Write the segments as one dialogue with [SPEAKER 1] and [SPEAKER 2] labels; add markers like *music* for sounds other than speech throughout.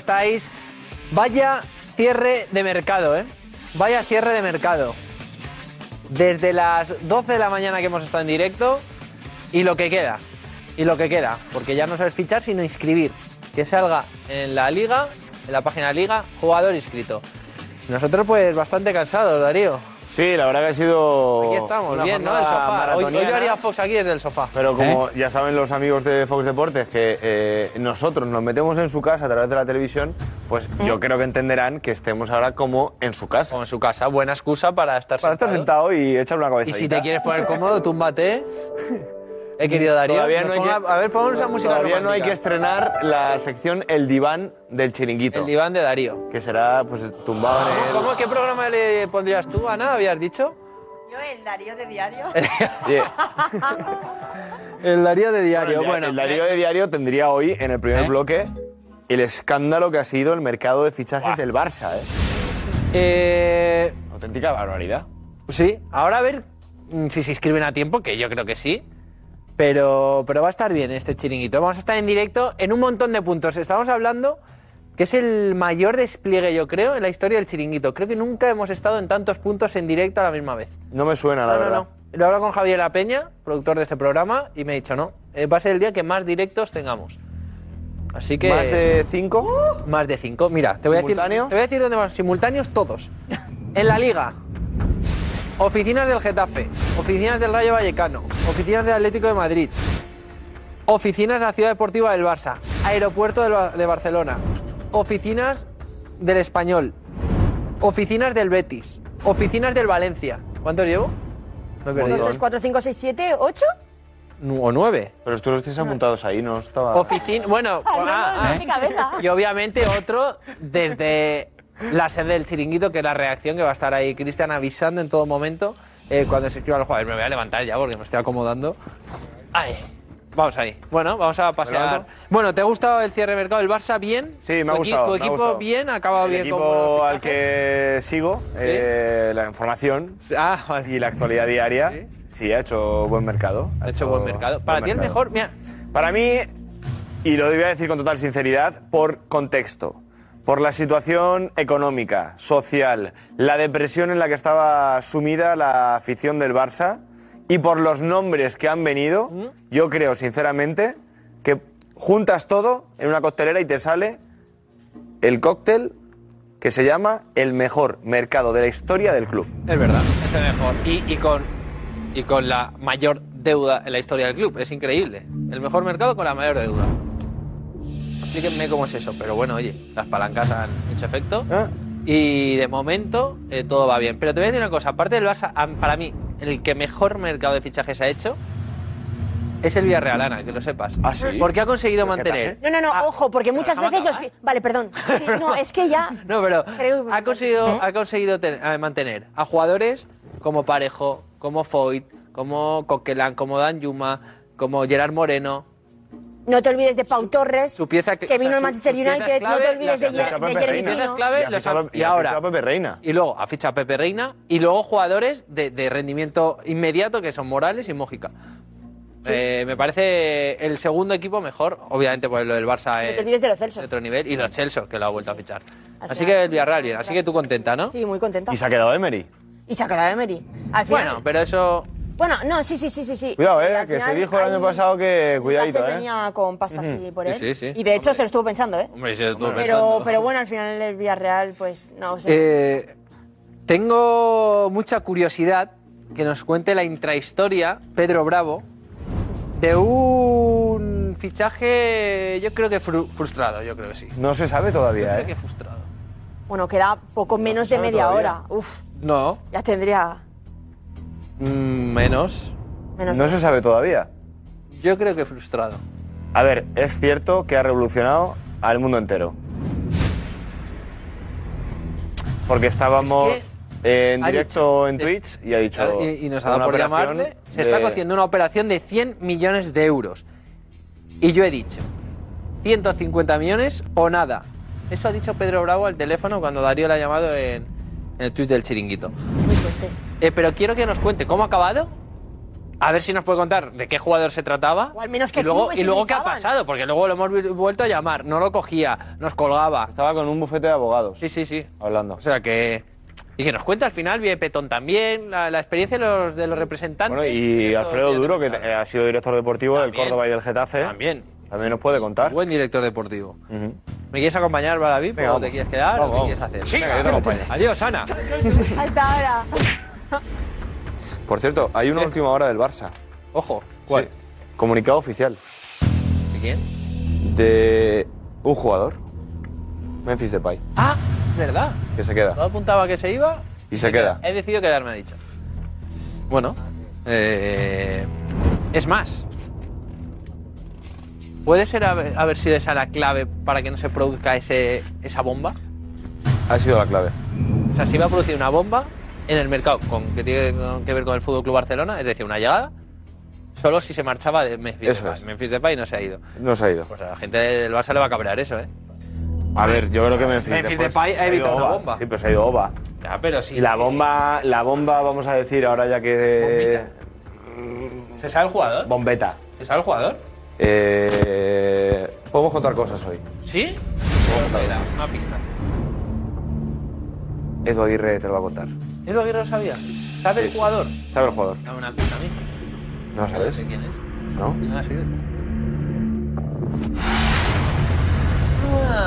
[SPEAKER 1] Estáis. Vaya cierre de mercado, ¿eh? Vaya cierre de mercado. Desde las 12 de la mañana que hemos estado en directo y lo que queda. Y lo que queda. Porque ya no es fichar, sino inscribir. Que salga en la liga, en la página liga, jugador inscrito. Nosotros, pues, bastante cansados, Darío.
[SPEAKER 2] Sí, la verdad que ha sido.
[SPEAKER 1] Aquí estamos,
[SPEAKER 2] una
[SPEAKER 1] bien, ¿no? El
[SPEAKER 2] jornada
[SPEAKER 1] sofá. Hoy, hoy yo
[SPEAKER 2] maratoniana.
[SPEAKER 1] haría Fox aquí desde el sofá.
[SPEAKER 2] Pero como ya saben los amigos de Fox Deportes que eh, nosotros nos metemos en su casa a través de la televisión, pues yo creo que entenderán que estemos ahora como en su casa. Como
[SPEAKER 1] Mm. en su casa, buena excusa para estar
[SPEAKER 2] para estar sentado y echar una
[SPEAKER 1] Y
[SPEAKER 2] cabeza.
[SPEAKER 1] si te quieres poner Pues, cómodo, túmbate. He querido Darío.
[SPEAKER 2] Todavía no
[SPEAKER 1] nos
[SPEAKER 2] hay que,
[SPEAKER 1] ponga- A ver, pongamos esa música
[SPEAKER 2] Todavía no hay
[SPEAKER 1] romántica.
[SPEAKER 2] que estrenar la sección El diván del chiringuito. El
[SPEAKER 1] diván de Darío.
[SPEAKER 2] Que será pues tumbado en el.
[SPEAKER 1] *laughs* ¿Cómo, ¿Qué programa le pondrías tú, Ana? ¿Habías dicho?
[SPEAKER 3] Yo el Darío de diario.
[SPEAKER 2] Eh.
[SPEAKER 3] *laughs*
[SPEAKER 1] El Darío de diario, eh.
[SPEAKER 2] bueno. El Darío de diario tendría hoy en el primer bloque el escándalo que ha sido el mercado de fichajes del Barça, ¿eh?
[SPEAKER 1] Eh,
[SPEAKER 2] Auténtica barbaridad.
[SPEAKER 1] sí, ahora a ver mm, si se inscriben a tiempo, que yo creo que sí. Pero, pero va a estar bien este chiringuito. Vamos a estar en directo en un montón de puntos. Estamos hablando que es el mayor despliegue, yo creo, en la historia del chiringuito. Creo que nunca hemos estado en tantos puntos en directo a la misma vez.
[SPEAKER 2] No me suena, la
[SPEAKER 1] no,
[SPEAKER 2] verdad.
[SPEAKER 1] No, no. Lo he hablado con Javier La Peña, productor de este programa, y me ha dicho, no, eh, va a ser el día que más directos tengamos. Así que...
[SPEAKER 2] ¿Más de cinco?
[SPEAKER 1] Más de cinco. Mira, te voy a decir...
[SPEAKER 2] ¿Simultáneos?
[SPEAKER 1] Te voy a decir dónde van. Simultáneos todos. En la Liga. Oficinas del Getafe. Oficinas del Rayo Vallecano. Oficinas del Atlético de Madrid. Oficinas de la Ciudad Deportiva del Barça. Aeropuerto del Ba- de Barcelona. Oficinas del Español. Oficinas del Betis. Oficinas del Valencia. ¿Cuántos llevo? Me he
[SPEAKER 3] 1,
[SPEAKER 1] perdido.
[SPEAKER 3] 2, 3, 4, 5, 6, 7, 8.
[SPEAKER 1] o nueve.
[SPEAKER 2] Pero tú los tienes apuntados ahí, no estaba.
[SPEAKER 1] Oficina, bueno, ah,
[SPEAKER 2] ¿Eh?
[SPEAKER 1] ah.
[SPEAKER 3] mi cabeza.
[SPEAKER 1] y obviamente otro desde la sede del chiringuito, que es la reacción que va a estar ahí Cristian avisando en todo momento eh, cuando se escriban los jugadores. Me voy a levantar ya porque me estoy acomodando. Ay, vamos ahí. Bueno, vamos a pasear.
[SPEAKER 2] levanto?
[SPEAKER 1] Bueno, ¿te ha gustado el cierre de mercado? ¿El Barça bien?
[SPEAKER 2] Sí, me ha
[SPEAKER 1] ¿Tu equi-
[SPEAKER 2] gustado.
[SPEAKER 1] ¿Tu
[SPEAKER 2] me ha
[SPEAKER 1] equipo
[SPEAKER 2] gustado.
[SPEAKER 1] bien? ¿Ha acabado
[SPEAKER 2] El
[SPEAKER 1] bien? con
[SPEAKER 2] equipo
[SPEAKER 1] buenos
[SPEAKER 2] al que sigo, eh, la información
[SPEAKER 1] fichajes? Ah, vale.
[SPEAKER 2] y la actualidad diaria, sí, ha hecho buen mercado.
[SPEAKER 1] Ha hecho buen mercado. Para
[SPEAKER 2] buen
[SPEAKER 1] ti el
[SPEAKER 2] mercado.
[SPEAKER 1] mejor, mira,
[SPEAKER 2] Para mí, y lo voy a decir con total sinceridad, por contexto, por la situación económica, social, la depresión en la que estaba sumida la afición del Barça y por los nombres que han venido, yo creo sinceramente que juntas todo en una coctelera y te sale el cóctel que se llama el mejor mercado de la historia del club.
[SPEAKER 1] Es verdad, es el mejor. Y, y con, y con la mayor deuda en la historia del club. Es increíble. El mejor mercado con la mayor deuda. Explíquenme cómo es eso. Pero bueno, oye, las palancas han hecho efecto.
[SPEAKER 2] ¿Eh?
[SPEAKER 1] Y de momento eh, todo va bien. Pero te voy a decir una cosa. Aparte del Barça, a- para mí, el que mejor mercado de fichajes ha hecho es el Villarreal, Ana, que lo sepas.
[SPEAKER 2] ¿Ah, sí?
[SPEAKER 1] Porque ha conseguido
[SPEAKER 2] ¿El Getafe?
[SPEAKER 1] mantener...
[SPEAKER 3] No, no, no,
[SPEAKER 1] Ah,
[SPEAKER 3] ojo, porque muchas
[SPEAKER 1] déjame
[SPEAKER 3] veces los.
[SPEAKER 1] acabar.
[SPEAKER 3] fi- Vale, perdón. Sí, no, es que ya.
[SPEAKER 1] *laughs* No, pero
[SPEAKER 3] Creo que-
[SPEAKER 1] ha conseguido, ha conseguido ten- eh, mantener a jugadores como Parejo, como Foyt, como Coquelán, como Dan Yuma, como Gerard Moreno.
[SPEAKER 3] No te olvides de Pau Torres,
[SPEAKER 1] su pieza que-
[SPEAKER 3] que vino
[SPEAKER 1] o sea,
[SPEAKER 3] al
[SPEAKER 1] su-
[SPEAKER 3] Manchester
[SPEAKER 1] sus piezas
[SPEAKER 3] United. no
[SPEAKER 1] clave
[SPEAKER 3] te
[SPEAKER 1] las
[SPEAKER 3] olvides de,
[SPEAKER 1] ha
[SPEAKER 3] Ye-
[SPEAKER 1] fichado
[SPEAKER 3] de
[SPEAKER 2] Pepe
[SPEAKER 3] Jeremy
[SPEAKER 2] Reina.
[SPEAKER 1] Piezas
[SPEAKER 3] Pino.
[SPEAKER 1] clave
[SPEAKER 2] Y ha
[SPEAKER 1] los
[SPEAKER 2] fichado-
[SPEAKER 1] han-
[SPEAKER 2] y
[SPEAKER 1] y
[SPEAKER 2] ha
[SPEAKER 1] ahora.
[SPEAKER 2] fichado a Pepe Reina.
[SPEAKER 1] Y luego ha fichado a Pepe Reina y luego jugadores de, de rendimiento inmediato que son Morales y Mójica. Eh, me parece el segundo equipo mejor, obviamente por lo del Barça
[SPEAKER 3] te
[SPEAKER 1] es
[SPEAKER 3] olvides de los Celso.
[SPEAKER 1] de otro nivel y los Chelsea que lo ha vuelto a fichar.
[SPEAKER 3] Al
[SPEAKER 1] Así
[SPEAKER 3] final,
[SPEAKER 1] que el
[SPEAKER 3] sí.
[SPEAKER 1] Villarreal bien, así que tú contenta, ¿no?
[SPEAKER 3] Sí, muy contenta.
[SPEAKER 2] Y se ha quedado Emery.
[SPEAKER 3] Y se ha quedado Emery. Al final.
[SPEAKER 1] Bueno, pero eso
[SPEAKER 3] Bueno, no, sí, sí, sí, sí. sí.
[SPEAKER 2] Cuidado, eh,
[SPEAKER 3] Al
[SPEAKER 2] que se
[SPEAKER 3] final
[SPEAKER 2] dijo el año
[SPEAKER 3] ahí
[SPEAKER 2] pasado que
[SPEAKER 3] Newcastle
[SPEAKER 2] cuidadito, eh.
[SPEAKER 3] venía con pasta así por él.
[SPEAKER 1] Sí, sí, sí.
[SPEAKER 3] Y de hecho
[SPEAKER 1] Hombre.
[SPEAKER 3] se lo estuvo pensando, ¿eh?
[SPEAKER 1] Hombre, sí, estuve
[SPEAKER 3] Pero,
[SPEAKER 1] pensando.
[SPEAKER 3] pero bueno, al final el Villarreal, pues no sé.
[SPEAKER 1] Eh, tengo mucha curiosidad que nos cuente la intrahistoria, Pedro Bravo, de un fichaje, yo creo que fru- frustrado, yo creo que sí.
[SPEAKER 2] No se sabe
[SPEAKER 1] Yo
[SPEAKER 2] todavía,
[SPEAKER 1] creo que
[SPEAKER 2] ¿eh?
[SPEAKER 1] frustrado.
[SPEAKER 3] Bueno, queda poco menos de
[SPEAKER 2] sabe
[SPEAKER 3] media
[SPEAKER 2] todavía.
[SPEAKER 3] hora. Uf,
[SPEAKER 1] No,
[SPEAKER 3] ya tendría *laughs*
[SPEAKER 1] mm, menos.
[SPEAKER 3] menos.
[SPEAKER 2] No se sabe todavía.
[SPEAKER 1] Yo creo que frustrado.
[SPEAKER 2] A ver, es cierto que ha revolucionado al mundo entero. porque estábamos
[SPEAKER 1] Es
[SPEAKER 2] en
[SPEAKER 1] ha
[SPEAKER 2] directo
[SPEAKER 1] dicho-
[SPEAKER 2] en
[SPEAKER 1] es-
[SPEAKER 2] Twitch y ha dicho.
[SPEAKER 1] Y, y nos ha dado
[SPEAKER 2] una
[SPEAKER 1] por
[SPEAKER 2] operación
[SPEAKER 1] llamarle. Se está
[SPEAKER 2] de-
[SPEAKER 1] cociendo una operación de 100 millones de euros. Y yo he dicho, 150 millones o nada. Eso ha dicho Pedro Bravo al teléfono cuando Darío le ha llamado en, en el tweet del chiringuito. Eh, pero quiero que nos cuente cómo ha acabado. A ver si nos puede contar de qué jugador se trataba.
[SPEAKER 4] O al menos qué
[SPEAKER 1] y luego,
[SPEAKER 4] clubes
[SPEAKER 1] y luego qué ha
[SPEAKER 4] implicaban.
[SPEAKER 1] pasado, porque luego lo hemos vu- vuelto a llamar. No lo cogía, nos colgaba.
[SPEAKER 2] Estaba con un bufete de abogados.
[SPEAKER 1] Sí, sí, sí.
[SPEAKER 2] Hablando.
[SPEAKER 1] O sea que. Y que nos cuenta al final, bien Petón también, la, la experiencia de los, de los representantes.
[SPEAKER 2] Bueno, y Alfredo Duro, que eh, ha sido director deportivo del Córdoba y del Getafe. También. También nos puede contar.
[SPEAKER 1] Buen director deportivo. ¿Me quieres acompañar, Balaví?
[SPEAKER 2] Venga,
[SPEAKER 1] ¿O te
[SPEAKER 2] vamos.
[SPEAKER 1] quieres quedar?
[SPEAKER 2] Vamos,
[SPEAKER 1] ¿O qué
[SPEAKER 2] vamos.
[SPEAKER 1] quieres hacer?
[SPEAKER 2] Sí, Venga, yo te acompaño.
[SPEAKER 1] Adiós, Ana.
[SPEAKER 4] Hasta ahora.
[SPEAKER 2] Por cierto, hay una última hora del Barça.
[SPEAKER 1] Ojo, ¿cuál?
[SPEAKER 2] Comunicado oficial.
[SPEAKER 1] ¿De quién?
[SPEAKER 2] De un jugador. Memphis Depay.
[SPEAKER 1] Ah, ¿verdad?
[SPEAKER 2] Que se queda.
[SPEAKER 1] Todo apuntaba que se iba.
[SPEAKER 2] Y se queda.
[SPEAKER 1] He decidido quedarme, ha dicho. Bueno, eh, es más. ¿Puede ser haber, haber sido esa la clave para que no se produzca ese, esa bomba?
[SPEAKER 2] Ha sido la clave.
[SPEAKER 1] O sea, se iba a producir una bomba en el mercado con, que tiene que ver con el Fútbol Club Barcelona, es decir, una llegada, solo si se marchaba de Memphis
[SPEAKER 2] Eso
[SPEAKER 1] Depay.
[SPEAKER 2] es.
[SPEAKER 1] Memphis Depay no se ha ido.
[SPEAKER 2] No se ha ido.
[SPEAKER 1] Pues a la gente del Barça le va a cabrear eso, ¿eh?
[SPEAKER 2] A ver, yo creo que Memphis,
[SPEAKER 1] Memphis
[SPEAKER 2] después
[SPEAKER 1] Depay
[SPEAKER 2] se
[SPEAKER 1] ha
[SPEAKER 2] ido
[SPEAKER 1] evitado una
[SPEAKER 2] Oba.
[SPEAKER 1] bomba.
[SPEAKER 2] Sí, pero se ha ido Oba.
[SPEAKER 1] Ya, pero sí.
[SPEAKER 2] Y la
[SPEAKER 1] sí,
[SPEAKER 2] bomba, la bomba, vamos a decir ahora ya que.
[SPEAKER 1] sí. ¿Se sabe el jugador?
[SPEAKER 2] Bombeta.
[SPEAKER 1] ¿Se sabe el jugador?
[SPEAKER 2] Eh, podemos contar cosas hoy.
[SPEAKER 1] ¿Sí? Espera, una pista.
[SPEAKER 2] Edu Aguirre te lo va a contar.
[SPEAKER 1] ¿Edu Aguirre lo sabía? ¿Sabe el
[SPEAKER 2] Sí.
[SPEAKER 1] jugador?
[SPEAKER 2] ¿Sabe el jugador?
[SPEAKER 1] Dame una pista a mí.
[SPEAKER 2] No
[SPEAKER 1] No
[SPEAKER 2] sabes.
[SPEAKER 1] sé quién es.
[SPEAKER 2] ¿No?
[SPEAKER 1] Ah, sí.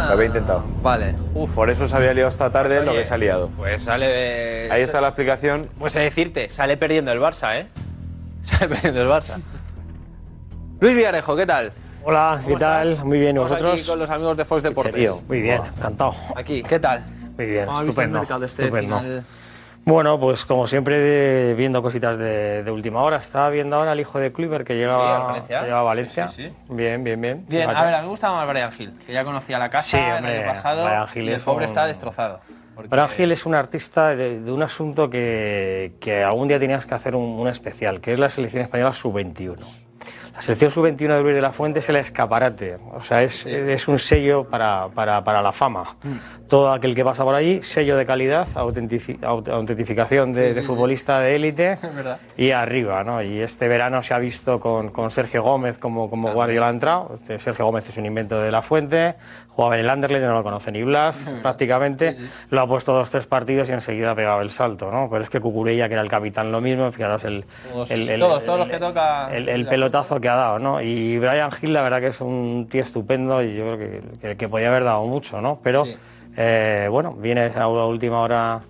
[SPEAKER 2] Lo había intentado.
[SPEAKER 1] Vale. Uf,
[SPEAKER 2] Por eso se había liado esta tarde
[SPEAKER 1] Pues,
[SPEAKER 2] lo
[SPEAKER 1] oye.
[SPEAKER 2] que se ha liado.
[SPEAKER 1] pues sale... eh,
[SPEAKER 2] Ahí está la explicación.
[SPEAKER 1] Pues a decirte, sale perdiendo el Barça, ¿eh? *laughs* Sale perdiendo el Barça. Luis Villarejo, ¿qué tal?
[SPEAKER 5] Hola, ¿qué
[SPEAKER 1] ¿Cómo
[SPEAKER 5] tal?
[SPEAKER 1] estás?
[SPEAKER 5] Muy bien, ¿y
[SPEAKER 1] Estamos Aquí
[SPEAKER 5] vosotros?
[SPEAKER 1] con los amigos de Fox Deportes.
[SPEAKER 5] Serio, muy bien, encantado.
[SPEAKER 1] Aquí, ¿qué tal?
[SPEAKER 5] Muy bien,
[SPEAKER 1] ¿Cómo habéis visto el
[SPEAKER 5] estupendo.
[SPEAKER 1] mercado este
[SPEAKER 5] estupendo.
[SPEAKER 1] final?
[SPEAKER 5] Bueno, pues como siempre, de- viendo cositas de, de última hora. Estaba viendo ahora al hijo de Kluivert que
[SPEAKER 1] Sí, al
[SPEAKER 5] llegaba,
[SPEAKER 1] Valencia.
[SPEAKER 5] que llegaba a Valencia.
[SPEAKER 1] Sí, sí,
[SPEAKER 5] Bien, bien, bien.
[SPEAKER 1] Bien,
[SPEAKER 5] Vale.
[SPEAKER 1] a ver, a mí me gustaba más Brian Hill, que ya conocía la casa
[SPEAKER 5] Sí,
[SPEAKER 1] el
[SPEAKER 5] hombre,
[SPEAKER 1] año pasado.
[SPEAKER 5] Brian Hill
[SPEAKER 1] y el
[SPEAKER 5] es
[SPEAKER 1] pobre
[SPEAKER 5] un-
[SPEAKER 1] está destrozado. porque-
[SPEAKER 5] Pero Ángel es un artista de, de un asunto que, que algún día tenías que hacer un, un especial, que es la selección española sub-21. La selección sub-21 de Luis de la Fuente es el escaparate, o sea, es, es un sello para, para- para la fama.
[SPEAKER 1] Mm.
[SPEAKER 5] Todo aquel que pasa por allí, sello de calidad, autentici- aut- autentificación de, de futbolista de
[SPEAKER 1] *laughs*
[SPEAKER 5] élite
[SPEAKER 1] verdad.
[SPEAKER 5] y arriba, ¿no? Y este verano se ha visto con, con Sergio Gómez como,
[SPEAKER 1] Ah,
[SPEAKER 5] como Guardiola ha entrado. Este Sergio Gómez es un invento de la fuente, jugaba en el Anderlecht, ya no lo conoce ni Blas, prácticamente. Lo ha puesto dos, tres partidos y enseguida ha pegado el salto, ¿no? Pero es que Cucurella, que era el capitán, lo mismo, fijaros el,
[SPEAKER 1] Todos-
[SPEAKER 5] el- el-
[SPEAKER 1] todos, todos los
[SPEAKER 5] el-
[SPEAKER 1] que toca-
[SPEAKER 5] El, el pelotazo que ha dado, ¿no? Y Brian Hill, la verdad que es un tío estupendo y yo creo que, que, que podía haber dado mucho, ¿no? Pero,
[SPEAKER 1] Sí.
[SPEAKER 5] eh, bueno, viene a la última hora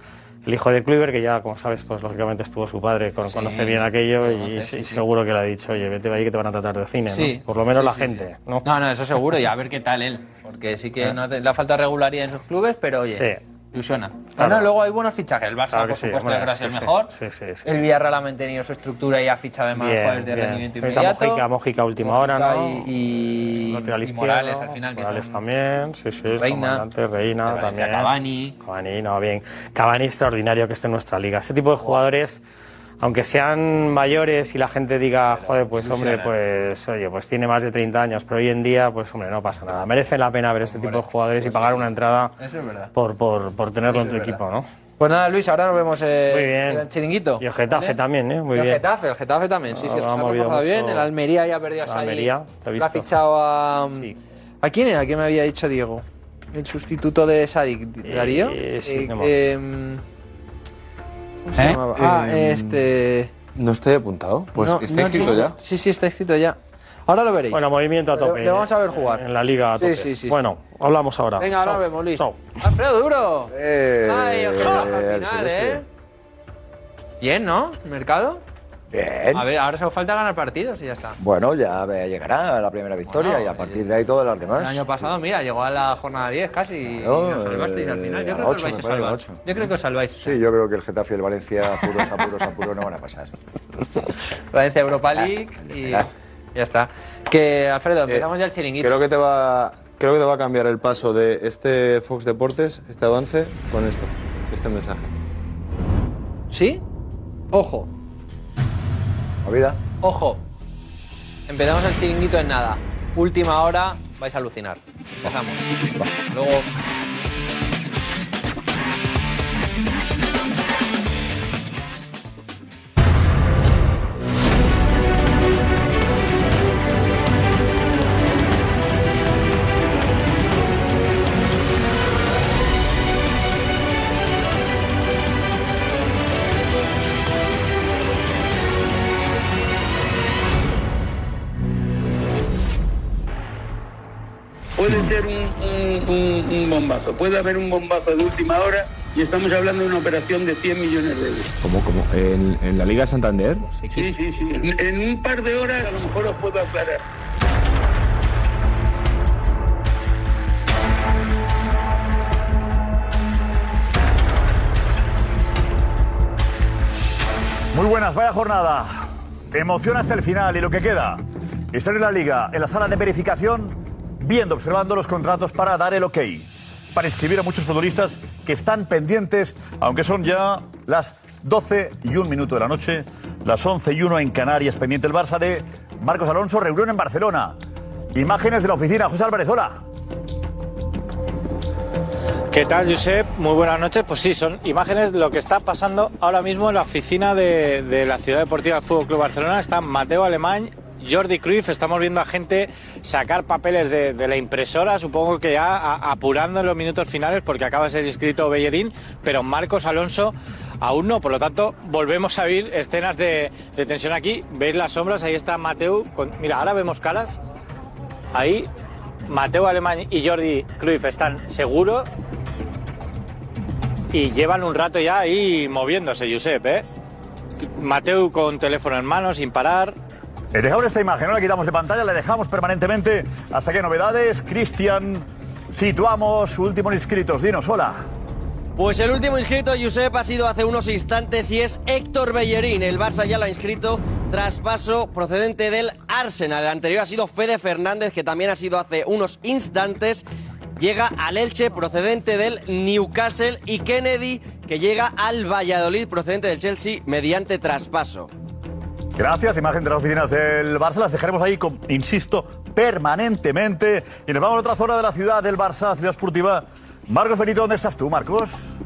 [SPEAKER 5] el hijo de Kluivert, que ya, como sabes, pues lógicamente estuvo su padre con,
[SPEAKER 1] Sí,
[SPEAKER 5] conoce bien aquello
[SPEAKER 1] lo
[SPEAKER 5] y
[SPEAKER 1] conoce,
[SPEAKER 5] se-
[SPEAKER 1] sí, sí.
[SPEAKER 5] seguro que le ha dicho, oye, vete de ahí que te van a tratar de cine,
[SPEAKER 1] Sí.
[SPEAKER 5] ¿no? Por lo menos
[SPEAKER 1] Sí,
[SPEAKER 5] la
[SPEAKER 1] sí,
[SPEAKER 5] gente,
[SPEAKER 1] sí.
[SPEAKER 5] ¿no? Ah.
[SPEAKER 1] No, no, eso seguro, y a ver qué tal él. Porque sí que no hace- le ha falta regularidad en sus clubes, pero oye,
[SPEAKER 5] Sí.
[SPEAKER 1] ilusiona. Pero
[SPEAKER 5] Claro.
[SPEAKER 1] no, luego hay buenos fichajes. El Barça,
[SPEAKER 5] Claro que
[SPEAKER 1] por
[SPEAKER 5] sí,
[SPEAKER 1] supuesto,
[SPEAKER 5] hombre,
[SPEAKER 1] yo creo que es el
[SPEAKER 5] sí, sí.
[SPEAKER 1] mejor.
[SPEAKER 5] Sí, sí, sí.
[SPEAKER 1] El Villarreal ha mantenido su estructura y ha fichado además jugadores de rendimiento
[SPEAKER 5] Ahorita
[SPEAKER 1] inmediato.
[SPEAKER 5] Mojica, Mojica última hora,
[SPEAKER 1] Mojica
[SPEAKER 5] ¿no?
[SPEAKER 1] Y, y-
[SPEAKER 5] Lateral
[SPEAKER 1] y
[SPEAKER 5] izquierdo,
[SPEAKER 1] Morales al final. Que
[SPEAKER 5] Morales
[SPEAKER 1] son-
[SPEAKER 5] también, sí, sí.
[SPEAKER 1] Reina.
[SPEAKER 5] comandante, Reina
[SPEAKER 1] De Valencia,
[SPEAKER 5] también.
[SPEAKER 1] Cavani.
[SPEAKER 5] Cavani, no, bien. Cavani extraordinario que esté en nuestra liga. Este tipo de jugadores, aunque sean mayores y la gente diga, joder, pues hombre, pues oye, pues tiene más de 30 años, pero hoy en día, pues hombre, no pasa nada. Merece la pena ver este tipo de jugadores y pagar una entrada
[SPEAKER 1] pues Eso es verdad.
[SPEAKER 5] por, por, por tenerlo en tu equipo, ¿no?
[SPEAKER 1] Pues nada, Luis, ahora nos vemos eh,
[SPEAKER 5] Muy bien.
[SPEAKER 1] en el chiringuito.
[SPEAKER 5] Y el Getafe
[SPEAKER 1] ¿vale?
[SPEAKER 5] también, ¿eh? Muy
[SPEAKER 1] el
[SPEAKER 5] bien.
[SPEAKER 1] Getafe, el Getafe también, sí, sí,
[SPEAKER 5] Ah,
[SPEAKER 1] se
[SPEAKER 5] ha
[SPEAKER 1] ha
[SPEAKER 5] movido
[SPEAKER 1] reforzado
[SPEAKER 5] mucho-
[SPEAKER 1] bien. El Almería ya perdió a
[SPEAKER 5] El
[SPEAKER 1] Xavi.
[SPEAKER 5] Almería, lo he
[SPEAKER 1] Lo ha
[SPEAKER 5] visto.
[SPEAKER 1] fichado a... mm,
[SPEAKER 5] Sí.
[SPEAKER 1] ¿A quién era que me había dicho Diego? El sustituto de Sadik, ¿Darío?
[SPEAKER 5] Eh, sí, no me
[SPEAKER 1] eh, ¿Cómo se llamaba? Ah, este...
[SPEAKER 2] No estoy apuntado. ¿Eh? Em, Pues
[SPEAKER 1] no,
[SPEAKER 2] está
[SPEAKER 1] no,
[SPEAKER 2] escrito
[SPEAKER 1] sí,
[SPEAKER 2] ya.
[SPEAKER 1] Sí, sí, está escrito ya. Ahora lo veréis.
[SPEAKER 5] Bueno, movimiento a
[SPEAKER 1] Pero
[SPEAKER 5] tope.
[SPEAKER 1] le vamos a ver
[SPEAKER 5] eh,
[SPEAKER 1] jugar.
[SPEAKER 5] En la liga a
[SPEAKER 1] Sí,
[SPEAKER 5] tope.
[SPEAKER 1] sí, sí, sí.
[SPEAKER 5] Bueno, hablamos ahora.
[SPEAKER 1] Venga, ahora
[SPEAKER 5] Chao.
[SPEAKER 1] nos vemos, Luis.
[SPEAKER 5] Chao.
[SPEAKER 1] ¡Alfredo Duro!
[SPEAKER 2] Eh,
[SPEAKER 1] ¡Ay, ojalá, al
[SPEAKER 2] al
[SPEAKER 1] final,
[SPEAKER 2] Celeste.
[SPEAKER 1] eh! Bien, ¿no? ¿Mercado?
[SPEAKER 6] Bien.
[SPEAKER 1] A ver, ahora solo falta ganar partidos y ya está.
[SPEAKER 6] Bueno, ya ve- llegará la primera victoria
[SPEAKER 1] Bueno, eh,
[SPEAKER 6] y a partir de ahí todas las demás.
[SPEAKER 1] El año pasado, mira, llegó a la jornada 10 casi
[SPEAKER 6] Claro,
[SPEAKER 1] y os salvasteis al final. Yo
[SPEAKER 6] eh,
[SPEAKER 1] creo que os
[SPEAKER 6] ocho,
[SPEAKER 1] vais a
[SPEAKER 6] me parece,
[SPEAKER 1] salvar.
[SPEAKER 6] ocho.
[SPEAKER 1] Yo creo que os salváis.
[SPEAKER 6] Sí, yo creo que el Getafe y el Valencia apuros, apuros, apuros no van a pasar.
[SPEAKER 1] *laughs* Valencia Europa League y ya está. Que, Alfredo, empezamos ya el chiringuito.
[SPEAKER 2] Eh, Creo que te va. Creo que te va a cambiar el paso de este Fox Deportes, este avance, con esto. Este mensaje.
[SPEAKER 1] ¿Sí? Ojo.
[SPEAKER 7] Movida.
[SPEAKER 1] Ojo. Empezamos el chiringuito en nada. Última hora, vais a alucinar. Empezamos. Luego.
[SPEAKER 8] Puede ser un, un- un- un bombazo, puede haber un bombazo de última hora y estamos hablando de una operación de 100 millones de euros.
[SPEAKER 2] ¿Cómo, cómo? ¿En, en la Liga Santander?
[SPEAKER 8] Sí, sí, sí. En- En un par de horas a lo mejor os puedo aclarar.
[SPEAKER 9] Muy buenas, vaya jornada. Emoción hasta el final y lo que queda. Estar en la liga, en la sala de verificación, viendo, observando los contratos para dar el ok. Para inscribir a muchos futbolistas que están pendientes, aunque son ya las 12 y un minuto de la noche, las 11 y 1 en Canarias, pendiente el Barça de Marcos Alonso, reunión en Barcelona. Imágenes de la oficina, José Álvarez, hola.
[SPEAKER 10] ¿Qué tal, Josep? Muy buenas noches. Pues sí, son imágenes de lo que está pasando ahora mismo en la oficina de, de la Ciudad Deportiva del Fútbol Club Barcelona. Están Mateo Alemán, Jordi Cruyff. Estamos viendo a gente sacar papeles de, de la impresora, supongo que ya a- apurando en los minutos finales, porque acaba de ser inscrito Bellerín, pero Marcos Alonso aún no. Por lo tanto, volvemos a ver escenas de, de tensión aquí. ¿Veis las sombras? Ahí está Mateo. con- mira, ahora vemos caras. Ahí. Mateo Alemán y Jordi Cruyff están seguros y llevan un rato ya ahí moviéndose, Josep, ¿eh? Mateu con teléfono en mano, sin parar.
[SPEAKER 9] Eh, Dejamos esta imagen, no la quitamos de pantalla, la dejamos permanentemente hasta que novedades. Cristian, situamos, últimos inscritos, dinos, hola.
[SPEAKER 11] Pues el último inscrito, Josep, ha sido hace unos instantes y es Héctor Bellerín. El Barça ya lo ha inscrito tras paso procedente del Arsenal. El anterior ha sido Fede Fernández, que también ha sido hace unos instantes. Llega al Elche procedente del Newcastle y Kennedy, que llega al Valladolid procedente del Chelsea mediante traspaso.
[SPEAKER 9] Gracias, imagen de las oficinas del Barça, las dejaremos ahí, con- insisto, permanentemente. Y nos vamos a otra zona de la ciudad del Barça, ciudad esportiva. Marcos Benito, ¿dónde estás tú, Marcos?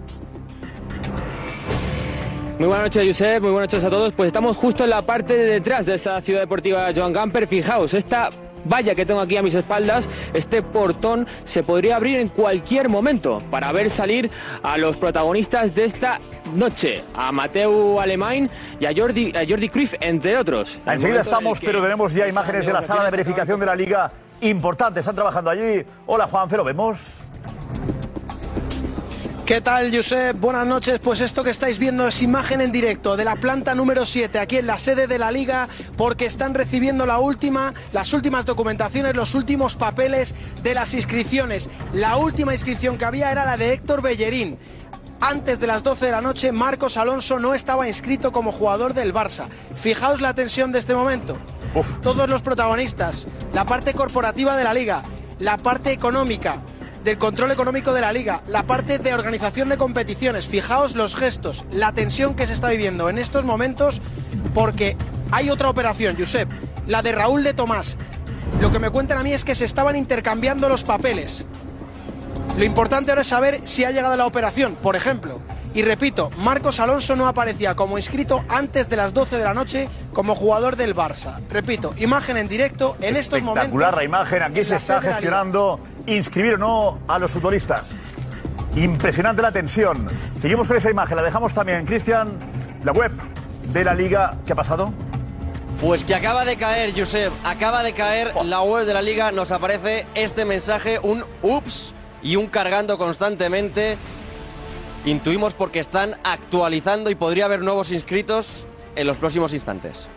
[SPEAKER 12] Muy buenas noches, Josep. Muy buenas noches a todos. Pues estamos justo en la parte de detrás de esa ciudad deportiva Joan Gamper. Fijaos, esta valla que tengo aquí a mis espaldas, este portón se podría abrir en cualquier momento para ver salir a los protagonistas de esta noche, a Mateu Alemán y a Jordi, a Jordi Cruyff, entre otros.
[SPEAKER 9] Enseguida
[SPEAKER 12] El momento en el
[SPEAKER 9] estamos,
[SPEAKER 12] que
[SPEAKER 9] pero tenemos ya
[SPEAKER 12] esas
[SPEAKER 9] imágenes de la sala de
[SPEAKER 12] negociaciones
[SPEAKER 9] verificación de la liga importante, están trabajando allí. Hola, Juanfe, lo vemos.
[SPEAKER 13] ¿Qué tal, Josep? Buenas noches. Pues esto que estáis viendo es imagen en directo de la planta número 7 aquí en la sede de la liga porque están recibiendo la última, las últimas documentaciones, los últimos papeles de las inscripciones. La última inscripción que había era la de Héctor Bellerín. Antes de las 12 de la noche, Marcos Alonso no estaba inscrito como jugador del Barça. Fijaos la tensión de este momento. Todos los protagonistas, la parte corporativa de la liga, la parte económica, del control económico de la liga, la parte de organización de competiciones. Fijaos los gestos, la tensión que se está viviendo en estos momentos, porque hay otra operación, Josep, la de Raúl de Tomás. Lo que me cuentan a mí es que se estaban intercambiando los papeles. Lo importante ahora es saber si ha llegado la operación, por ejemplo. Y repito, Marcos Alonso no aparecía como inscrito antes de las 12 de la noche como jugador del Barça. Repito, imagen en directo en estos momentos.
[SPEAKER 9] Espectacular la imagen, aquí se
[SPEAKER 13] la
[SPEAKER 9] está
[SPEAKER 13] sede de la Liga.
[SPEAKER 9] gestionando inscribir o no a los futbolistas. Impresionante la tensión. Seguimos con esa imagen, la dejamos también, Cristian, la web de la liga. ¿Qué ha pasado?
[SPEAKER 11] Pues que acaba de caer, Josep, acaba de caer la web de la liga, nos aparece este mensaje, un ups y un cargando constantemente. Intuimos porque están actualizando y podría haber nuevos inscritos en los próximos instantes.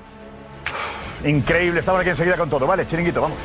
[SPEAKER 9] Increíble, estamos aquí enseguida con todo. Vale, chiringuito, vamos.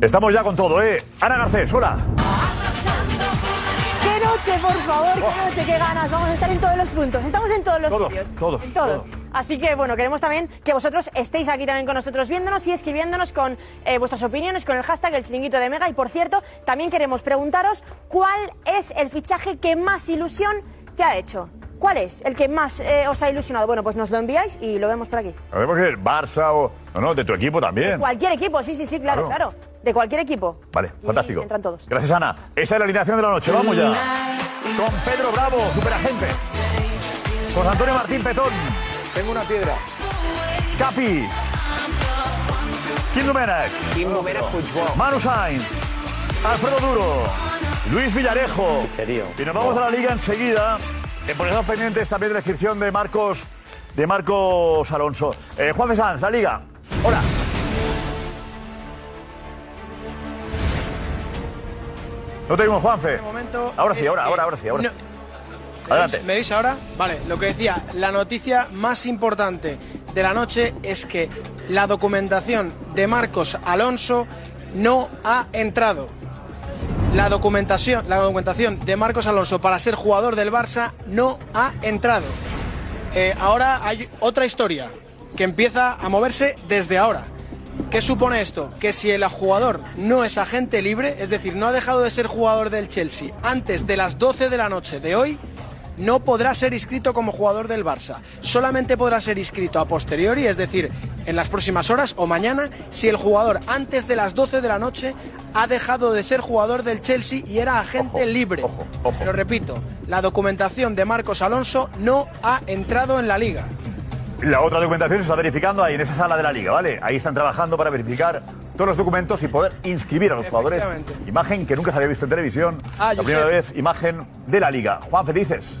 [SPEAKER 9] Estamos ya con todo, ¿eh? Ana Garcés, hola.
[SPEAKER 3] ¡Qué noche, por favor! ¡Qué noche, qué ganas! Vamos a estar en todos los puntos. Estamos en todos los
[SPEAKER 9] Oh. Todos,
[SPEAKER 3] sitios.
[SPEAKER 9] todos,
[SPEAKER 3] En todos. Así que, bueno, queremos también que vosotros estéis aquí también con nosotros viéndonos y escribiéndonos con eh, vuestras opiniones, con el hashtag El Chiringuito de Mega. Y, por cierto, también queremos preguntaros cuál es el fichaje que más ilusión te ha hecho. ¿Cuál es el que más eh, os ha ilusionado? Bueno, pues nos lo enviáis y lo vemos por aquí.
[SPEAKER 9] A ver, porque Barça o. No, no, de tu equipo también.
[SPEAKER 3] Cualquier equipo, sí, sí, sí, claro,
[SPEAKER 9] Claro.
[SPEAKER 3] claro. De cualquier equipo.
[SPEAKER 9] Vale, fantástico.
[SPEAKER 3] Entran todos.
[SPEAKER 9] Gracias, Ana. Esa es la alineación de la noche. Vamos ya. Con Pedro Bravo, superagente. Con Antonio Martín Petón. Tengo una piedra. Capi. Kim Dumenac. Kim pues, Manu Sainz. Alfredo Duro. Luis Villarejo. Y nos vamos a la liga enseguida. Eh, por eso pendientes también de la inscripción de Marcos, de Marcos Alonso. Eh, Juan de Sanz, la liga. Hola. No te oímos, Juanfe. Ahora
[SPEAKER 13] este
[SPEAKER 9] sí,
[SPEAKER 13] es
[SPEAKER 9] ahora,
[SPEAKER 13] que
[SPEAKER 9] ahora, ahora sí, ahora
[SPEAKER 13] no-
[SPEAKER 9] sí. Adelante.
[SPEAKER 13] ¿Me veis ahora? Vale, lo que decía, la noticia más importante de la noche es que la documentación de Marcos Alonso no ha entrado. La documentación, la documentación de Marcos Alonso para ser jugador del Barça no ha entrado. Eh, ahora hay otra historia que empieza a moverse desde ahora. ¿Qué supone esto? Que si el jugador no es agente libre, es decir, no ha dejado de ser jugador del Chelsea antes de las 12 de la noche de hoy, no podrá ser inscrito como jugador del Barça. Solamente podrá ser inscrito a posteriori, es decir, en las próximas horas o mañana, si el jugador antes de las 12 de la noche ha dejado de ser jugador del Chelsea y era agente libre. Pero repito, la documentación de Marcos Alonso no ha entrado en la liga.
[SPEAKER 9] La otra documentación se está verificando ahí en esa sala de la liga, ¿vale? Ahí están trabajando para verificar todos los documentos y poder inscribir a los jugadores.
[SPEAKER 13] Efectivamente.
[SPEAKER 9] Imagen que nunca se había visto en televisión.
[SPEAKER 13] Ah,
[SPEAKER 9] la
[SPEAKER 13] Josep.
[SPEAKER 9] primera vez, imagen de la liga. Juan Felices.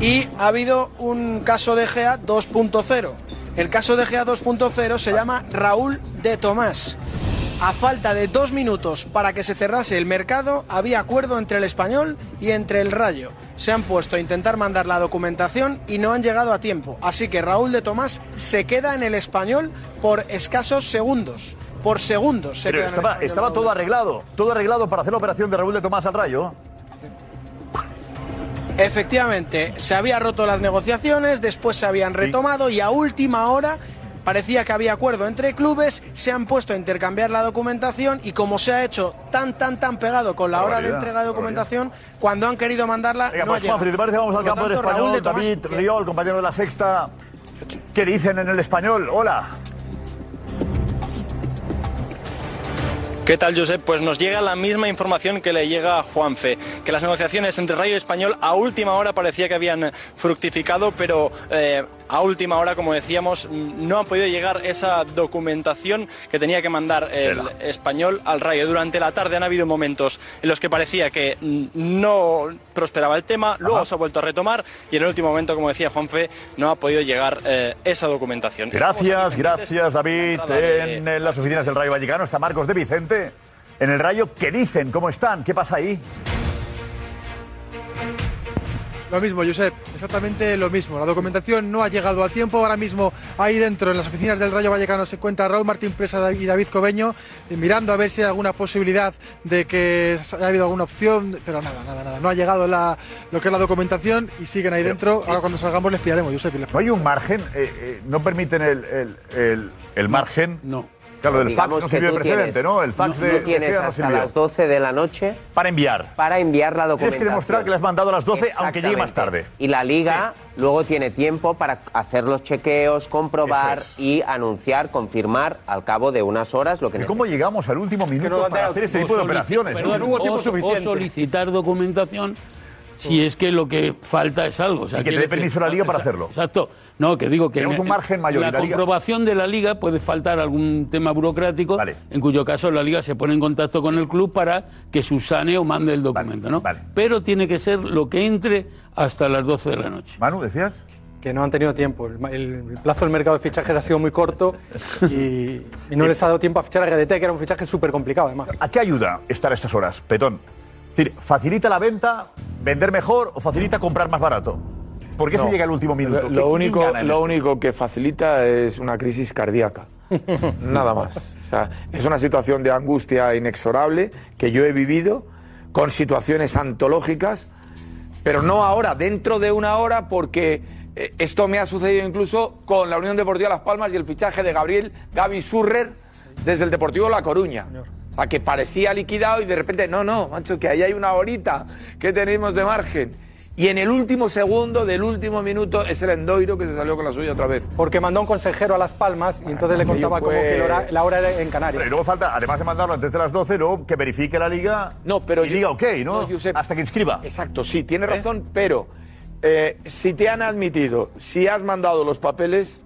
[SPEAKER 13] Y ha habido un caso de GA 2.0. El caso de GA 2.0 se llama Raúl de Tomás. A falta de dos minutos para que se cerrase el mercado, había acuerdo entre el español y entre el Rayo. Se han puesto a intentar mandar la documentación y no han llegado a tiempo. Así que Raúl de Tomás se queda en el español por escasos segundos. Por segundos se
[SPEAKER 9] Pero
[SPEAKER 13] queda en el
[SPEAKER 9] estaba,
[SPEAKER 13] Español
[SPEAKER 9] estaba
[SPEAKER 13] Raúl
[SPEAKER 9] todo
[SPEAKER 13] de
[SPEAKER 9] arreglado, todo arreglado para hacer la operación de Raúl de Tomás al Rayo.
[SPEAKER 13] Efectivamente, se había roto las negociaciones, después se habían retomado y a última hora parecía que había acuerdo entre clubes, se han puesto a intercambiar la documentación y como se ha hecho tan tan tan pegado con la hora de
[SPEAKER 9] Barbaridad,
[SPEAKER 13] entrega de documentación, cuando han querido mandarla
[SPEAKER 9] Venga,
[SPEAKER 13] no
[SPEAKER 9] pues
[SPEAKER 13] ha
[SPEAKER 9] Juan
[SPEAKER 13] llegado.
[SPEAKER 9] Felices, parece vamos al
[SPEAKER 13] Por lo
[SPEAKER 9] campo del
[SPEAKER 13] tanto, Raúl de
[SPEAKER 9] español.
[SPEAKER 13] Tomás-
[SPEAKER 9] David Río, el compañero de la sexta. ¿Qué dicen en el español? Hola.
[SPEAKER 14] ¿Qué tal, Josep? Pues nos llega la misma información que le llega a Juanfe, que las negociaciones entre Rayo y Español a última hora parecía que habían fructificado, pero eh, a última hora, como decíamos, mm, no han podido llegar esa documentación que tenía que mandar el Español al Rayo. Durante la tarde han habido momentos en los que parecía que mm, no prosperaba el tema, luego se ha vuelto a retomar y en el último momento, como decía Juanfe, no ha podido llegar eh, esa documentación.
[SPEAKER 9] Gracias, gracias David. En, eh, las oficinas del Rayo Vallecano está Marcos de Vicente. En el Rayo, ¿qué dicen? ¿Cómo están? ¿Qué pasa ahí?
[SPEAKER 15] Lo mismo, Josep, exactamente lo mismo. La documentación no ha llegado a tiempo. Ahora mismo ahí dentro, en las oficinas del Rayo Vallecano, se encuentra Raúl Martín Presa y David Cobeño, eh, mirando a ver si hay alguna posibilidad de que haya habido alguna opción, pero nada, nada, nada. No ha llegado la, lo que es la documentación y siguen ahí dentro. Ahora cuando salgamos les pillaremos, Josep. y les-
[SPEAKER 9] ¿No hay un margen? Eh, eh, ¿No permiten el, el- el- el margen? No. Claro, el fax
[SPEAKER 16] Digamos
[SPEAKER 9] no
[SPEAKER 16] que
[SPEAKER 9] sirvió de
[SPEAKER 16] tú
[SPEAKER 9] precedente,
[SPEAKER 16] tienes-
[SPEAKER 9] ¿no? El fax
[SPEAKER 16] no-
[SPEAKER 9] de.
[SPEAKER 16] no
[SPEAKER 9] de
[SPEAKER 16] tienes
[SPEAKER 9] Gea no
[SPEAKER 16] hasta
[SPEAKER 9] sirvió.
[SPEAKER 16] las 12 de la noche
[SPEAKER 9] Para enviar.
[SPEAKER 16] para enviar la documentación.
[SPEAKER 9] Tienes que demostrar que le has mandado a las 12, aunque llegue más tarde.
[SPEAKER 16] Y la liga luego tiene tiempo para hacer los chequeos, comprobar y anunciar, confirmar al cabo de unas horas lo que
[SPEAKER 9] ¿Y ¿Cómo llegamos al último minuto para hacer este tipo de operaciones?
[SPEAKER 8] Perdón, o- o solicitar documentación si es que lo que falta es algo. o sea,
[SPEAKER 9] Y que te
[SPEAKER 8] quiero
[SPEAKER 9] dé permiso la Liga para
[SPEAKER 8] exa-
[SPEAKER 9] hacerlo.
[SPEAKER 8] Exacto. No, que digo que...
[SPEAKER 9] Tenemos
[SPEAKER 8] en-
[SPEAKER 9] un margen mayor y
[SPEAKER 8] La
[SPEAKER 9] la Liga-
[SPEAKER 8] comprobación de la Liga puede faltar algún tema burocrático, en cuyo caso la Liga se pone en contacto con el club para que subsane o mande el documento, ¿no? Pero tiene que ser lo que entre hasta las 12 de la noche.
[SPEAKER 9] Manu, ¿decías?
[SPEAKER 4] Que no han tenido tiempo. El, ma- el- el plazo del mercado de fichajes ha sido muy corto y, y no les ha dado tiempo a fichar a GDT, que era un fichaje súper complicado además.
[SPEAKER 9] ¿A qué ayuda estar a estas horas, Petón? Es decir, ¿facilita la venta, vender mejor o facilita comprar más barato? ¿Por qué
[SPEAKER 17] No.
[SPEAKER 9] se llega al último minuto?
[SPEAKER 17] Lo,
[SPEAKER 9] ¿Qué- quién
[SPEAKER 17] único,
[SPEAKER 9] gana en
[SPEAKER 17] lo
[SPEAKER 9] esto?
[SPEAKER 17] único que facilita es una crisis cardíaca. Nada más. O sea, es una situación de angustia inexorable que yo he vivido con situaciones antológicas, pero no ahora, dentro de una hora, porque eh, esto me ha sucedido incluso con la Unión Deportiva Las Palmas y el fichaje de Gabriel Gaby Surrer desde el Deportivo La Coruña. O sea, que parecía liquidado y de repente, no, no, macho, que ahí hay una horita que tenemos de margen. Y en el último segundo del último minuto es el Endoiro que se salió con la suya otra vez.
[SPEAKER 4] Porque mandó un consejero a Las Palmas y entonces le
[SPEAKER 17] aquello
[SPEAKER 4] contaba como
[SPEAKER 17] fue-
[SPEAKER 4] que la hora, la hora era *laughs* en Canarias.
[SPEAKER 9] Pero y luego falta, además de mandarlo antes de las 12, luego que verifique la liga
[SPEAKER 17] No, pero
[SPEAKER 9] y
[SPEAKER 17] yo-
[SPEAKER 9] diga ok, ¿no? Hasta que inscriba.
[SPEAKER 17] Exacto, sí, tiene razón, pero eh, si te han admitido, si has mandado los papeles,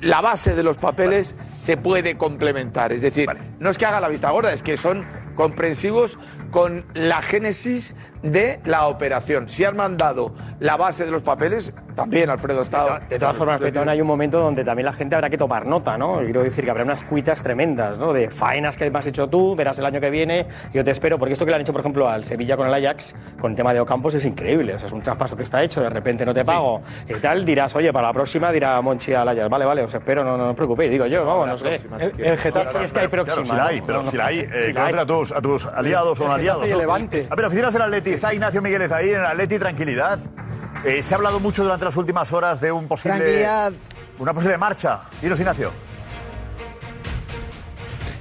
[SPEAKER 17] la base de los papeles se puede complementar. Es decir, no es que haga la vista gorda, es que son comprensivos con la génesis de la operación. Si has mandado la base de los papeles, también Alfredo ha estado.
[SPEAKER 5] De todas formas, Petón, hay un momento donde también la gente habrá que tomar nota, ¿no? Y Quiero decir que habrá unas cuitas tremendas, ¿no? De faenas que me has hecho tú, verás el año que viene, yo te espero, porque esto que le han hecho, por ejemplo, al Sevilla con el Ajax, con el tema de Ocampos, es increíble. O sea, es un traspaso que está hecho, de repente no te pago y tal, dirás, oye, para la próxima dirá Monchi al Ajax, vale, vale, os espero, no, no os preocupéis, digo yo, vamos, no sé.
[SPEAKER 9] El,
[SPEAKER 5] Getafe- Si es que hay próxima.
[SPEAKER 9] si la hay,
[SPEAKER 5] ¿no?
[SPEAKER 9] pero
[SPEAKER 5] No, no.
[SPEAKER 9] si la hay, eh,
[SPEAKER 5] Si la hay.
[SPEAKER 9] conocer a tus, a tus aliados o no
[SPEAKER 5] El Getafe
[SPEAKER 9] aliados.
[SPEAKER 5] y el
[SPEAKER 9] ¿no?
[SPEAKER 5] Levante.
[SPEAKER 9] A ver, oficinas del Atleti. Está Ignacio Migueles ahí en el Atleti, tranquilidad. Eh, se ha hablado mucho durante las últimas horas de un posible.
[SPEAKER 18] Tranquilidad.
[SPEAKER 9] Una posible marcha. Dinos, Ignacio.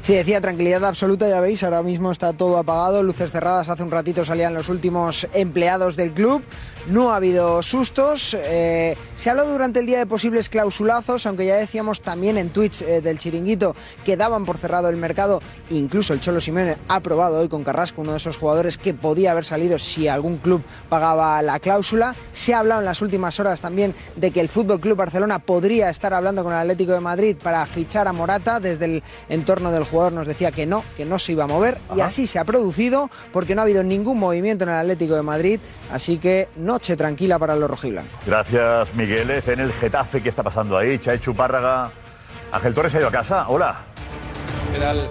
[SPEAKER 18] Sí, decía tranquilidad absoluta, ya veis, ahora mismo está todo apagado, luces cerradas, hace un ratito salían los últimos empleados del club, no ha habido sustos, eh, se ha hablado durante el día de posibles clausulazos, aunque ya decíamos también en Twitch eh, del chiringuito que daban por cerrado el mercado, incluso el Cholo Simeone ha probado hoy con Carrasco, uno de esos jugadores que podía haber salido si algún club pagaba la cláusula, se ha hablado en las últimas horas también de que el Fútbol Club Barcelona podría estar hablando con el Atlético de Madrid para fichar a Morata. Desde el entorno del jugador nos decía que no, que no se iba a mover. Y así se ha producido porque no ha habido ningún movimiento en el Atlético de Madrid. Así que noche tranquila para los rojiblancos.
[SPEAKER 9] Gracias, Migueles. En el Getafe, ¿qué está pasando ahí? Chay Chupárraga. Ángel Torres se ha ido a casa. Hola.
[SPEAKER 19] ¿Qué tal?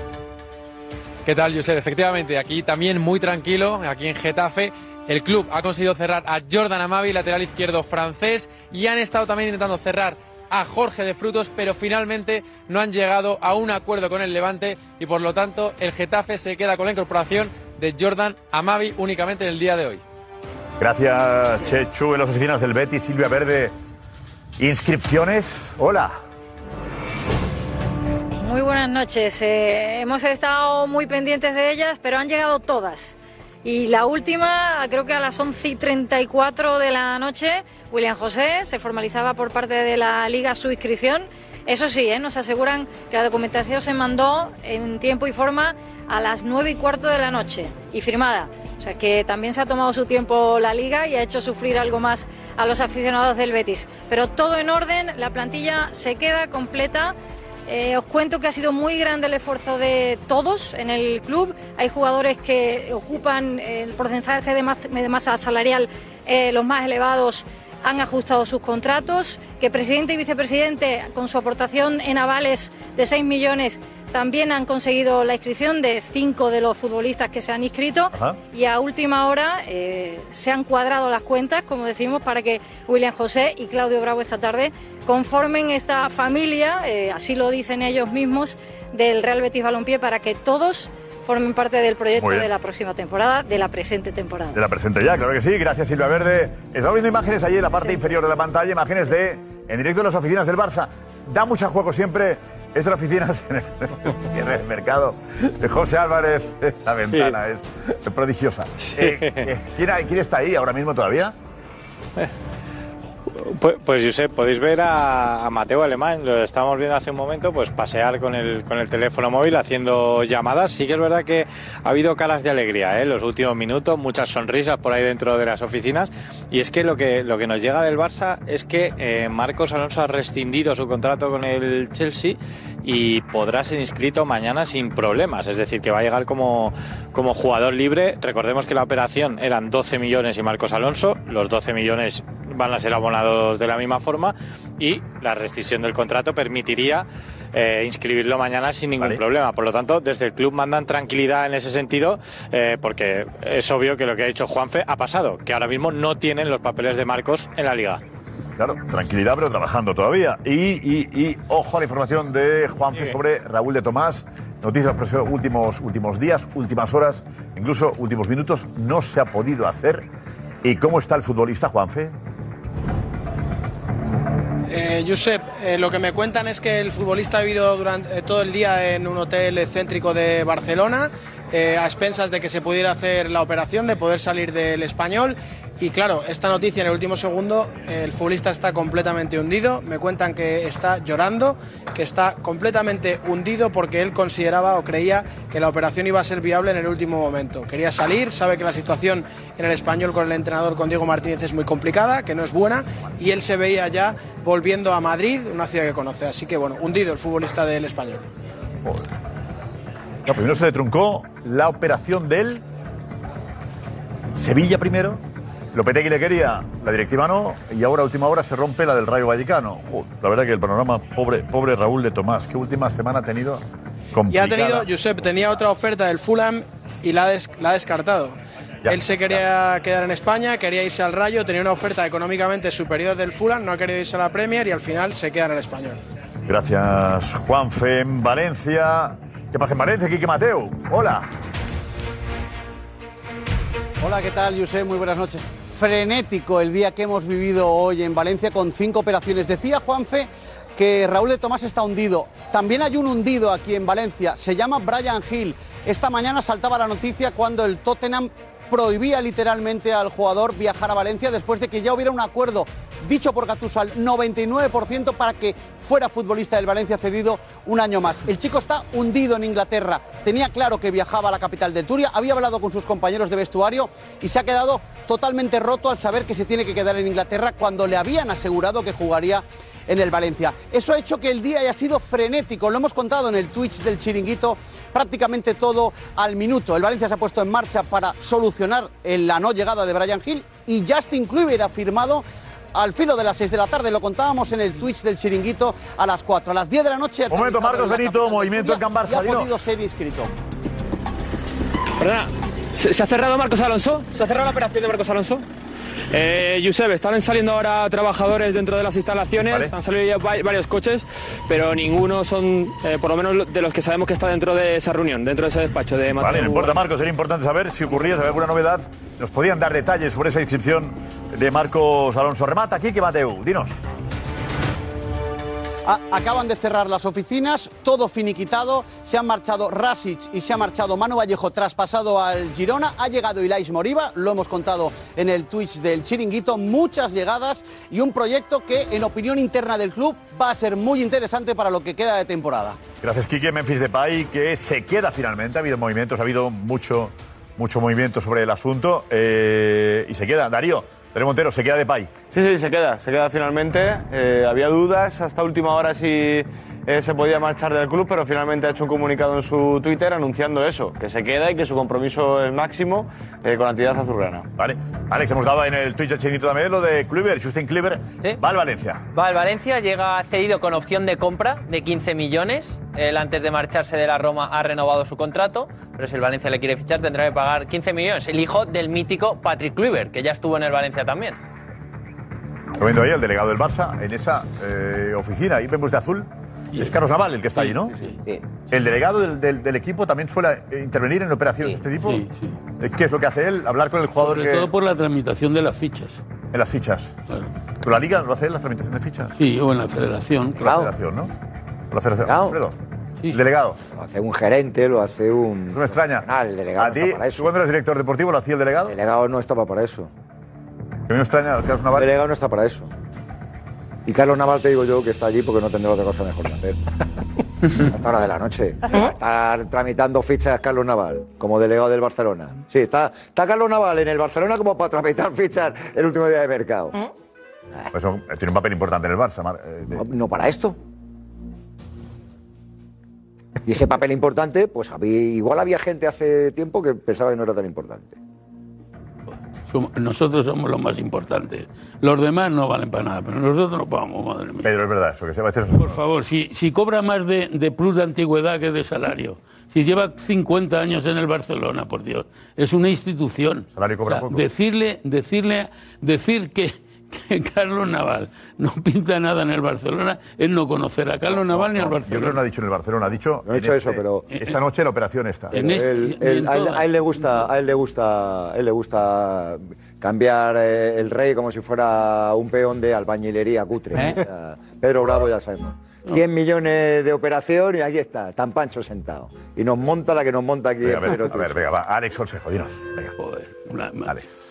[SPEAKER 19] ¿Qué tal, Josep? Efectivamente, aquí también muy tranquilo, aquí en Getafe. El club ha conseguido cerrar a Jordan Amavi, lateral izquierdo francés, y han estado también intentando cerrar a Jorge de Frutos, pero finalmente no han llegado a un acuerdo con el Levante y por lo tanto el Getafe se queda con la incorporación de Jordan Amavi únicamente en el día de hoy.
[SPEAKER 9] Gracias, Chechu. En las oficinas del Betis, Silvia Verde. Inscripciones. Hola.
[SPEAKER 20] Muy buenas noches. Eh, hemos estado muy pendientes de ellas, pero han llegado todas. Y la última, creo que a las 11 y 34 de la noche, William José se formalizaba por parte de la Liga su inscripción. Eso sí, eh, nos aseguran que la documentación se mandó en tiempo y forma a las 9 y cuarto de la noche y firmada. O sea que también se ha tomado su tiempo la liga y ha hecho sufrir algo más a los aficionados del Betis. Pero todo en orden, la plantilla se queda completa. Eh, os cuento que ha sido muy grande el esfuerzo de todos en el club. Hay jugadores que ocupan el porcentaje de, mas- de masa salarial eh, los más elevados han ajustado sus contratos, que presidente y vicepresidente, con su aportación en avales de 6 millones, también han conseguido la inscripción de cinco de los futbolistas que se han inscrito
[SPEAKER 21] Ajá.
[SPEAKER 20] y a última hora eh, se han cuadrado las cuentas, como decimos, para que William José y Claudio Bravo esta tarde conformen esta familia, eh, así lo dicen ellos mismos, del Real Betis Balompié, para que todos formen parte del proyecto
[SPEAKER 9] Muy bien.
[SPEAKER 20] de la próxima temporada, de la presente temporada.
[SPEAKER 9] De la presente ya, claro que sí. Gracias, Silvia Verde. Estamos viendo imágenes allí en la parte inferior de la pantalla, imágenes de en directo de las oficinas del Barça. Da mucho juego siempre estas oficinas *laughs* en el, en el mercado. De José Álvarez, la ventana es prodigiosa. Eh, eh, ¿quién, hay- quién está ahí ahora mismo todavía?
[SPEAKER 10] Pues, pues Josep, podéis ver a, a Mateo Alemán, lo estamos viendo hace un momento, pues pasear con el, con el teléfono móvil haciendo llamadas. Sí que es verdad que ha habido caras de alegría en los últimos minutos, muchas sonrisas por ahí dentro de las oficinas. Y es que lo que, lo que nos llega del Barça es que eh, Marcos Alonso ha rescindido su contrato con el Chelsea y podrá ser inscrito mañana sin problemas. Es decir, que va a llegar como, como jugador libre. Recordemos que la operación eran 12 millones y Marcos Alonso, los 12 millones van a ser abonados de la misma forma y la rescisión del contrato permitiría eh, inscribirlo mañana sin ningún problema. Por lo tanto, desde el club mandan tranquilidad en ese sentido eh, porque es obvio que lo que ha dicho Juanfe ha pasado, que ahora mismo no tienen los papeles de Marcos en la liga.
[SPEAKER 9] Claro, tranquilidad, pero trabajando todavía. Y, y- y ojo a la información de Juanfe sobre Raúl de Tomás. Noticias de los últimos, últimos días, últimas horas, incluso últimos minutos. No se ha podido hacer. ¿Y cómo está el futbolista, Juanfe?
[SPEAKER 13] Eh, Josep, eh, lo que me cuentan es que el futbolista ha vivido durante eh, todo el día en un hotel eh, céntrico de Barcelona, eh, a expensas de que se pudiera hacer la operación, de poder salir del español. Y claro, esta noticia en el último segundo, eh, el futbolista está completamente hundido. Me cuentan que está llorando, que está completamente hundido porque él consideraba o creía que la operación iba a ser viable en el último momento. Quería salir, sabe que la situación en el español con el entrenador, con Diego Martínez, es muy complicada, que no es buena, y él se veía ya volviendo a Madrid, una ciudad que conoce. Así que bueno, hundido el futbolista del español.
[SPEAKER 9] No, primero se le truncó la operación del Sevilla primero. Lopetegui le quería, la directiva no, y ahora a última hora se rompe la del Rayo Vallecano. Jo, la verdad que el panorama, pobre, pobre Raúl de Tomás, qué última semana ha tenido
[SPEAKER 13] Ya ha
[SPEAKER 9] complicada.
[SPEAKER 13] tenido, Josep, tenía otra oferta del Fulham y la ha, des- la ha descartado. Él se quería quedar en España, quería irse al Rayo, tenía una oferta económicamente superior del Fulham, no ha querido irse a la Premier y al final se queda en el español.
[SPEAKER 9] Gracias, Juanfe, en Valencia. ¿Qué pasa en Valencia? Quique Mateo, hola.
[SPEAKER 22] Hola, ¿qué tal, Josep? Muy buenas noches. Frenético el día que hemos vivido hoy en Valencia con cinco operaciones. Decía Juanfe que Raúl de Tomás está hundido. También hay un hundido aquí en Valencia. Se llama Brian Hill. Esta mañana saltaba la noticia cuando el Tottenham prohibía literalmente al jugador viajar a Valencia después de que ya hubiera un acuerdo dicho por Gattuso al 99% para que fuera futbolista del Valencia cedido un año más. El chico está hundido en Inglaterra. Tenía claro que viajaba a la capital de Turia, había hablado con sus compañeros de vestuario y se ha quedado totalmente roto al saber que se tiene que quedar en Inglaterra cuando le habían asegurado que jugaría en el Valencia. Eso ha hecho que el día haya sido frenético, lo hemos contado en el Twitch del chiringuito, prácticamente todo al minuto. El Valencia se ha puesto en marcha para solucionar eh, la no llegada de Brian Hill y Justin Kluivert ha firmado al filo de las 6 de la tarde, lo contábamos en el Twitch del chiringuito a las 4. A las 10 de la noche...
[SPEAKER 9] Momento, Marcos Benito, movimiento en Can
[SPEAKER 22] Cambar,
[SPEAKER 9] Barça,
[SPEAKER 22] ha
[SPEAKER 9] dinos.
[SPEAKER 22] podido ser inscrito.
[SPEAKER 12] Perdona, ¿se, se ha cerrado Marcos Alonso? ¿Se ha cerrado la operación de Marcos Alonso? Eh, Josep, están saliendo ahora trabajadores dentro de las instalaciones, han salido ya va- varios coches, pero ninguno son, eh, por lo menos de los que sabemos que está dentro de esa reunión, dentro de ese despacho de Mateo
[SPEAKER 9] Vale, no importa,
[SPEAKER 12] Ugarte.
[SPEAKER 9] Marcos, era importante saber si ocurría, si había alguna novedad. Nos podían dar detalles sobre esa inscripción de Marcos Alonso. Remata aquí, que Mateu, dinos.
[SPEAKER 22] A- acaban de cerrar las oficinas, todo finiquitado. Se han marchado Rasic y se ha marchado Manu Vallejo traspasado al Girona. Ha llegado Ilais Moriba, lo hemos contado en el Twitch del Chiringuito. Muchas llegadas y un proyecto que, en opinión interna del club, va a ser muy interesante para lo que queda de temporada.
[SPEAKER 9] Gracias, Quique. Memphis Depay, que se queda finalmente. Ha habido movimientos, ha habido mucho, mucho movimiento sobre el asunto. eh, y se queda. Darío, Darío Montero, se queda Depay.
[SPEAKER 2] Sí, sí, se queda, se queda finalmente. Eh, había dudas hasta última hora si eh, se podía marchar del club, pero finalmente ha hecho un comunicado en su Twitter anunciando eso, que se queda y que su compromiso es máximo eh, con la entidad azulgrana.
[SPEAKER 9] Vale. Alex, hemos dado en el Twitch del chiquito también lo de Kluivert, Justin Kluivert. Va al Valencia.
[SPEAKER 1] Va al Valencia, llega cedido con opción de compra de 15 millones. Él antes de marcharse de la Roma ha renovado su contrato, pero si el Valencia le quiere fichar tendrá que pagar 15 millones. El hijo del mítico Patrick Kluivert, que ya estuvo en el Valencia también.
[SPEAKER 9] Lo viendo ahí el delegado del Barça en esa eh, oficina. Ahí vemos de azul. Es Carlos Naval el que está ahí, ¿no? El delegado del, del- del equipo también suele eh, intervenir en operaciones de este tipo. Eh, ¿Qué es lo que hace él? Hablar con el jugador
[SPEAKER 8] Sobre
[SPEAKER 9] que-
[SPEAKER 8] todo por la tramitación de las fichas.
[SPEAKER 9] en las fichas. ¿Pero la liga lo hace él, la tramitación de fichas?
[SPEAKER 8] Sí, o en la federación.
[SPEAKER 9] Claro. La federación, ¿no? La federación. Alfredo, el delegado.
[SPEAKER 6] Lo hace un gerente, lo hace un.
[SPEAKER 9] No me extraña.
[SPEAKER 6] el delegado
[SPEAKER 9] ¿A
[SPEAKER 6] no
[SPEAKER 9] ti?
[SPEAKER 6] está para
[SPEAKER 9] ¿Tú
[SPEAKER 6] eso.
[SPEAKER 9] cuando eras director deportivo lo hacía el delegado?
[SPEAKER 6] El delegado no estaba para eso.
[SPEAKER 9] A mí me extraña, Carlos Navarro.
[SPEAKER 6] El delegado no está para eso. Y Carlos Naval te digo yo que está allí porque no tendrá otra cosa mejor que
[SPEAKER 9] *laughs*
[SPEAKER 6] hacer. Hasta hora de la
[SPEAKER 9] ¿Eh?
[SPEAKER 6] noche. Estar tramitando fichas Carlos Naval como delegado del Barcelona. Sí, está, está Carlos Naval en el Barcelona como para tramitar fichas el último día de mercado.
[SPEAKER 9] Pues son- tiene un papel importante en el Barça. Mar- eh, de-
[SPEAKER 6] No para esto. Y ese papel importante, pues había, igual había gente hace tiempo que pensaba que no era tan importante.
[SPEAKER 8] Som- Nosotros somos los más importantes. Los demás no valen para nada, pero nosotros no pagamos, madre mía.
[SPEAKER 9] Pedro, es verdad, eso que se va a hacer.
[SPEAKER 8] Por favor, si, si cobra más de, de plus de antigüedad que de salario, si lleva 50 años en el Barcelona, por Dios, es una institución.
[SPEAKER 9] Salario cobra
[SPEAKER 8] O sea,
[SPEAKER 9] poco.
[SPEAKER 8] Decirle, decirle, decir que, que Carlos Naval no pinta nada en el Barcelona es no conocer a Carlos Naval ni al
[SPEAKER 9] Yo
[SPEAKER 8] Barcelona.
[SPEAKER 9] creo que no ha dicho en el Barcelona, ha dicho.
[SPEAKER 6] No ha dicho eso, pero-
[SPEAKER 9] Esta noche la operación está.
[SPEAKER 6] Pero él- él- a, él, a él le gusta, a él le gusta, a él le gusta cambiar eh, el rey como si fuera un peón de albañilería cutre. O sea, Pedro Bravo ya sabemos. 100 millones de operación y ahí está, tan pancho sentado. Y nos monta la que nos monta aquí.
[SPEAKER 9] Venga, a ver,
[SPEAKER 6] Pedro
[SPEAKER 9] a ver,
[SPEAKER 6] Tucho.
[SPEAKER 9] venga, va. Alex Consejo, dinos. Venga.
[SPEAKER 8] Alex.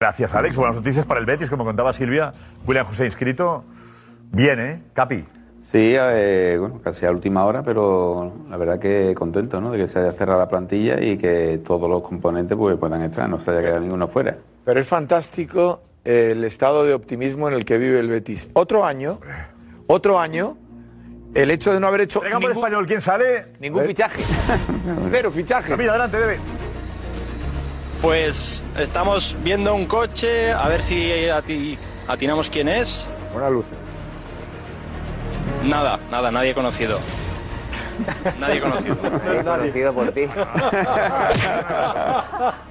[SPEAKER 9] Gracias, Alex. Buenas noticias para el Betis, como contaba Silvia. William José inscrito. Bien, ¿eh? Capi.
[SPEAKER 23] Sí, eh, bueno, casi a última hora, pero la verdad que contento, ¿no? De que se haya cerrado la plantilla y que todos los componentes pues, puedan estar, no se haya quedado ninguno fuera.
[SPEAKER 17] Pero es fantástico el estado de optimismo en el que vive el Betis. Otro año, otro año, el hecho de no haber hecho
[SPEAKER 9] Venga, por español, ¿quién sale?
[SPEAKER 17] Ningún
[SPEAKER 9] *laughs*
[SPEAKER 23] fichaje.
[SPEAKER 17] Cero fichaje.
[SPEAKER 9] Capi, adelante, debe.
[SPEAKER 14] Pues estamos viendo un coche, a ver si ati- atinamos quién es.
[SPEAKER 6] Buenas luces.
[SPEAKER 14] Nada, nada, nadie conocido. Nadie conocido.
[SPEAKER 16] conocido por ti.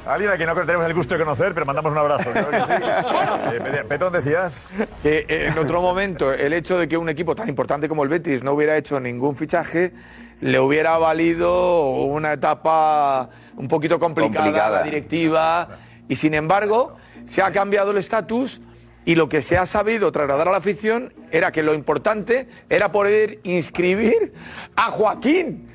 [SPEAKER 9] Alguien a quien no tenemos el gusto de conocer, pero mandamos un abrazo. claro que sí. Eh, Pet- Petón, decías.
[SPEAKER 17] Que eh, en otro momento el hecho de que un equipo tan importante como el Betis no hubiera hecho ningún fichaje le hubiera valido una etapa un poquito complicada,
[SPEAKER 23] Complicada.
[SPEAKER 17] a la directiva y sin embargo se ha cambiado el estatus y lo que se ha sabido trasladar a la afición era que lo importante era poder inscribir a Joaquín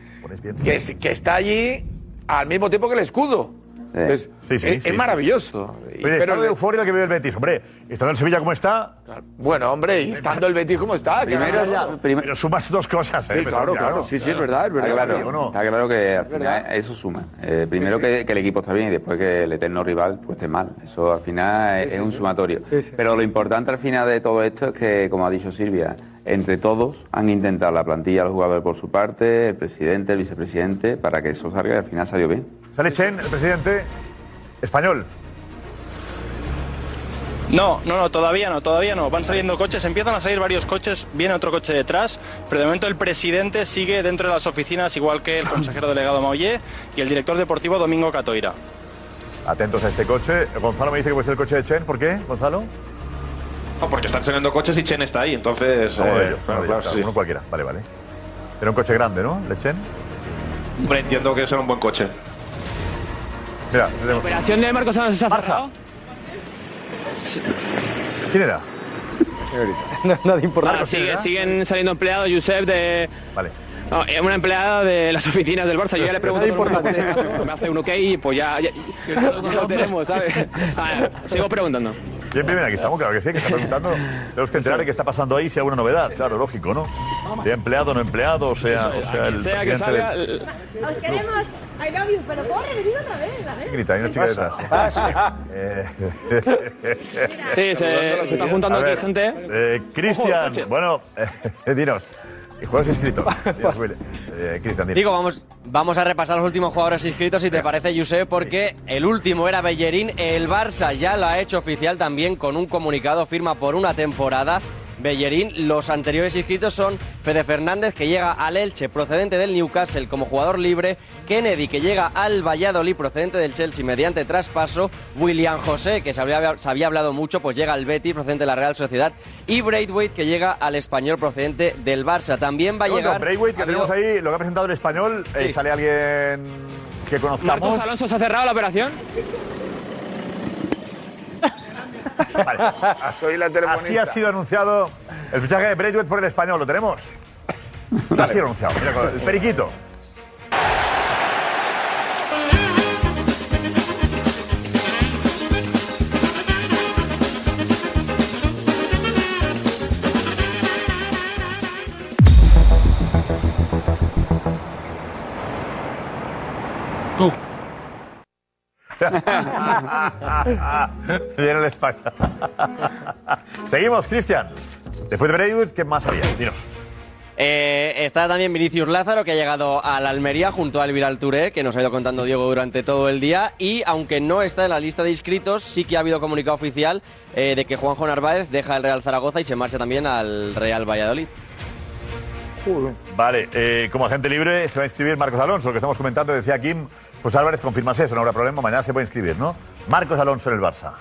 [SPEAKER 17] que, es- que está allí al mismo tiempo que el escudo. Entonces, es, es maravilloso.
[SPEAKER 9] Oye,
[SPEAKER 17] Y- pero
[SPEAKER 9] estado de euforia el que vive el Betis, hombre. Estando en Sevilla como está.
[SPEAKER 17] Bueno, hombre, y estando el Betis como está. que ha
[SPEAKER 9] Primero,
[SPEAKER 17] ganado.
[SPEAKER 9] Pero sumas dos cosas,
[SPEAKER 17] Sí,
[SPEAKER 9] ¿eh? Petón,
[SPEAKER 17] claro, claro, sí, sí, es verdad, es verdad.
[SPEAKER 23] Está
[SPEAKER 17] Digo,
[SPEAKER 23] claro,
[SPEAKER 17] no.
[SPEAKER 23] está claro que al final eso suma. Eh, primero Que, que el equipo está bien y después que el eterno rival pues, esté mal. Eso al final es, es un sumatorio. Pero lo importante al final de todo esto es que, como ha dicho Silvia, entre todos han intentado la plantilla, los jugadores por su parte, el presidente, el vicepresidente, para que eso salga y al final salió bien.
[SPEAKER 9] Sale Chen, el presidente español.
[SPEAKER 14] No, no, no, todavía no, todavía no. Van saliendo coches, empiezan a salir varios coches, viene otro coche detrás, pero de momento el presidente sigue dentro de las oficinas, igual que el consejero delegado Maullé y el director deportivo Domingo Catoira.
[SPEAKER 9] Atentos a este coche. Gonzalo me dice que puede ser el coche de Chen. ¿Por qué, Gonzalo?
[SPEAKER 24] No, porque están saliendo coches y Chen está ahí, entonces.
[SPEAKER 9] Uno de
[SPEAKER 24] eh, claro,
[SPEAKER 9] ellos, uno de ellos,
[SPEAKER 24] claro,
[SPEAKER 9] claro,
[SPEAKER 24] sí.
[SPEAKER 9] uno cualquiera. Vale, vale. Era un coche grande, ¿no? ¿El de Chen?
[SPEAKER 24] Hombre, entiendo que será un buen coche.
[SPEAKER 9] Mira,
[SPEAKER 12] Operación de Marcos Alonso se ha cerrado.
[SPEAKER 9] ¿Quién era?
[SPEAKER 17] Nada
[SPEAKER 12] Ah, sigue- siguen saliendo empleados, Josep, de. eh,
[SPEAKER 9] Vale.
[SPEAKER 12] una empleada de las oficinas del Barça. Yo ya le pregunto.
[SPEAKER 17] Nada
[SPEAKER 12] por qué Me hace un ok y pues ya, ya, *laughs* ya lo tenemos, ¿sabes? Ah, sigo preguntando.
[SPEAKER 9] ¿Quién primero? Aquí estamos, claro que sí, que está preguntando. Tenemos que enterar de qué está pasando ahí, si hay alguna novedad. Claro, lógico, ¿no? Sea empleado, no empleado, o sea, o sea el
[SPEAKER 12] sea que
[SPEAKER 9] presidente
[SPEAKER 12] salga,
[SPEAKER 9] del...
[SPEAKER 12] eh,
[SPEAKER 25] Os queremos. I love you, pero puedo repetir otra vez, a ver.
[SPEAKER 9] *laughs* Grita, hay una chica
[SPEAKER 12] *laughs*
[SPEAKER 9] detrás. Eh,
[SPEAKER 12] Ah,
[SPEAKER 9] *laughs*
[SPEAKER 12] Sí, se- se está juntando
[SPEAKER 9] A
[SPEAKER 12] aquí
[SPEAKER 9] ver,
[SPEAKER 12] gente.
[SPEAKER 9] Eh,
[SPEAKER 12] Ojo,
[SPEAKER 9] Cristian,
[SPEAKER 12] coche.
[SPEAKER 9] bueno, *laughs* eh, dinos. ¿Y juegas
[SPEAKER 12] *laughs*
[SPEAKER 9] inscritos? Dinos, Will. Eh, Cristian, dinos.
[SPEAKER 11] Digo, vamos, vamos a repasar los últimos jugadores inscritos, si te parece, Josep, porque el último era Bellerín. El Barça ya lo ha hecho oficial también con un comunicado, firma por una temporada. Bellerín. Los anteriores inscritos son Fede Fernández, que llega al Elche, procedente del Newcastle como jugador libre, Kennedy, que llega al Valladolid, procedente del Chelsea mediante traspaso, William José, que se había, se había hablado mucho, pues llega al Betis, procedente de la Real Sociedad, y Braithwaite, que llega al Español, procedente del Barça. También va a
[SPEAKER 9] Bueno,
[SPEAKER 11] llegar...
[SPEAKER 9] Braithwaite, que tenemos ahí, lo que ha presentado el español, eh,
[SPEAKER 11] Sí.
[SPEAKER 9] sale alguien que conozcamos.
[SPEAKER 11] Marcos
[SPEAKER 12] Alonso se ha cerrado la operación.
[SPEAKER 17] *laughs*
[SPEAKER 9] Así ha sido anunciado el fichaje de Braithwaite por el español, ¿lo tenemos? Así anunciado, mira, con el periquito. *laughs* Viene el español. *laughs* Seguimos, Cristian. Después de Braithwaite, ¿qué más había? Dinos.
[SPEAKER 11] Eh, está también Vinicius Lázaro, que ha llegado a la Almería junto a Elvira Touré, que nos ha ido contando Diego durante todo el día. Y aunque no está en la lista de inscritos, sí que ha habido comunicado oficial eh, de que Juanjo Narváez deja el Real Zaragoza y se marcha también al Real Valladolid.
[SPEAKER 9] Vale, eh, como agente libre se va a inscribir Marcos Alonso, lo que estamos comentando, decía Kim. Pues Álvarez, confirmas eso, no habrá problema, mañana se puede inscribir, ¿no? Marcos Alonso en el Barça.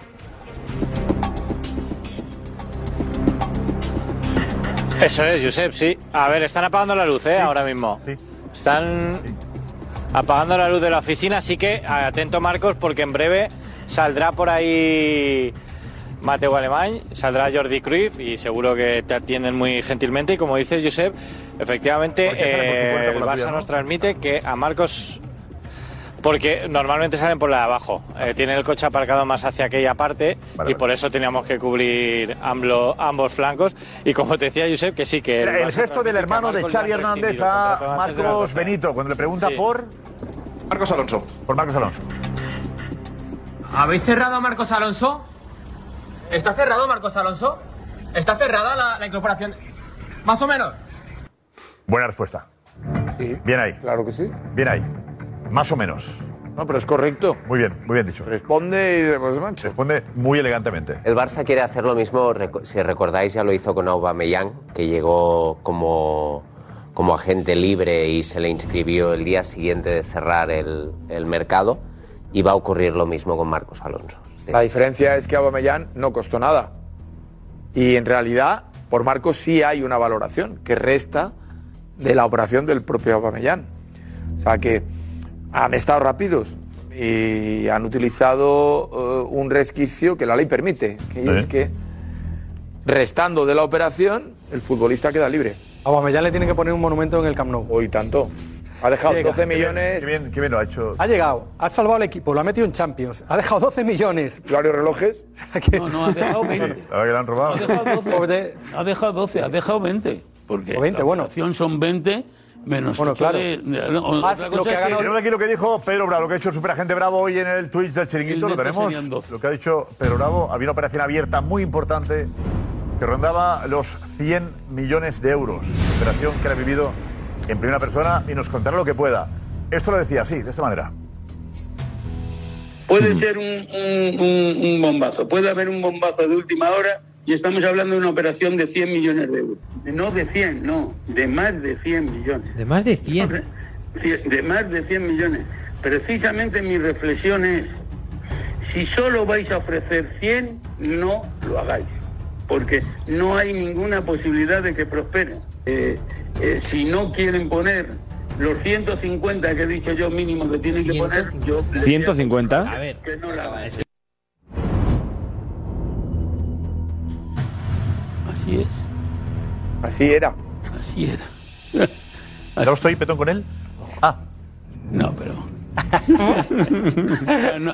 [SPEAKER 10] Eso es, Josep, sí. A ver, están apagando la luz, ¿eh? Ahora mismo. Están apagando la luz de la oficina, así que atento, Marcos, porque en breve saldrá por ahí Mateo Alemán, saldrá Jordi Cruyff y seguro que te atienden muy gentilmente. Y como dice Josep, efectivamente
[SPEAKER 9] Porque sale por su
[SPEAKER 10] eh,
[SPEAKER 9] cuenta, por
[SPEAKER 10] el
[SPEAKER 9] la
[SPEAKER 10] Barça
[SPEAKER 9] tuya, ¿no?
[SPEAKER 10] nos transmite que a Marcos porque normalmente salen por la de abajo. Eh, tienen el coche aparcado más hacia aquella parte y por eso teníamos que cubrir amblo- ambos flancos. Y como te decía Josep, que sí, que...
[SPEAKER 9] El,
[SPEAKER 10] Barça
[SPEAKER 9] gesto del
[SPEAKER 10] transmite
[SPEAKER 9] hermano
[SPEAKER 10] que
[SPEAKER 9] de
[SPEAKER 10] Marcos
[SPEAKER 9] Xavi
[SPEAKER 10] le han
[SPEAKER 9] Hernández
[SPEAKER 10] rescindido el contrato
[SPEAKER 9] a
[SPEAKER 10] antes de la
[SPEAKER 9] Marcos
[SPEAKER 10] plaza.
[SPEAKER 9] Benito, cuando le pregunta
[SPEAKER 10] Sí.
[SPEAKER 9] por... Marcos Alonso. Por Marcos Alonso.
[SPEAKER 12] ¿Habéis cerrado a Marcos Alonso? ¿Está cerrado Marcos Alonso? ¿Está cerrada la, la incorporación? Más o menos.
[SPEAKER 9] Buena respuesta. Bien ahí.
[SPEAKER 17] Claro que sí.
[SPEAKER 9] Bien ahí. Más o menos.
[SPEAKER 17] No, pero es correcto.
[SPEAKER 9] Muy bien, muy bien dicho.
[SPEAKER 17] Responde y demás, macho.
[SPEAKER 9] Responde muy elegantemente.
[SPEAKER 16] El Barça quiere hacer lo mismo, reco- si recordáis ya lo hizo con Aubameyang, que llegó como, como agente libre y se le inscribió el día siguiente de cerrar el, el mercado, y va a ocurrir lo mismo con Marcos Alonso.
[SPEAKER 17] La diferencia es que Aubameyang no costó nada. Y en realidad, por Marcos sí hay una valoración que resta de la operación del propio Aubameyang. O sea que han estado rápidos y han utilizado eh, un resquicio que la ley permite, que es que restando de la operación, el futbolista queda libre.
[SPEAKER 4] Aubameyang le tienen que poner un monumento en el Camp Nou.
[SPEAKER 17] Hoy tanto. Ha dejado
[SPEAKER 4] Llega.
[SPEAKER 17] 12 millones.
[SPEAKER 4] Qué
[SPEAKER 9] bien, qué bien lo ha hecho.
[SPEAKER 4] Ha llegado, ha salvado al equipo, lo ha metido en Champions, ha dejado 12 millones. *laughs*
[SPEAKER 17] ¿Varios
[SPEAKER 9] *laughs*
[SPEAKER 17] relojes?
[SPEAKER 4] No,
[SPEAKER 26] no, ha dejado
[SPEAKER 9] Sí, ahora que le han robado.
[SPEAKER 26] Ha dejado 12, ha dejado 20. Porque
[SPEAKER 4] O 20,
[SPEAKER 26] la
[SPEAKER 4] bueno.
[SPEAKER 26] operación son 20 menos
[SPEAKER 4] Bueno,
[SPEAKER 26] ocho
[SPEAKER 4] claro.
[SPEAKER 26] de- de- no, otra cosa es que-
[SPEAKER 9] Tenemos aquí lo que dijo Pedro Bravo, lo que ha hecho el superagente Bravo hoy en el Twitch del Chiringuito,
[SPEAKER 26] El
[SPEAKER 9] lo
[SPEAKER 26] de estos
[SPEAKER 9] tenemos.
[SPEAKER 26] serían
[SPEAKER 9] Lo que ha dicho Pedro Bravo, había una operación abierta muy importante que rondaba los 100 millones de euros. Operación que la ha vivido en primera persona y nos contará lo que pueda. Esto lo decía así, de
[SPEAKER 26] *laughs*
[SPEAKER 9] esta manera.
[SPEAKER 8] Puede ser un, un- un- un bombazo, puede haber un bombazo de última hora y estamos hablando de una operación de 100 millones de euros. No de 100, no, de más de 100 millones.
[SPEAKER 27] De más de 100.
[SPEAKER 8] Cien- De más de 100 millones. Precisamente mi reflexión es, si solo vais a ofrecer 100, no lo hagáis, porque no hay ninguna posibilidad de que prospere. Eh, eh, si no quieren poner los 150 que he dicho yo mínimo que tienen que poner, yo... les-
[SPEAKER 2] 150.
[SPEAKER 8] A ver. Que no la hagáis.
[SPEAKER 26] Así es.
[SPEAKER 17] Así era.
[SPEAKER 26] Así era.
[SPEAKER 9] ¿No estoy petón con él? Ah.
[SPEAKER 26] No, pero.
[SPEAKER 8] *laughs*
[SPEAKER 26] No.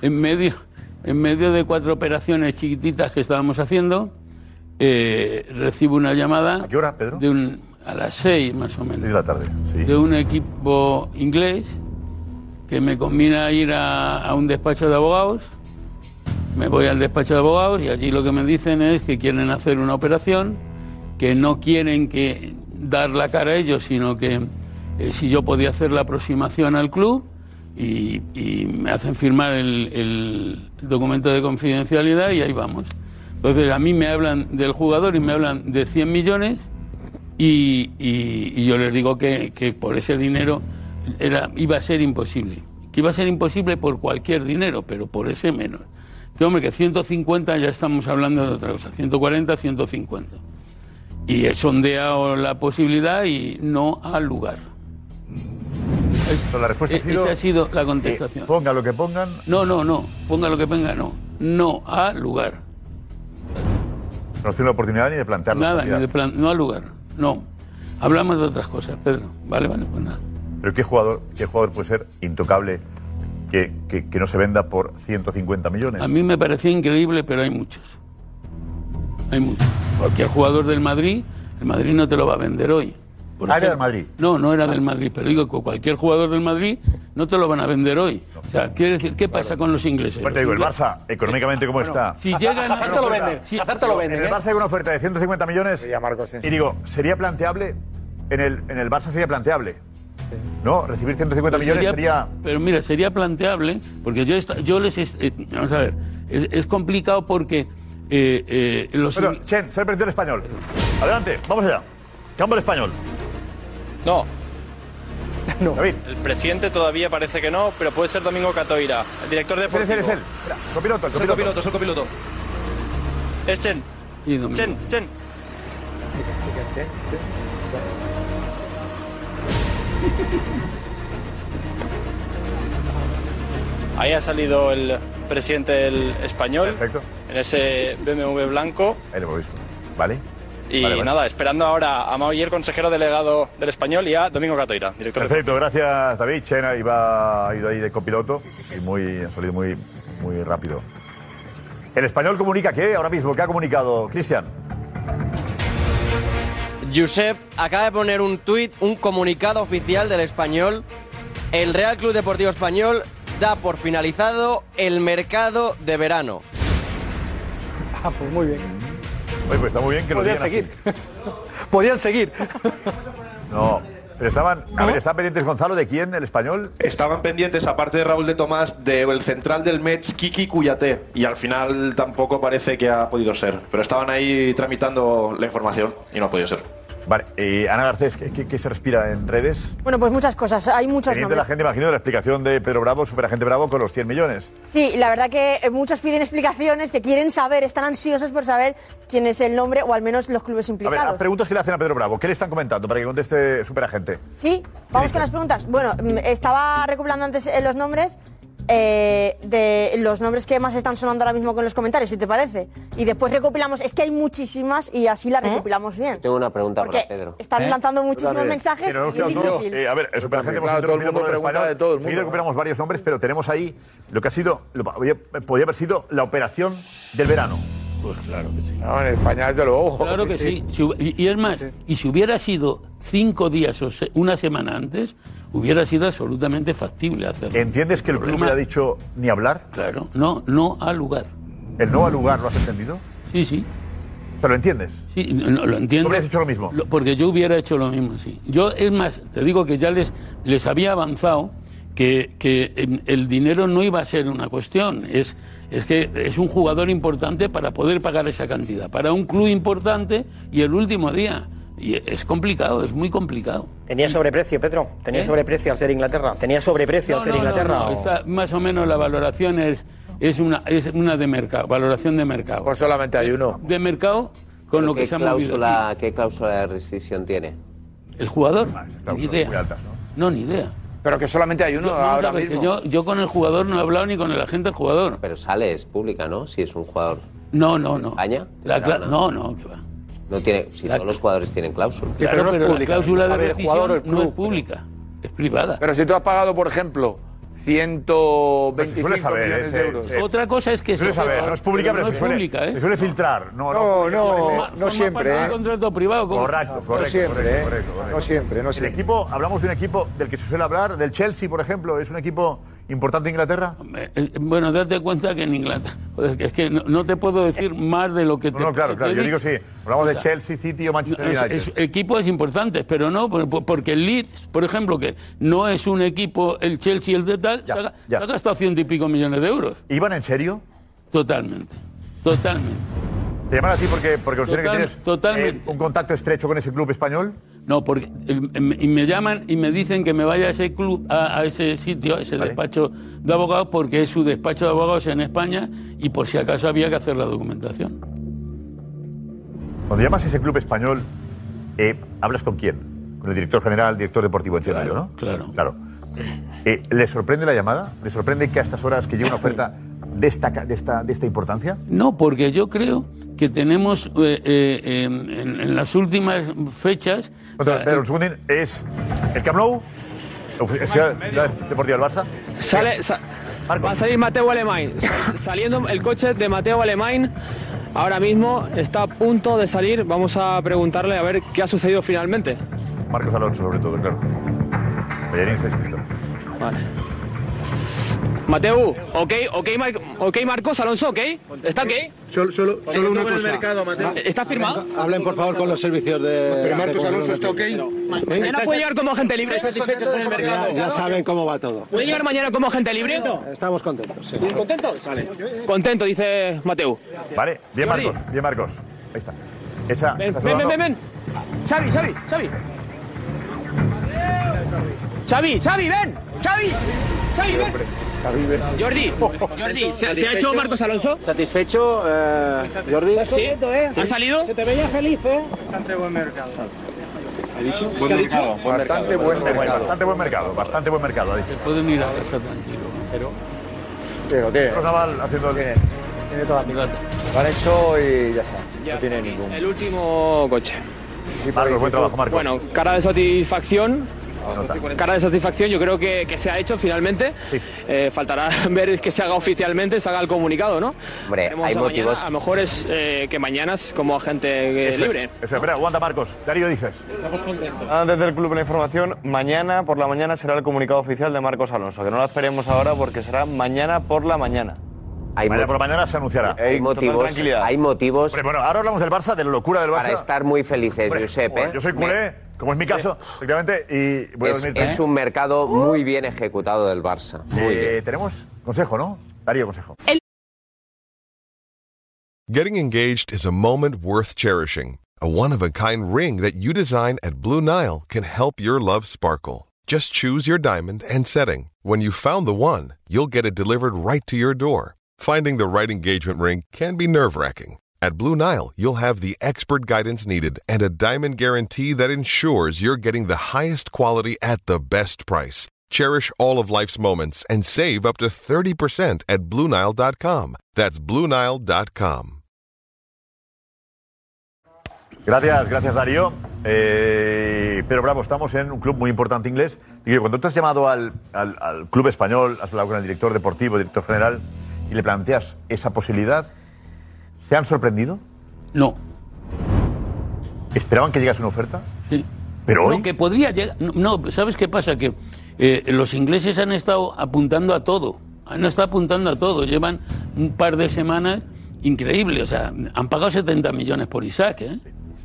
[SPEAKER 26] En medio,
[SPEAKER 8] en medio de cuatro operaciones chiquititas que estábamos haciendo, eh, recibo una llamada. ¿A qué hora, Pedro? De un, a las seis más o menos. de la tarde, De un equipo inglés que me combina ir a, a un despacho de abogados. Me voy al despacho de abogados y allí lo que me dicen es que quieren hacer una operación, que no quieren que dar la cara a ellos, sino que eh, si yo podía hacer la aproximación al club y, y me hacen firmar el, el documento de confidencialidad y ahí vamos. Entonces a mí me hablan del jugador y me hablan de 100 millones y, y- y yo les digo que, que por ese dinero era, iba a ser imposible. Que iba a ser imposible por cualquier dinero, pero por ese menos. Que hombre, que 150 ya estamos hablando de otra cosa, 140, 150. Y he sondeado la posibilidad y no al lugar.
[SPEAKER 9] La respuesta
[SPEAKER 8] E-
[SPEAKER 9] ha sido...
[SPEAKER 8] Esa ha sido la contestación.
[SPEAKER 9] ponga lo que pongan.
[SPEAKER 8] No, no, no. Ponga lo que ponga, no. No a lugar.
[SPEAKER 9] No tiene la oportunidad ni de plantearlo.
[SPEAKER 8] Nada, ni de plan, no al lugar. No. Hablamos de otras cosas, Pedro. Vale, vale, pues nada.
[SPEAKER 9] Pero ¿qué jugador, qué jugador puede ser intocable que, que- que no se venda por 150 millones?
[SPEAKER 8] A mí me parecía increíble, pero hay muchos. Hay muchos. Cualquier jugador del Madrid, el Madrid no te lo va a vender hoy. Por
[SPEAKER 9] Ah, era
[SPEAKER 8] ejemplo.
[SPEAKER 9] del Madrid.
[SPEAKER 8] No, no era del Madrid, pero digo que cualquier jugador del Madrid no te lo van a vender hoy. O sea, quiere decir, ¿qué pasa con los ingleses?
[SPEAKER 9] Bueno, te digo, el Barça, económicamente, ¿cómo está?
[SPEAKER 8] Si llegan a-
[SPEAKER 9] Sí, En el Barça hay una oferta de 150 millones. Y digo, ¿sería planteable? En el, en el Barça sería planteable. ¿No? Recibir 150
[SPEAKER 8] Pero
[SPEAKER 9] millones sería...
[SPEAKER 8] Pero mira, sería planteable, porque yo, esta- yo les... est- eh, vamos a ver, es, es complicado porque eh, eh, los...
[SPEAKER 9] Bueno, Chen, ser presidente español. Adelante, vamos allá. Campo del español.
[SPEAKER 14] No.
[SPEAKER 9] David.
[SPEAKER 14] El presidente todavía parece que no, pero puede ser Domingo Catoira, el director
[SPEAKER 9] Ese
[SPEAKER 14] deportivo.
[SPEAKER 9] es él, es él. Espera, copiloto, el
[SPEAKER 14] Soy
[SPEAKER 9] copiloto.
[SPEAKER 14] copiloto, soy copiloto. Es Chen. Chen, Chen. Ahí ha salido el presidente del español. En ese BMW blanco.
[SPEAKER 9] Ahí lo hemos visto. ¿Vale?
[SPEAKER 14] Y
[SPEAKER 9] Vale, vale.
[SPEAKER 14] nada, esperando ahora a Mauyer, consejero delegado del español, y a Domingo Catoira, director de
[SPEAKER 9] Perfecto, gracias David. Chena iba, ha ido ahí de copiloto y muy, ha salido muy, muy rápido. El español comunica que ahora mismo, ¿qué ha comunicado Cristian?
[SPEAKER 11] Josep acaba de poner un tuit, un comunicado oficial del español. El Real Club Deportivo Español da por finalizado el mercado de verano.
[SPEAKER 4] *laughs* Ah, pues muy bien.
[SPEAKER 9] Oye, pues está muy bien que lo
[SPEAKER 4] Podían
[SPEAKER 9] digan
[SPEAKER 4] seguir.
[SPEAKER 9] así.
[SPEAKER 4] *laughs* Podían seguir.
[SPEAKER 9] No, pero estaban, a ver, ¿están pendientes Gonzalo de quién, el español?
[SPEAKER 24] Estaban pendientes, aparte de Raúl de Tomás, del central del Mets, Kiki Cuyate. Y al final tampoco parece que ha podido ser. Pero estaban ahí tramitando la información y no ha podido ser.
[SPEAKER 9] Vale, eh, Ana Garcés, ¿qué, qué- qué se respira en redes?
[SPEAKER 13] Bueno, pues muchas cosas. Hay muchas
[SPEAKER 9] Pendiente la
[SPEAKER 13] nombres.
[SPEAKER 9] gente, imagino, de la explicación de Pedro Bravo, superagente Bravo, con los 100 millones.
[SPEAKER 13] Sí, la verdad que eh, muchos piden explicaciones, que quieren saber, están ansiosos por saber quién es el nombre o al menos los clubes
[SPEAKER 9] A ver,
[SPEAKER 13] implicados.
[SPEAKER 9] a preguntas que le hacen a Pedro Bravo, ¿qué le están comentando para que conteste superagente?
[SPEAKER 13] Sí, vamos con las preguntas. Bueno, mm, estaba recopilando antes eh, los nombres eh, de los nombres que más están sonando ahora mismo con los comentarios, si te parece. Y después recopilamos, es que hay muchísimas y así las recopilamos bien.
[SPEAKER 16] Tengo una pregunta para
[SPEAKER 13] Porque
[SPEAKER 16] Pedro.
[SPEAKER 13] están lanzando muchísimos mensajes.
[SPEAKER 9] ¿Eh? Pues Pero hemos
[SPEAKER 13] y es
[SPEAKER 9] quedado todos-
[SPEAKER 13] difícil.
[SPEAKER 9] eh, a ver, el superagente hemos
[SPEAKER 1] ¿Eh? Claro, todo el
[SPEAKER 9] interrumpido por
[SPEAKER 1] mundo
[SPEAKER 9] lo del
[SPEAKER 1] pregunta
[SPEAKER 9] español.
[SPEAKER 1] de todo el
[SPEAKER 9] Seguido
[SPEAKER 1] mundo,
[SPEAKER 9] recuperamos varios nombres, pero tenemos ahí lo que ha sido, lo, podía, podía haber sido la operación del verano.
[SPEAKER 8] Pues claro que sí.
[SPEAKER 9] en España desde luego.
[SPEAKER 8] Claro que sí. Si hub- Y, y es más, y si hubiera sido cinco días o se- una semana antes, hubiera sido absolutamente factible hacerlo.
[SPEAKER 9] ¿Entiendes que el club le ha dicho ni hablar?
[SPEAKER 8] Claro, no, no al lugar.
[SPEAKER 9] ¿El no al lugar lo has entendido?
[SPEAKER 8] Sí, sí.
[SPEAKER 9] ¿Pero lo entiendes?
[SPEAKER 8] Sí, no, no, lo entiendo.
[SPEAKER 9] ¿Habrías hecho lo mismo?
[SPEAKER 8] Lo- porque yo hubiera hecho lo mismo, sí. Yo, es más, te digo que ya les, les había avanzado que, que em, el dinero no iba a ser una cuestión. Es, es que es un jugador importante para poder pagar esa cantidad. Para un club importante y el último día. Y es complicado, es muy complicado.
[SPEAKER 28] Tenía sobreprecio, Pedro. Tenía
[SPEAKER 8] ¿Eh?
[SPEAKER 28] sobreprecio al ser Inglaterra. Tenía sobreprecio al ser
[SPEAKER 8] No, no,
[SPEAKER 28] Inglaterra.
[SPEAKER 8] no,
[SPEAKER 28] o-
[SPEAKER 8] está- más o menos la valoración es, es, una, es una de mercado, valoración de mercado. Pues
[SPEAKER 17] solamente hay uno.
[SPEAKER 8] De mercado con lo
[SPEAKER 16] ¿Qué
[SPEAKER 8] que se ha movido.
[SPEAKER 16] cláusula, ¿Qué cláusula de rescisión tiene?
[SPEAKER 8] El jugador, ni idea. ¿no? ni idea.
[SPEAKER 17] Pero que solamente hay uno
[SPEAKER 8] Yo- vamos
[SPEAKER 17] ahora
[SPEAKER 8] a ver, que
[SPEAKER 17] mismo.
[SPEAKER 8] Yo, yo con el jugador no he hablado ni con el agente del jugador.
[SPEAKER 16] Pero sale, es pública, ¿no? Si es un jugador.
[SPEAKER 8] No, no, no.
[SPEAKER 16] ¿España?
[SPEAKER 8] La
[SPEAKER 16] Tendrá
[SPEAKER 8] cla-
[SPEAKER 16] una-
[SPEAKER 8] no, no, que va.
[SPEAKER 16] No tiene, si todos los jugadores tienen cláusula.
[SPEAKER 8] Claro, pero, la cláusula de
[SPEAKER 17] A ver, el
[SPEAKER 8] rescisión
[SPEAKER 17] jugador, el
[SPEAKER 8] no
[SPEAKER 17] club,
[SPEAKER 8] es pública, es privada.
[SPEAKER 17] Pero si tú has pagado, por ejemplo, 125
[SPEAKER 9] suele saber,
[SPEAKER 17] millones
[SPEAKER 9] eh,
[SPEAKER 17] de euros.
[SPEAKER 9] eh,
[SPEAKER 8] Otra cosa es que
[SPEAKER 9] suele
[SPEAKER 8] se-
[SPEAKER 9] saber, no es pública, pero,
[SPEAKER 8] no
[SPEAKER 9] se
[SPEAKER 8] es
[SPEAKER 9] suele,
[SPEAKER 8] pública, ¿eh?
[SPEAKER 9] se suele filtrar. No,
[SPEAKER 6] No, no,
[SPEAKER 9] Forma-
[SPEAKER 6] no
[SPEAKER 9] forma
[SPEAKER 6] siempre,
[SPEAKER 9] parte de
[SPEAKER 6] ¿eh?
[SPEAKER 9] un
[SPEAKER 8] contrato privado.
[SPEAKER 6] como-
[SPEAKER 9] Correcto,
[SPEAKER 6] No
[SPEAKER 9] correcto.
[SPEAKER 6] siempre,
[SPEAKER 9] correcto,
[SPEAKER 6] ¿eh?
[SPEAKER 9] correcto, correcto.
[SPEAKER 6] No siempre, no siempre.
[SPEAKER 9] El equipo, hablamos de un equipo del que se suele hablar, del Chelsea, por ejemplo, ¿es un equipo importante de Inglaterra?
[SPEAKER 8] Eh, eh, Bueno, date cuenta que en Inglaterra. joder, que Es que no, no te puedo decir más de lo que te.
[SPEAKER 9] No, no, claro,
[SPEAKER 8] te
[SPEAKER 9] claro.
[SPEAKER 8] he
[SPEAKER 9] Yo digo
[SPEAKER 8] dicho.
[SPEAKER 9] sí. Hablamos
[SPEAKER 8] O
[SPEAKER 9] de
[SPEAKER 8] sea,
[SPEAKER 9] Chelsea, City o Manchester
[SPEAKER 8] es-
[SPEAKER 9] United.
[SPEAKER 8] es- equipos importantes, pero no, por- por- porque el Leeds, por ejemplo, que no es un equipo, el Chelsea, el de tal, se, ha, se ha gastado ciento y pico millones de euros.
[SPEAKER 9] ¿Iban en serio?
[SPEAKER 8] Totalmente, totalmente.
[SPEAKER 9] ¿Te llaman así porque, porque considera
[SPEAKER 8] Total-
[SPEAKER 9] que tienes eh, un contacto estrecho con ese club español?
[SPEAKER 8] No, porque eh, me- y me llaman y me dicen que me vaya a ese club, a, a ese sitio, a ese despacho de abogados, porque es su despacho de abogados en España y por si acaso había que hacer la documentación.
[SPEAKER 9] Cuando llamas a ese club español, eh, ¿hablas con quién? Con el director general, el director deportivo, entiendo yo, ¿no?
[SPEAKER 8] Claro.
[SPEAKER 9] Claro. Eh, ¿Le sorprende la llamada? ¿Le sorprende que a estas horas que
[SPEAKER 8] *laughs*
[SPEAKER 9] llegue una oferta de esta, ca- de esta, de esta importancia?
[SPEAKER 8] No, porque yo creo que tenemos eh, eh, eh, en, en las últimas fechas. eh,
[SPEAKER 9] Espera, espera, un segundín. es el Camp Nou, la Ciudad Deportiva del Barça.
[SPEAKER 12] Sale, sa- va a salir Mateo Alemán.
[SPEAKER 9] *laughs*
[SPEAKER 12] Sa- Saliendo el coche de Mateo Alemán. Ahora mismo está a punto de salir. Vamos a preguntarle a ver qué ha sucedido finalmente.
[SPEAKER 9] Marcos Alonso, sobre todo, claro. Bellerín está inscrito.
[SPEAKER 12] Vale. Mateo, ok, ok, Mar- ok, Marcos Alonso, ok. ¿Está ok? Ah,
[SPEAKER 15] Solo, solo, solo una cosa.
[SPEAKER 12] ¿Está firmado?
[SPEAKER 15] Hablen, por favor, con los servicios de. Pero Marcos Alonso está ok.
[SPEAKER 12] ¿Mañana puede llegar como agente libre?
[SPEAKER 15] Ya, ya saben cómo va todo.
[SPEAKER 12] ¿Puede llegar mañana como agente libre?
[SPEAKER 15] Estamos contentos. sí.
[SPEAKER 12] ¿Contentos? Vale. Contento, dice Mateo.
[SPEAKER 9] Vale, bien
[SPEAKER 12] Jordi.
[SPEAKER 9] Marcos, bien Marcos. Ahí está. Esa.
[SPEAKER 12] Ven,
[SPEAKER 9] está
[SPEAKER 12] ven, ven,
[SPEAKER 9] saludando.
[SPEAKER 12] ven, ven. Xavi, Xavi, Xavi. Xavi, Xavi, ven. Xavi, Xavi, ven. Jordi, Jordi, ¿se, se ha hecho Marcos Alonso?
[SPEAKER 28] ¿Satisfecho,
[SPEAKER 9] eh,
[SPEAKER 28] Jordi?
[SPEAKER 12] ¿Sí? ¿Ha salido?
[SPEAKER 28] ¿eh? Se te veía feliz, ¿eh?
[SPEAKER 29] Bastante buen mercado.
[SPEAKER 9] ¿Ha dicho?
[SPEAKER 29] Buen
[SPEAKER 9] ¿Qué ha
[SPEAKER 29] mercado,
[SPEAKER 9] dicho?
[SPEAKER 29] buen
[SPEAKER 9] bastante
[SPEAKER 29] mercado,
[SPEAKER 9] buen
[SPEAKER 29] buen
[SPEAKER 9] mercado.
[SPEAKER 29] mercado.
[SPEAKER 9] Bastante buen mercado, bastante buen mercado, ha dicho.
[SPEAKER 8] Pueden ir a casa tranquilo. Pero.
[SPEAKER 6] Pero tiene.
[SPEAKER 9] Carlos Naval haciendo el.
[SPEAKER 6] Tiene toda Lo han hecho y ya está. No tiene ningún.
[SPEAKER 12] El último coche.
[SPEAKER 9] Marcos, buen trabajo, Marcos.
[SPEAKER 12] Bueno, cara de satisfacción.
[SPEAKER 9] Nota.
[SPEAKER 12] Cara de satisfacción, yo creo que, que se ha hecho finalmente. Eh, faltará *laughs* ver que se haga oficialmente, se haga el comunicado, ¿no?
[SPEAKER 16] Hombre,
[SPEAKER 12] Veremos
[SPEAKER 16] hay
[SPEAKER 12] a mañana.
[SPEAKER 16] motivos-
[SPEAKER 12] a lo mejor es eh, que mañana es como agente eh,
[SPEAKER 9] Eso es,
[SPEAKER 12] libre.
[SPEAKER 9] eso es. espera, aguanta Marcos. Darío dices.
[SPEAKER 1] Antes del club la información, mañana por la mañana será el comunicado oficial de Marcos Alonso, que no lo esperemos ahora porque será mañana por la mañana.
[SPEAKER 9] mañana por la mañana se anunciará.
[SPEAKER 1] Hay
[SPEAKER 16] motivos- hay motivos.
[SPEAKER 9] bueno, ahora hablamos del Barça, de la locura del Barça.
[SPEAKER 16] Para estar muy felices,
[SPEAKER 9] Hombre,
[SPEAKER 16] Josep. ¿eh?
[SPEAKER 9] Yo soy culé, como es mi caso, efectivamente, y voy a
[SPEAKER 16] Es,
[SPEAKER 9] dormir
[SPEAKER 16] es un mercado muy bien ejecutado del Barça. Muy
[SPEAKER 9] Eh, Tenemos consejo, ¿no? Darío, consejo.
[SPEAKER 30] Getting engaged is a moment worth cherishing. A one of a kind ring that you design at Blue Nile can help your love sparkle. Just choose your diamond and setting. When you've found the one, you'll get it delivered right to your door. Finding the right engagement ring can be nerve wracking. At Blue Nile, you'll have the expert guidance needed and a diamond guarantee that ensures you're getting the highest quality at the best price. Cherish all of life's moments and save up to 30% at BlueNile.com. That's BlueNile.com.
[SPEAKER 9] Gracias, gracias Darío. Eh, pero bravo, estamos en un club muy importante inglés. Digo, cuando tú has llamado al, al- al club español, has hablado con el director deportivo, director general, y le planteas esa posibilidad, ¿se han sorprendido?
[SPEAKER 8] No.
[SPEAKER 9] ¿Esperaban que llegase una oferta?
[SPEAKER 8] Sí.
[SPEAKER 9] Pero hoy-
[SPEAKER 8] No, que podría llegar. No, no, ¿sabes qué pasa? Que eh, los ingleses han estado apuntando a todo. Han estado apuntando a todo. Llevan un par de semanas increíbles. O sea, han pagado 70 millones por Isaac, ¿eh?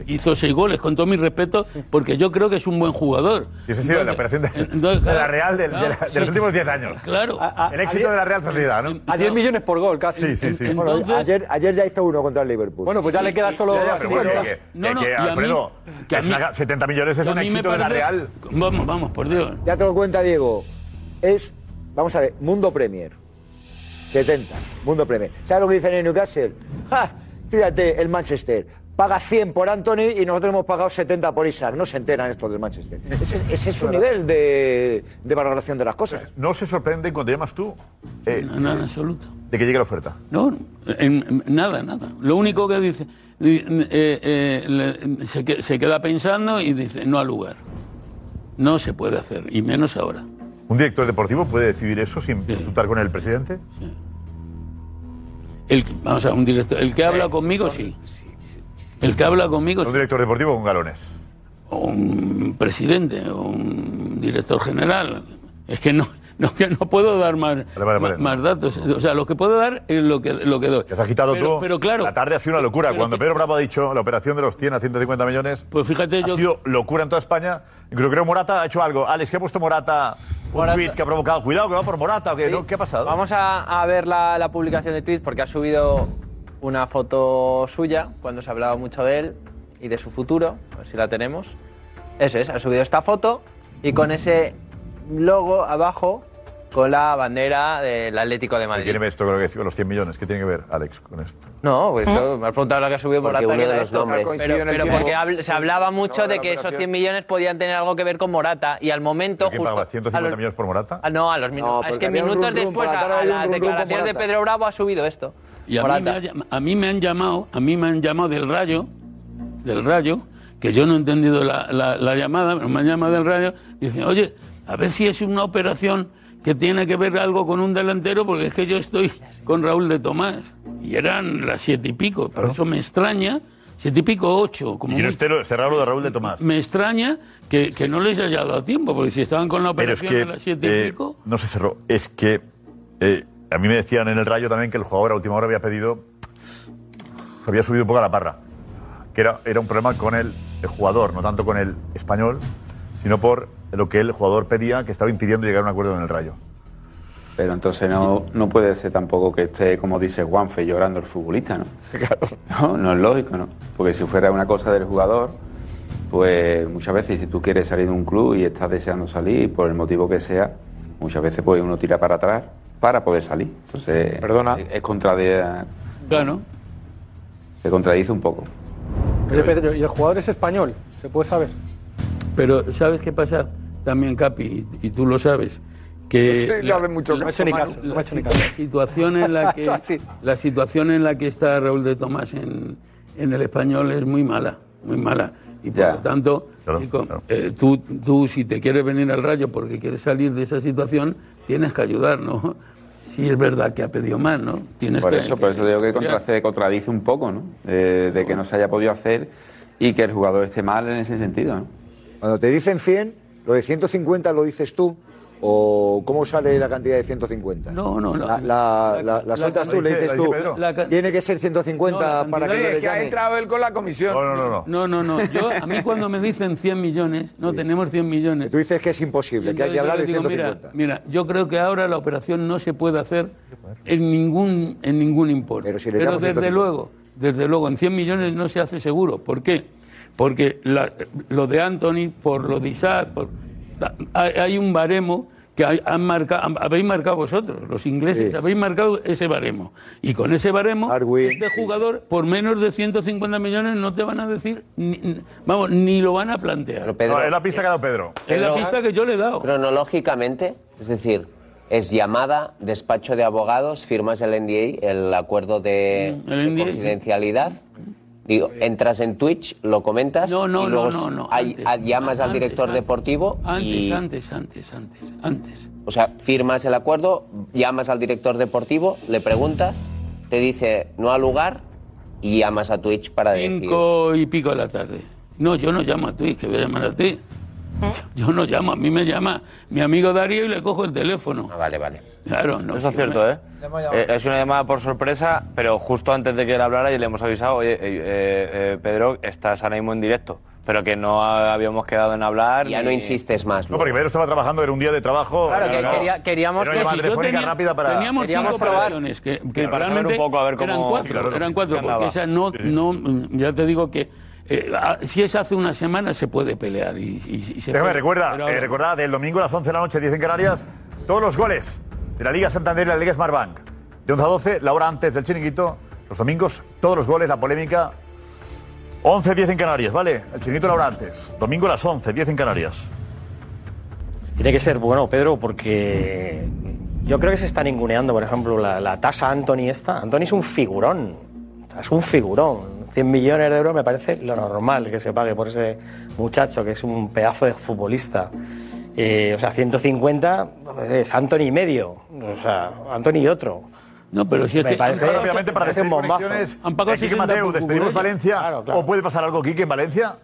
[SPEAKER 8] Hizo seis goles, con todo mi respeto, porque yo creo que es un buen jugador.
[SPEAKER 9] Y eso ha sido la operación de, de la Real del- de, la- de los últimos 10 años.
[SPEAKER 8] Claro.
[SPEAKER 9] El éxito de la Real Sociedad, ¿no?
[SPEAKER 6] A 10 millones por gol, casi.
[SPEAKER 9] Ah, Sí, sí, sí.
[SPEAKER 6] Bueno,
[SPEAKER 9] Entonces-
[SPEAKER 6] ayer, ayer ya hizo uno contra el Liverpool. Bueno, pues ya le queda
[SPEAKER 9] Ya, ya, pero bueno, que- que-
[SPEAKER 6] No, no,
[SPEAKER 9] que,
[SPEAKER 6] y a mí-
[SPEAKER 9] Alfredo,
[SPEAKER 6] que a
[SPEAKER 9] es
[SPEAKER 6] mí-
[SPEAKER 9] una- 70 millones es
[SPEAKER 6] que a
[SPEAKER 9] un
[SPEAKER 6] mí me
[SPEAKER 9] éxito de la
[SPEAKER 6] parece-
[SPEAKER 9] Real.
[SPEAKER 8] Vamos, vamos, por Dios.
[SPEAKER 6] Ya te lo cuenta, Diego. Es, vamos a ver, Mundo Premier. 70, Mundo Premier. ¿Sabes lo que dicen en Newcastle? ¡Ja! Fíjate, el Manchester. Paga 100 por Anthony y nosotros hemos pagado 70 por Isaac. No se enteran estos del Manchester. *laughs* Ese, ese es su nivel de, de valoración de las cosas.
[SPEAKER 9] Pues, ¿No se sorprende cuando llamas tú? eh,
[SPEAKER 8] No, en absoluto.
[SPEAKER 9] De que llegue la oferta.
[SPEAKER 8] No, en- en- nada, nada. Lo único que dice, di- eh, eh, le- se, que- se queda pensando y dice, no al lugar. No se puede hacer, y menos ahora.
[SPEAKER 9] ¿Un director deportivo puede decidir eso sin consultar con el presidente?
[SPEAKER 8] El, vamos a un director. El que habla conmigo, sí. El que habla conmigo.
[SPEAKER 9] ¿Un director deportivo con galones?
[SPEAKER 8] O un presidente, o un director general. Es que no, no, que no puedo dar más,
[SPEAKER 9] vale.
[SPEAKER 8] más- más datos. O sea, lo que puedo dar es lo que, lo que doy.
[SPEAKER 9] Te has agitado
[SPEAKER 8] Pero-
[SPEAKER 9] tú.
[SPEAKER 8] Pero claro.
[SPEAKER 9] La tarde ha sido una locura.
[SPEAKER 8] pero
[SPEAKER 9] Cuando
[SPEAKER 8] que-
[SPEAKER 9] Pedro Bravo ha dicho la operación de los 100 a 150 millones.
[SPEAKER 8] Pues fíjate,
[SPEAKER 9] ha
[SPEAKER 8] yo-
[SPEAKER 9] sido locura en toda España. Incluso creo que Morata ha hecho algo. Alex, ¿qué ha puesto Morata? Un
[SPEAKER 1] Morata-
[SPEAKER 9] tuit que ha provocado. Cuidado, que va por Morata. ¿o qué? ¿No? ¿Qué ha pasado?
[SPEAKER 1] Vamos a, a ver la, la publicación de tweets porque ha subido una foto suya cuando se hablaba mucho de él y de su futuro. A ver si la tenemos. Eso es, ha subido esta foto y con ese logo abajo con la bandera del Atlético de
[SPEAKER 9] ¿Qué
[SPEAKER 1] Madrid.
[SPEAKER 9] tiene que ver esto con lo que decimos, los 100 millones? ¿Qué tiene que ver, Alex, con esto?
[SPEAKER 1] No, pues yo- me has preguntado lo que ha subido
[SPEAKER 9] Porque
[SPEAKER 1] Morata.
[SPEAKER 9] uno
[SPEAKER 1] que
[SPEAKER 9] de
[SPEAKER 1] era
[SPEAKER 9] los
[SPEAKER 1] esto.
[SPEAKER 9] nombres.
[SPEAKER 1] Pero,
[SPEAKER 9] Coincidió en el
[SPEAKER 1] pero
[SPEAKER 9] tiempo.
[SPEAKER 1] porque habl- se hablaba mucho
[SPEAKER 9] No,
[SPEAKER 1] de
[SPEAKER 9] la
[SPEAKER 1] que esos
[SPEAKER 9] operación.
[SPEAKER 1] 100 millones podían tener algo que ver con Morata y al momento
[SPEAKER 9] ¿Quién
[SPEAKER 1] justo...
[SPEAKER 9] pagaba 150
[SPEAKER 1] a los-
[SPEAKER 9] millones por Morata?
[SPEAKER 1] Ah, no, a los minutos. es
[SPEAKER 9] porque
[SPEAKER 1] que
[SPEAKER 9] había un
[SPEAKER 1] minutos
[SPEAKER 9] rum-rum,
[SPEAKER 1] después
[SPEAKER 9] por la
[SPEAKER 1] a,
[SPEAKER 9] tarde
[SPEAKER 1] a
[SPEAKER 9] hay un
[SPEAKER 1] las
[SPEAKER 9] rum-rum con
[SPEAKER 1] declaraciones de
[SPEAKER 9] Morata.
[SPEAKER 1] Pedro Bravo ha subido esto.
[SPEAKER 8] Y a mí, me
[SPEAKER 1] Morata.
[SPEAKER 8] ha llam- a mí me han llamado, a mí me han llamado del rayo, del rayo, que yo no he entendido la, la- la llamada, pero me han llamado del rayo, dicen, oye, a ver si es una operación que tiene que ver algo con un delantero, porque es que yo estoy con Raúl de Tomás. Y eran las siete y pico, por eso me extraña, siete y pico, ocho, como
[SPEAKER 9] Y quiero
[SPEAKER 8] mucho.
[SPEAKER 9] este, este raro de Raúl de Tomás.
[SPEAKER 8] Me extraña que, que no les haya dado tiempo, porque si estaban con la
[SPEAKER 9] Pero es
[SPEAKER 8] operación
[SPEAKER 9] que
[SPEAKER 8] a las siete y
[SPEAKER 9] eh,
[SPEAKER 8] pico.
[SPEAKER 9] no se cerró. Es que eh, a mí me decían en el Rayo también que el jugador a última hora había pedido, se había subido un poco a la parra, que era, era un problema con el, el jugador, no tanto con el español, sino por lo que el jugador pedía, que estaba impidiendo llegar a un acuerdo en el Rayo.
[SPEAKER 23] Pero entonces no, no puede ser tampoco que esté, como dice Juanfe, llorando el futbolista, ¿no? No, no es lógico, ¿no? Porque si fuera una cosa del jugador, pues muchas veces si tú quieres salir de un club y estás deseando salir, por el motivo que sea, muchas veces pues uno tira para atrás para poder salir. Entonces, Perdona. Es, es contrade-
[SPEAKER 8] Claro.
[SPEAKER 23] se contradice un poco.
[SPEAKER 4] Oye, Pedro, ¿y el jugador es español? ¿Se puede saber?
[SPEAKER 8] Pero ¿sabes qué pasa? También, Capi, y, y tú lo sabes, que
[SPEAKER 4] Sí, le hablen mucho caso, Maru. No me ha hecho ni caso.
[SPEAKER 8] la situación en
[SPEAKER 4] *laughs*
[SPEAKER 8] la que
[SPEAKER 4] Ha hecho así.
[SPEAKER 8] la situación en la que está Raúl de Tomás en, en el español es muy mala, muy mala. Y por lo tanto, chico, eh, tú, tú si te quieres venir al rayo porque quieres salir de esa situación, tienes que ayudar, ¿no? Si es verdad que ha pedido más, ¿no? Tienes
[SPEAKER 23] Por
[SPEAKER 8] que-
[SPEAKER 23] eso, por eso digo que contra- se contradice un poco, ¿no? Eh, de que no se haya podido hacer y que el jugador esté mal en ese sentido, ¿no?
[SPEAKER 6] Cuando te dicen 100, lo de 150 lo dices tú. ¿O cómo sale la cantidad de 150?
[SPEAKER 8] No, no, no.
[SPEAKER 6] La, la, la- la
[SPEAKER 8] la-
[SPEAKER 6] sueltas tú,
[SPEAKER 8] la-
[SPEAKER 6] le dices
[SPEAKER 8] la-
[SPEAKER 6] tú.
[SPEAKER 8] Pedro. la-
[SPEAKER 6] Tiene que ser 150 para que yo le llame.
[SPEAKER 17] él con la comisión.
[SPEAKER 9] No, no, no.
[SPEAKER 8] No, no, no.
[SPEAKER 6] *laughs*
[SPEAKER 8] Yo, a mí cuando me dicen 100 millones, no tenemos 100 millones.
[SPEAKER 6] Tú dices que es imposible, que hay
[SPEAKER 8] Entonces
[SPEAKER 6] que
[SPEAKER 8] yo
[SPEAKER 6] hablar de
[SPEAKER 8] les digo,
[SPEAKER 6] 150.
[SPEAKER 8] Mira, mira, yo creo que ahora la operación no se puede hacer en ningún, en ningún importe. Pero,
[SPEAKER 6] le llamas
[SPEAKER 8] desde
[SPEAKER 6] 150.
[SPEAKER 8] luego, desde luego, en 100 millones no se hace seguro. ¿Por qué? Porque la- lo de Anthony, por lo de Isaac, por- hay, hay un baremo que hay- han marcado, han- habéis marcado vosotros, los ingleses,
[SPEAKER 6] Sí.
[SPEAKER 8] habéis marcado ese baremo. Y con ese baremo, este jugador, por menos de 150 millones, no te van a decir, ni- ni- vamos, ni lo van a plantear.
[SPEAKER 9] No, es la pista que ha dado Pedro.
[SPEAKER 8] Es la pista que yo le he dado.
[SPEAKER 16] Cronológicamente, es decir, es llamada, despacho de abogados, firmas el NDA, el acuerdo de,
[SPEAKER 8] Mm,
[SPEAKER 16] de confidencialidad. Digo, entras en Twitch, lo comentas
[SPEAKER 8] no,
[SPEAKER 16] y luego
[SPEAKER 8] no, no, no,
[SPEAKER 16] hay-
[SPEAKER 8] antes,
[SPEAKER 16] a- llamas al
[SPEAKER 8] antes,
[SPEAKER 16] director
[SPEAKER 8] antes.
[SPEAKER 16] deportivo y
[SPEAKER 8] Antes, antes, antes, antes.
[SPEAKER 16] O sea, firmas el acuerdo, llamas al director deportivo, le preguntas, te dice no al lugar y llamas a Twitch para decir.
[SPEAKER 8] Cinco y pico de la tarde. No, yo no llamo a Twitch, que voy a llamar a ti. Yo no llamo, a mí me llama mi amigo Darío y le cojo el teléfono.
[SPEAKER 16] Ah, vale, vale.
[SPEAKER 8] Claro, no.
[SPEAKER 2] Eso es cierto, ¿eh? Eh, Es una llamada por sorpresa, pero justo antes de que él hablara y le hemos avisado, oye, eh, eh, eh, Pedro, estás ahora mismo en directo, pero que no ha- habíamos quedado en hablar.
[SPEAKER 16] Ya no insistes más.
[SPEAKER 9] No, porque Pedro estaba trabajando, era un día de trabajo.
[SPEAKER 16] Claro,
[SPEAKER 9] era-
[SPEAKER 16] que
[SPEAKER 9] no.
[SPEAKER 16] quería-
[SPEAKER 8] queríamos
[SPEAKER 9] Era
[SPEAKER 8] que
[SPEAKER 9] una
[SPEAKER 8] si
[SPEAKER 9] llamada
[SPEAKER 8] yo
[SPEAKER 9] telefónica
[SPEAKER 8] tenía-
[SPEAKER 9] rápida para...
[SPEAKER 8] teníamos Queríamos cinco probar. opciones, que- que
[SPEAKER 2] Claro, saber
[SPEAKER 8] realmente
[SPEAKER 2] un poco, a ver cómo...
[SPEAKER 8] eran cuatro,
[SPEAKER 2] Sí, claro.
[SPEAKER 8] eran cuatro,
[SPEAKER 2] ¿Qué
[SPEAKER 8] porque
[SPEAKER 2] andaba?
[SPEAKER 8] esa no, no, mm, ya te digo que eh, ah, si es hace una semana se puede pelear y, y- y se
[SPEAKER 9] Déjame,
[SPEAKER 8] puede-
[SPEAKER 9] recuerda,
[SPEAKER 8] pero ahora-
[SPEAKER 9] eh, recordad, el domingo a las 11 de la noche, 10 en Canarias, todos los goles de la Liga Santander y la Liga Smartbank. De 11 a 12, la hora antes del chiringuito, los domingos, todos los goles, la polémica. 11, 10 en Canarias, ¿vale? El chiringuito la hora antes. Domingo a las 11, 10 en Canarias.
[SPEAKER 5] Tiene que ser bueno, Pedro, porque yo creo que se está ninguneando, por ejemplo, la, la tasa Anthony esta. Anthony es un figurón, es un figurón. 100 millones de euros me parece lo normal que se pague por ese muchacho, que es un pedazo de futbolista. Eh, o sea, 150 es Anthony y medio. O sea, Anthony y otro.
[SPEAKER 8] No, pero si es
[SPEAKER 5] Me
[SPEAKER 8] que-
[SPEAKER 5] parece,
[SPEAKER 8] Ahora rápidamente
[SPEAKER 9] para
[SPEAKER 5] parece un
[SPEAKER 9] despedir
[SPEAKER 5] bombazo.
[SPEAKER 9] conexiones.
[SPEAKER 8] Han pagado
[SPEAKER 9] eh, Quique
[SPEAKER 8] 60
[SPEAKER 9] Mateu,
[SPEAKER 8] por
[SPEAKER 9] despedimos
[SPEAKER 8] Cucurella.
[SPEAKER 9] Valencia.
[SPEAKER 8] Claro, claro.
[SPEAKER 9] ¿O puede pasar algo, Quique, en Valencia?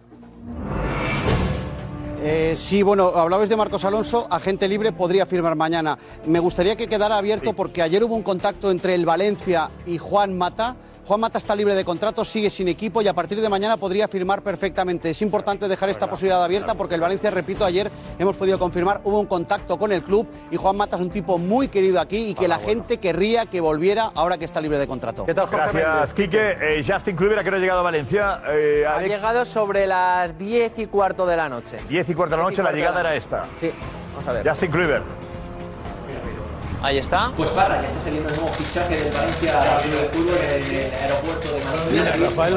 [SPEAKER 22] Eh, sí, bueno, hablabais de Marcos Alonso, agente libre podría firmar mañana. Me gustaría que quedara abierto porque ayer hubo un contacto entre el Valencia y Juan Mata. Juan Mata está libre de contrato, sigue sin equipo y a partir de mañana podría firmar perfectamente. Es importante dejar esta posibilidad abierta porque el Valencia, repito, ayer hemos podido confirmar, hubo un contacto con el club y Juan Mata es un tipo muy querido aquí y
[SPEAKER 24] Ah,
[SPEAKER 22] que la gente querría que volviera ahora que está libre de contrato.
[SPEAKER 9] Gracias, Quique. Eh, Justin Kluivert, que no ha llegado a Valencia. Eh,
[SPEAKER 31] Ha
[SPEAKER 9] Alex,
[SPEAKER 31] llegado sobre las 10 y cuarto de la noche.
[SPEAKER 9] 10 y cuarto de la noche, la llegada era esta.
[SPEAKER 31] Sí, vamos a ver.
[SPEAKER 9] Justin Kluivert.
[SPEAKER 31] Ahí está.
[SPEAKER 1] Pues Parra, que está saliendo el nuevo fichaje de Valencia a Río de Fútbol en el aeropuerto de Madrid. Rafael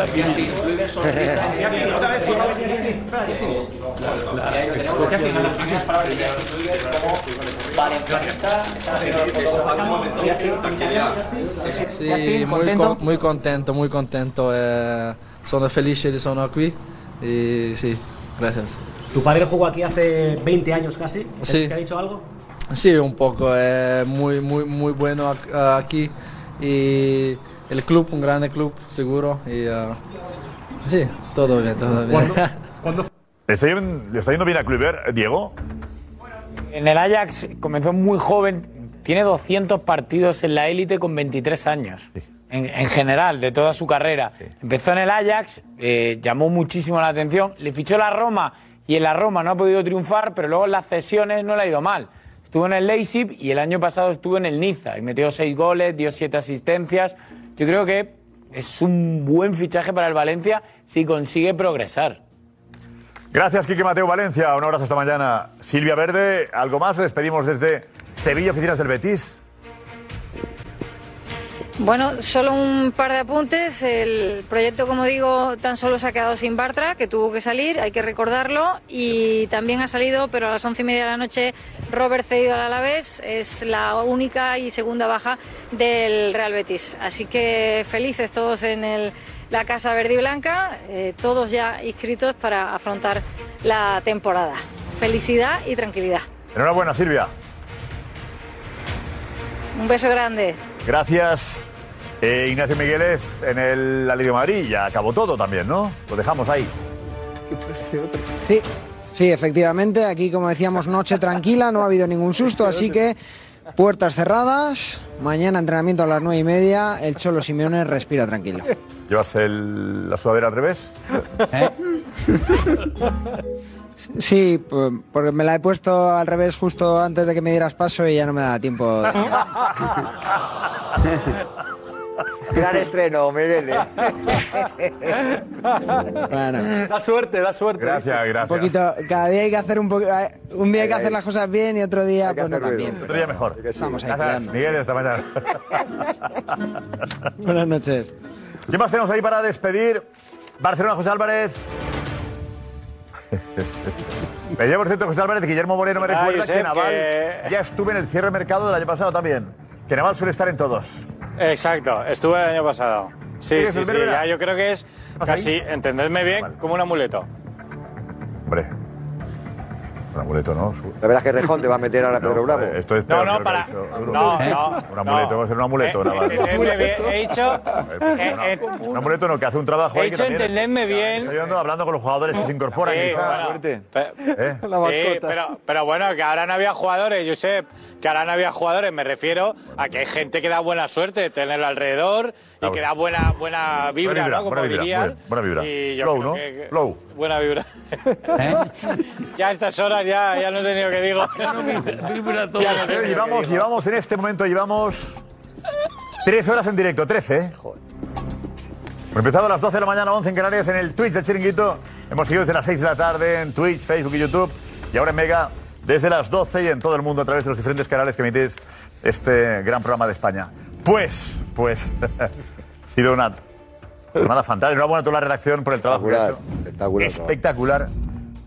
[SPEAKER 25] Sì, muy,
[SPEAKER 31] contento?
[SPEAKER 25] con- muy contento, muy contento. eh, sono felice di sono qui. Y sí, gracias.
[SPEAKER 11] Tu padre jugó aquí hace 20 años casi.
[SPEAKER 25] Sí.
[SPEAKER 11] ¿Te ha dicho algo?
[SPEAKER 25] Sí, un poco. eh, muy, muy, muy bueno ac- eh, aquí. Y el club, un grande club, seguro. Y, eh, sí, todo bien, todo bien. *laughs*
[SPEAKER 9] ¿Le está yendo- le está yendo bien a Kluivert, eh, Diego?
[SPEAKER 32] En el Ajax comenzó muy joven, tiene 200 partidos en la élite con 23 años. En, en general, de toda su carrera. Empezó en el Ajax, eh, llamó muchísimo la atención, le fichó la Roma y en la Roma no ha podido triunfar, pero luego en las cesiones no le ha ido mal. Estuvo en el Leipzig y el año pasado estuvo en el Niza y metió seis goles, dio siete asistencias. Yo creo que es un buen fichaje para el Valencia si consigue progresar.
[SPEAKER 9] Gracias, Quique Mateo Valencia. Un abrazo esta mañana. Silvia Verde, algo más. Le Despedimos desde Sevilla, oficinas del Betis.
[SPEAKER 20] Bueno, solo un par de apuntes. El proyecto, como digo, tan solo se ha quedado sin Bartra, que tuvo que salir, hay que recordarlo. Y también ha salido, pero a las once y media de la noche, Robert cedido al Alavés. Es la única y segunda baja del Real Betis. Así que felices todos en el- la Casa Verde y Blanca, eh, todos ya inscritos para afrontar la temporada. Felicidad y tranquilidad.
[SPEAKER 9] Enhorabuena, Silvia.
[SPEAKER 20] Un beso grande.
[SPEAKER 9] Gracias, eh, Ignacio Migueles, en el Atlético de Madrid. Ya acabó todo también, ¿no? Lo dejamos ahí.
[SPEAKER 10] Sí, sí, efectivamente. Aquí, como decíamos, noche tranquila, no ha habido ningún susto, así que puertas cerradas. Mañana entrenamiento a las nueve y media. El Cholo Simeone respira tranquilo.
[SPEAKER 9] ¿Llevas el- la sudadera al revés? ¿Eh?
[SPEAKER 10] Sí, p- porque me la he puesto al revés justo antes de que me dieras paso y ya no me da *laughs* tiempo.
[SPEAKER 6] Gran estreno, Miguel. *laughs*
[SPEAKER 4] Da suerte, da suerte.
[SPEAKER 9] Gracias,
[SPEAKER 10] Un poquito, cada día hay que hacer un poco, un día hay que hacer las cosas bien y otro día pues no tan bien.
[SPEAKER 9] Otro día mejor.
[SPEAKER 10] Vamos ahí
[SPEAKER 9] Gracias,
[SPEAKER 10] cuidando.
[SPEAKER 9] Miguel, esta mañana.
[SPEAKER 10] Buenas noches.
[SPEAKER 9] ¿Qué más tenemos ahí para despedir? Barcelona, José Álvarez. Me llevo el centro José Álvarez, Guillermo Moreno me
[SPEAKER 10] Ah,
[SPEAKER 9] recuerda
[SPEAKER 10] Josep,
[SPEAKER 9] que Naval
[SPEAKER 10] que-
[SPEAKER 9] ya estuve en el cierre de mercado del año pasado también. Que Naval suele estar en todos.
[SPEAKER 10] Exacto, estuve el año pasado. Sí,
[SPEAKER 9] ¿Eres
[SPEAKER 10] sí,
[SPEAKER 9] el ¿Ah,
[SPEAKER 10] sí,
[SPEAKER 9] Berbera?
[SPEAKER 10] ya yo creo que es casi, entendedme bien, como un amuleto.
[SPEAKER 9] Hombre. Un amuleto, ¿no? Su-
[SPEAKER 6] La verdad es que Rejón te va a meter ahora Pedro Bravo.
[SPEAKER 9] Esto es peor que lo que ha dicho Bruno.
[SPEAKER 6] no, no,
[SPEAKER 9] Un amuleto, va a ser un amuleto, Naval.
[SPEAKER 10] Entendedme bien, he
[SPEAKER 9] *laughs*
[SPEAKER 10] dicho, eh,
[SPEAKER 9] Un amuleto pues, no, que hace un trabajo
[SPEAKER 10] he
[SPEAKER 9] ahí que
[SPEAKER 10] dicho
[SPEAKER 9] también.
[SPEAKER 10] entendedme bien.
[SPEAKER 9] Estoy hablando, hablando con los jugadores que se incorporan.
[SPEAKER 10] Sí,
[SPEAKER 9] quizás.
[SPEAKER 10] bueno,
[SPEAKER 9] ¿Eh?
[SPEAKER 10] *laughs* Sí, pero, pero bueno, que ahora no había jugadores, Josep, que ahora no había jugadores, me refiero a que hay gente que da buena suerte de tenerlo alrededor y que da buena, buena vibra,
[SPEAKER 9] buena vibra,
[SPEAKER 10] ¿no? Como
[SPEAKER 9] buena vibra,
[SPEAKER 10] dirían.
[SPEAKER 9] muy bien, buena vibra.
[SPEAKER 10] Y yo
[SPEAKER 9] Flow,
[SPEAKER 10] creo
[SPEAKER 9] ¿no?
[SPEAKER 10] que-
[SPEAKER 9] Flow. ¿Eh?
[SPEAKER 10] Buena
[SPEAKER 9] *laughs*
[SPEAKER 10] vibra. *laughs* ya a estas horas ya, *laughs* ya no sé ni lo que digo. Ya no sé ni lo que
[SPEAKER 9] Eh, llevamos,
[SPEAKER 10] digo.
[SPEAKER 9] llevamos en este momento, llevamos 13 horas en directo, 13. ¿eh? Hemos empezado a las 12 de la mañana, 11 en Canarias, en el Twitch del Chiringuito. Hemos seguido desde las 6 de la tarde en Twitch, Facebook y YouTube. Y ahora en Mega, desde las 12 y en todo el mundo a través de los diferentes canales que emitís este gran programa de España. Pues, pues, *laughs* ha sido una jornada fantástica. Enhorabuena a toda la redacción por el trabajo que ha hecho.
[SPEAKER 6] Espectacular.
[SPEAKER 9] Espectacular.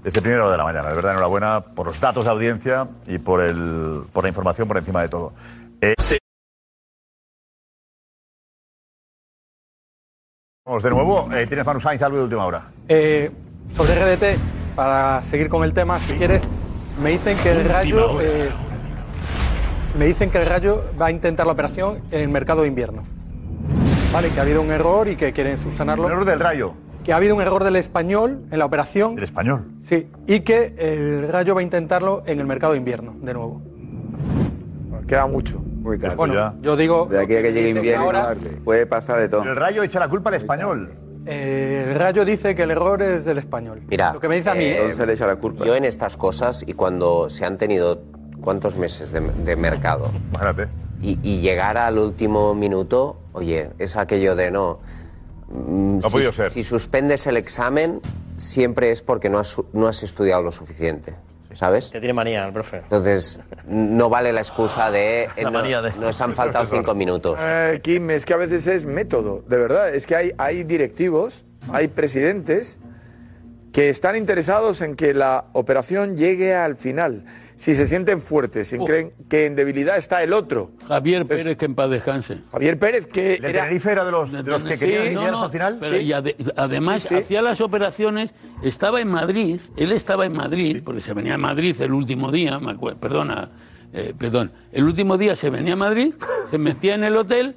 [SPEAKER 9] Desde primera hora de la mañana, de verdad, enhorabuena por los datos de audiencia y por, el, por la información por encima de todo. Eh, Vamos de nuevo. Eh, tienes Manu Sainz, algo de última hora.
[SPEAKER 4] Eh, sobre RDT, para seguir con el tema, si quieres, Me dicen que el Rayo. eh, me dicen que el Rayo va a intentar la operación en el mercado de invierno. Vale, que ha habido un error y que quieren subsanarlo. ¿Un error
[SPEAKER 9] del Rayo?
[SPEAKER 4] Que ha habido un error del español en la operación. ¿Del
[SPEAKER 9] español?
[SPEAKER 4] Sí, y que el Rayo va a intentarlo en el mercado de invierno, de nuevo.
[SPEAKER 17] Queda mucho.
[SPEAKER 23] Muy tarde.
[SPEAKER 4] Bueno, yo digo.
[SPEAKER 23] De aquí a que llegue
[SPEAKER 4] dices
[SPEAKER 23] invierno
[SPEAKER 4] ahora-
[SPEAKER 23] puede pasar de todo.
[SPEAKER 9] El rayo echa la culpa al español.
[SPEAKER 4] Eh, el Rayo dice que el error es del español.
[SPEAKER 16] Mira, eh,
[SPEAKER 4] Lo que me dice a mí. ¿eh?
[SPEAKER 16] Yo en estas cosas y cuando se han tenido cuántos meses de, de mercado y, y llegar al último minuto, oye, es aquello de no. mm,
[SPEAKER 6] No
[SPEAKER 16] si,
[SPEAKER 6] ha podido ser.
[SPEAKER 16] Si suspendes el examen, siempre es porque no has, su- no has estudiado lo suficiente, ¿sabes?
[SPEAKER 33] Que tiene manía el profe.
[SPEAKER 16] Entonces, no vale la excusa de, eh,
[SPEAKER 17] La
[SPEAKER 16] no,
[SPEAKER 17] manía de-
[SPEAKER 16] nos han faltado cinco minutos.
[SPEAKER 17] Eh, Kim, es que a veces es método, de verdad. Es que hay, hay directivos, hay presidentes que están interesados en que la operación llegue al final. Si se sienten fuertes,
[SPEAKER 8] Oh.
[SPEAKER 17] si creen que en debilidad está el otro.
[SPEAKER 8] Javier Pérez, que en paz descanse.
[SPEAKER 17] Javier Pérez, que
[SPEAKER 8] ¿De
[SPEAKER 17] era-
[SPEAKER 8] Tenerife
[SPEAKER 9] era de los, de los que querían llegar hasta el final?
[SPEAKER 8] Pero
[SPEAKER 9] Sí.
[SPEAKER 8] y ade- además
[SPEAKER 9] Sí, sí.
[SPEAKER 8] hacía las operaciones, estaba en Madrid, él estaba en Madrid, porque se venía a Madrid el último día, me acue- perdona, eh, perdón, el último día se venía a Madrid, se metía en el hotel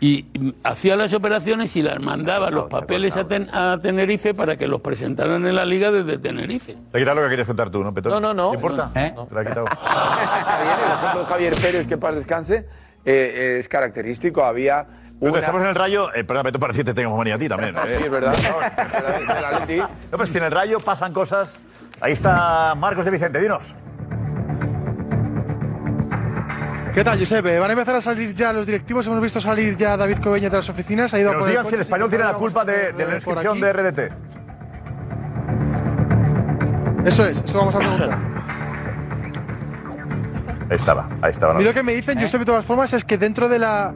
[SPEAKER 8] y mm, hacía las operaciones y las mandaba los papeles a, Ten- a Tenerife para que los presentaran en la liga desde Tenerife.
[SPEAKER 9] Te quitas lo que querías contar tú, ¿no, Petón?
[SPEAKER 17] No, no, no.
[SPEAKER 9] ¿Te importa? ¿Eh? Te la he quitado.
[SPEAKER 17] Javier, el ejemplo de Javier Pérez, que paz descanse, eh, es característico. Había.
[SPEAKER 9] Pero estamos en el rayo. Eh, perdona, Petón, para decirte tengo manía a ti también. ¿eh?
[SPEAKER 17] Sí, *laughs* es verdad.
[SPEAKER 9] no, pero si en el rayo pasan cosas. Ahí está Marcos de Vicente, dinos.
[SPEAKER 13] ¿Qué tal,
[SPEAKER 15] Eh,
[SPEAKER 13] Giuseppe? Van a empezar a salir ya los directivos. Hemos visto salir ya a David Cobeña de las oficinas. Ha ido a
[SPEAKER 9] Que nos
[SPEAKER 13] por el
[SPEAKER 9] digan si
[SPEAKER 13] coche,
[SPEAKER 9] el español tiene la
[SPEAKER 13] vamos
[SPEAKER 9] culpa
[SPEAKER 13] a
[SPEAKER 9] de, de la
[SPEAKER 13] por
[SPEAKER 9] inscripción
[SPEAKER 13] aquí.
[SPEAKER 9] de RDT.
[SPEAKER 13] Eso es, eso vamos a preguntar.
[SPEAKER 9] Ahí estaba, ahí estaba. ¿no?
[SPEAKER 13] Y lo que me
[SPEAKER 9] ¿Eh?
[SPEAKER 13] dicen, Giuseppe, de todas formas, es que dentro de la.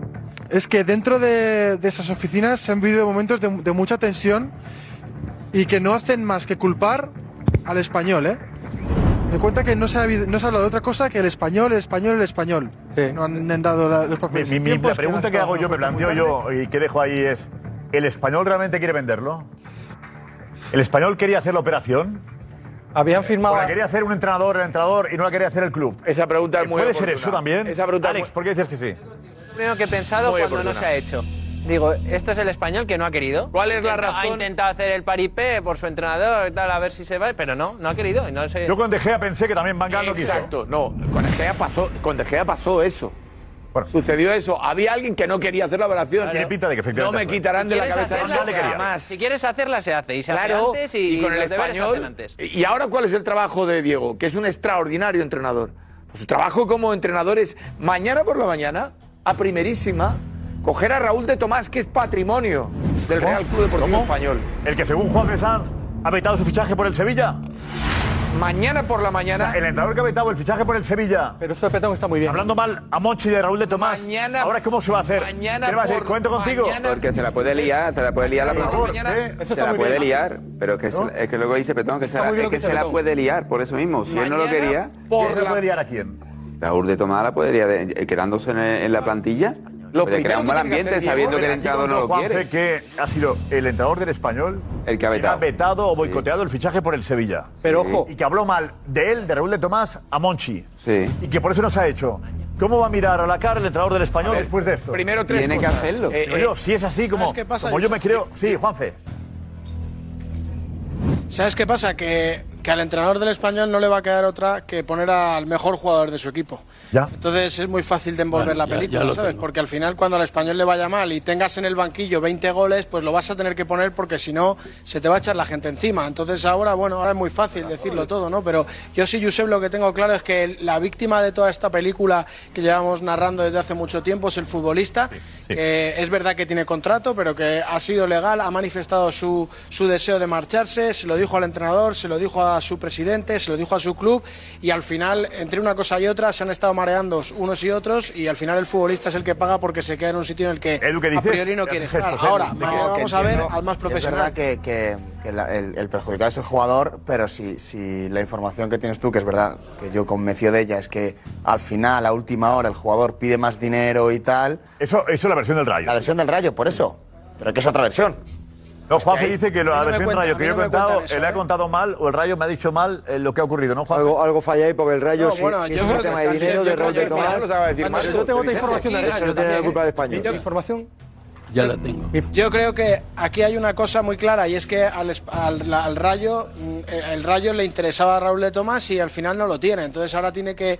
[SPEAKER 13] Es que dentro de, de esas oficinas se han vivido momentos de, de mucha tensión y que no hacen más que culpar al español, ¿eh? Me cuenta que no se ha, habido- no se ha hablado de otra cosa que el español, el español, el español. No han, han dado la- los
[SPEAKER 9] Mi-
[SPEAKER 13] papeles.
[SPEAKER 9] mi- mi-
[SPEAKER 13] Tiempos
[SPEAKER 9] la pregunta
[SPEAKER 13] han
[SPEAKER 9] que hago
[SPEAKER 13] estado
[SPEAKER 9] yo,
[SPEAKER 13] muy
[SPEAKER 9] me planteo
[SPEAKER 13] tarde.
[SPEAKER 9] yo y que dejo ahí es, ¿el español realmente quiere venderlo? ¿El español quería hacer la operación?
[SPEAKER 4] Habían firmado...
[SPEAKER 9] ¿O la quería hacer un entrenador, el entrenador, y no la quería hacer el club?
[SPEAKER 17] Esa pregunta
[SPEAKER 9] es
[SPEAKER 17] muy
[SPEAKER 9] ¿Puede ser
[SPEAKER 17] oportuna.
[SPEAKER 9] eso también?
[SPEAKER 17] Esa pregunta es
[SPEAKER 9] Alex, ¿por qué dices que sí?
[SPEAKER 1] primero que he pensado
[SPEAKER 17] Muy
[SPEAKER 1] cuando no
[SPEAKER 17] oportuna.
[SPEAKER 1] se ha hecho. Digo, esto es el español que no ha querido. ¿Cuál es la razón? Ha intentado hacer el paripé por su entrenador y tal, a ver si se va, pero no, no ha querido. y No sé.
[SPEAKER 9] Yo con De Gea pensé que también Van Gaal no quiso.
[SPEAKER 17] Exacto, no. Con De Gea pasó, con De Gea pasó eso. Sucedió eso. Había alguien que no quería hacer la operación.
[SPEAKER 9] Tiene pinta de que
[SPEAKER 17] No
[SPEAKER 9] efectivamente
[SPEAKER 17] me
[SPEAKER 9] fue.
[SPEAKER 17] quitarán de la
[SPEAKER 1] ¿Quieres
[SPEAKER 17] cabeza.
[SPEAKER 1] hacerla? Si quieres hacerla, se hace. Y se
[SPEAKER 17] Claro,
[SPEAKER 1] hace antes y,
[SPEAKER 17] con el
[SPEAKER 1] los deberes se hacen
[SPEAKER 17] español.
[SPEAKER 1] antes.
[SPEAKER 17] Y ahora, ¿cuál es el trabajo de Diego? Que es un extraordinario entrenador. Pues su trabajo como entrenador es mañana por la mañana, a primerísima, coger a Raúl de Tomás, que es patrimonio del Real Club Deportivo Español.
[SPEAKER 9] El que según Juan Sanz ha vetado su fichaje por el Sevilla.
[SPEAKER 17] Mañana por la mañana.
[SPEAKER 9] O sea, el entrenador que ha vetado el fichaje por el Sevilla.
[SPEAKER 4] Pero eso de Petón está muy bien.
[SPEAKER 9] Hablando mal a Monchi de Raúl de Tomás. Ahora, ¿cómo se va a hacer?
[SPEAKER 17] mañana
[SPEAKER 9] ¿Qué le va a decir?
[SPEAKER 17] por-
[SPEAKER 9] Cuento contigo.
[SPEAKER 23] Porque se la puede liar, se la puede liar la
[SPEAKER 9] Por favor,
[SPEAKER 23] plantilla.
[SPEAKER 9] ¿eh? Eso
[SPEAKER 23] Se
[SPEAKER 9] está
[SPEAKER 23] la
[SPEAKER 9] muy
[SPEAKER 23] puede
[SPEAKER 9] bien.
[SPEAKER 23] liar, pero que se la- es que luego dice Petón que, se
[SPEAKER 9] Está
[SPEAKER 23] la,
[SPEAKER 9] muy bien
[SPEAKER 23] es
[SPEAKER 9] lo
[SPEAKER 23] que
[SPEAKER 9] que
[SPEAKER 23] se
[SPEAKER 9] dice
[SPEAKER 23] la
[SPEAKER 9] Petón.
[SPEAKER 23] puede liar, por eso mismo. Si él no lo quería,
[SPEAKER 9] ¿Quién se la puede liar a quién?
[SPEAKER 23] la UR de Tomás la puede liar eh, quedándose en, en la plantilla. puede crear un mal ambiente sabiendo que el entrado no lo quiere.
[SPEAKER 9] Juanfe, que ha sido el entrenador del español el que ha vetado, o boicoteado el fichaje por el Sevilla.
[SPEAKER 23] Pero Sí. ojo.
[SPEAKER 9] Y que habló mal de él, de Raúl de Tomás, a Monchi.
[SPEAKER 23] Sí.
[SPEAKER 9] Y que por eso no se ha hecho. ¿Cómo va a mirar a la cara el entrenador del español después de esto?
[SPEAKER 17] primero tres Tiene que cosas. hacerlo. Eh,
[SPEAKER 9] Pero yo,
[SPEAKER 17] eh,
[SPEAKER 9] si es así, como,
[SPEAKER 13] ¿sabes qué pasa,
[SPEAKER 9] como yo me
[SPEAKER 13] Josep?
[SPEAKER 9] creo. Sí, Juanfe.
[SPEAKER 13] ¿Sabes qué pasa? Que, que al entrenador del español no le va a quedar otra que poner al mejor jugador de su equipo.
[SPEAKER 9] Ya.
[SPEAKER 13] Entonces es muy fácil de envolver
[SPEAKER 9] Bueno,
[SPEAKER 13] la
[SPEAKER 9] ya- ya
[SPEAKER 13] película,
[SPEAKER 9] lo
[SPEAKER 13] ¿sabes?
[SPEAKER 9] tengo.
[SPEAKER 13] Porque al final cuando al español le vaya mal y tengas en el banquillo 20 goles, pues lo vas a tener que poner porque si no se te va a echar la gente encima. Entonces ahora, bueno, ahora es muy fácil decirlo todo, ¿no? Pero yo sí, Josep, lo que tengo claro es que la víctima de toda esta película que llevamos narrando desde hace mucho tiempo es el futbolista, que es verdad que tiene contrato, pero que ha sido legal, ha manifestado su, su deseo de marcharse, se lo dijo al entrenador, se lo dijo a su presidente, se lo dijo a su club y al final, entre una cosa y otra, se han estado mareando unos y otros y al final el futbolista es el que paga porque se queda en un sitio en el que
[SPEAKER 9] Edu, ¿qué
[SPEAKER 13] a
[SPEAKER 9] dices?
[SPEAKER 13] priori no
[SPEAKER 9] ¿Qué
[SPEAKER 13] quiere
[SPEAKER 9] haces,
[SPEAKER 13] estar.
[SPEAKER 9] José?
[SPEAKER 13] Ahora,
[SPEAKER 9] Me
[SPEAKER 13] mañana
[SPEAKER 9] quedo que
[SPEAKER 13] vamos a ver
[SPEAKER 24] entiendo
[SPEAKER 13] al más
[SPEAKER 24] que Es
[SPEAKER 13] profesional.
[SPEAKER 24] verdad que, que- que la- el, el perjudicado es el jugador, pero si, si la información que tienes tú, que es verdad, que yo convenció de ella, es que al final, a última hora, el jugador pide más dinero y tal.
[SPEAKER 9] Eso, eso es la versión del Rayo.
[SPEAKER 24] La versión del Rayo, por eso. Pero que es otra versión.
[SPEAKER 9] No, Juanfe
[SPEAKER 6] ahí-
[SPEAKER 9] dice que
[SPEAKER 6] a
[SPEAKER 9] lo-
[SPEAKER 6] mí
[SPEAKER 9] la
[SPEAKER 6] no me
[SPEAKER 9] versión
[SPEAKER 6] cuentan,
[SPEAKER 9] Rayo
[SPEAKER 6] a
[SPEAKER 9] que
[SPEAKER 6] mí
[SPEAKER 9] yo
[SPEAKER 6] no
[SPEAKER 9] he
[SPEAKER 6] me
[SPEAKER 9] contado,
[SPEAKER 6] cuentan eso,
[SPEAKER 9] eh, le ha
[SPEAKER 6] ¿eh?
[SPEAKER 9] contado mal, o el Rayo me ha dicho mal eh, lo que ha ocurrido, ¿no, Juanfe?
[SPEAKER 6] Algo, algo falla ahí porque el Rayo,
[SPEAKER 9] No,
[SPEAKER 6] si,
[SPEAKER 9] bueno,
[SPEAKER 6] si
[SPEAKER 9] yo
[SPEAKER 6] es un
[SPEAKER 9] creo
[SPEAKER 6] tema
[SPEAKER 9] que
[SPEAKER 6] de
[SPEAKER 9] está-
[SPEAKER 6] dinero,
[SPEAKER 9] yo
[SPEAKER 6] de
[SPEAKER 9] creo
[SPEAKER 6] Raúl
[SPEAKER 9] que
[SPEAKER 6] de Tomás.
[SPEAKER 9] Miranda estaba a decir mal.
[SPEAKER 34] Yo tengo otra información de
[SPEAKER 6] Eso no tiene la culpa de España.
[SPEAKER 34] Yo- Información.
[SPEAKER 8] Ya la tengo.
[SPEAKER 13] Yo creo que aquí hay una cosa muy clara y es que al, es- al- la- al Rayo, mm, eh, el Rayo le interesaba a Raúl de Tomás y al final no lo tiene. Entonces ahora tiene que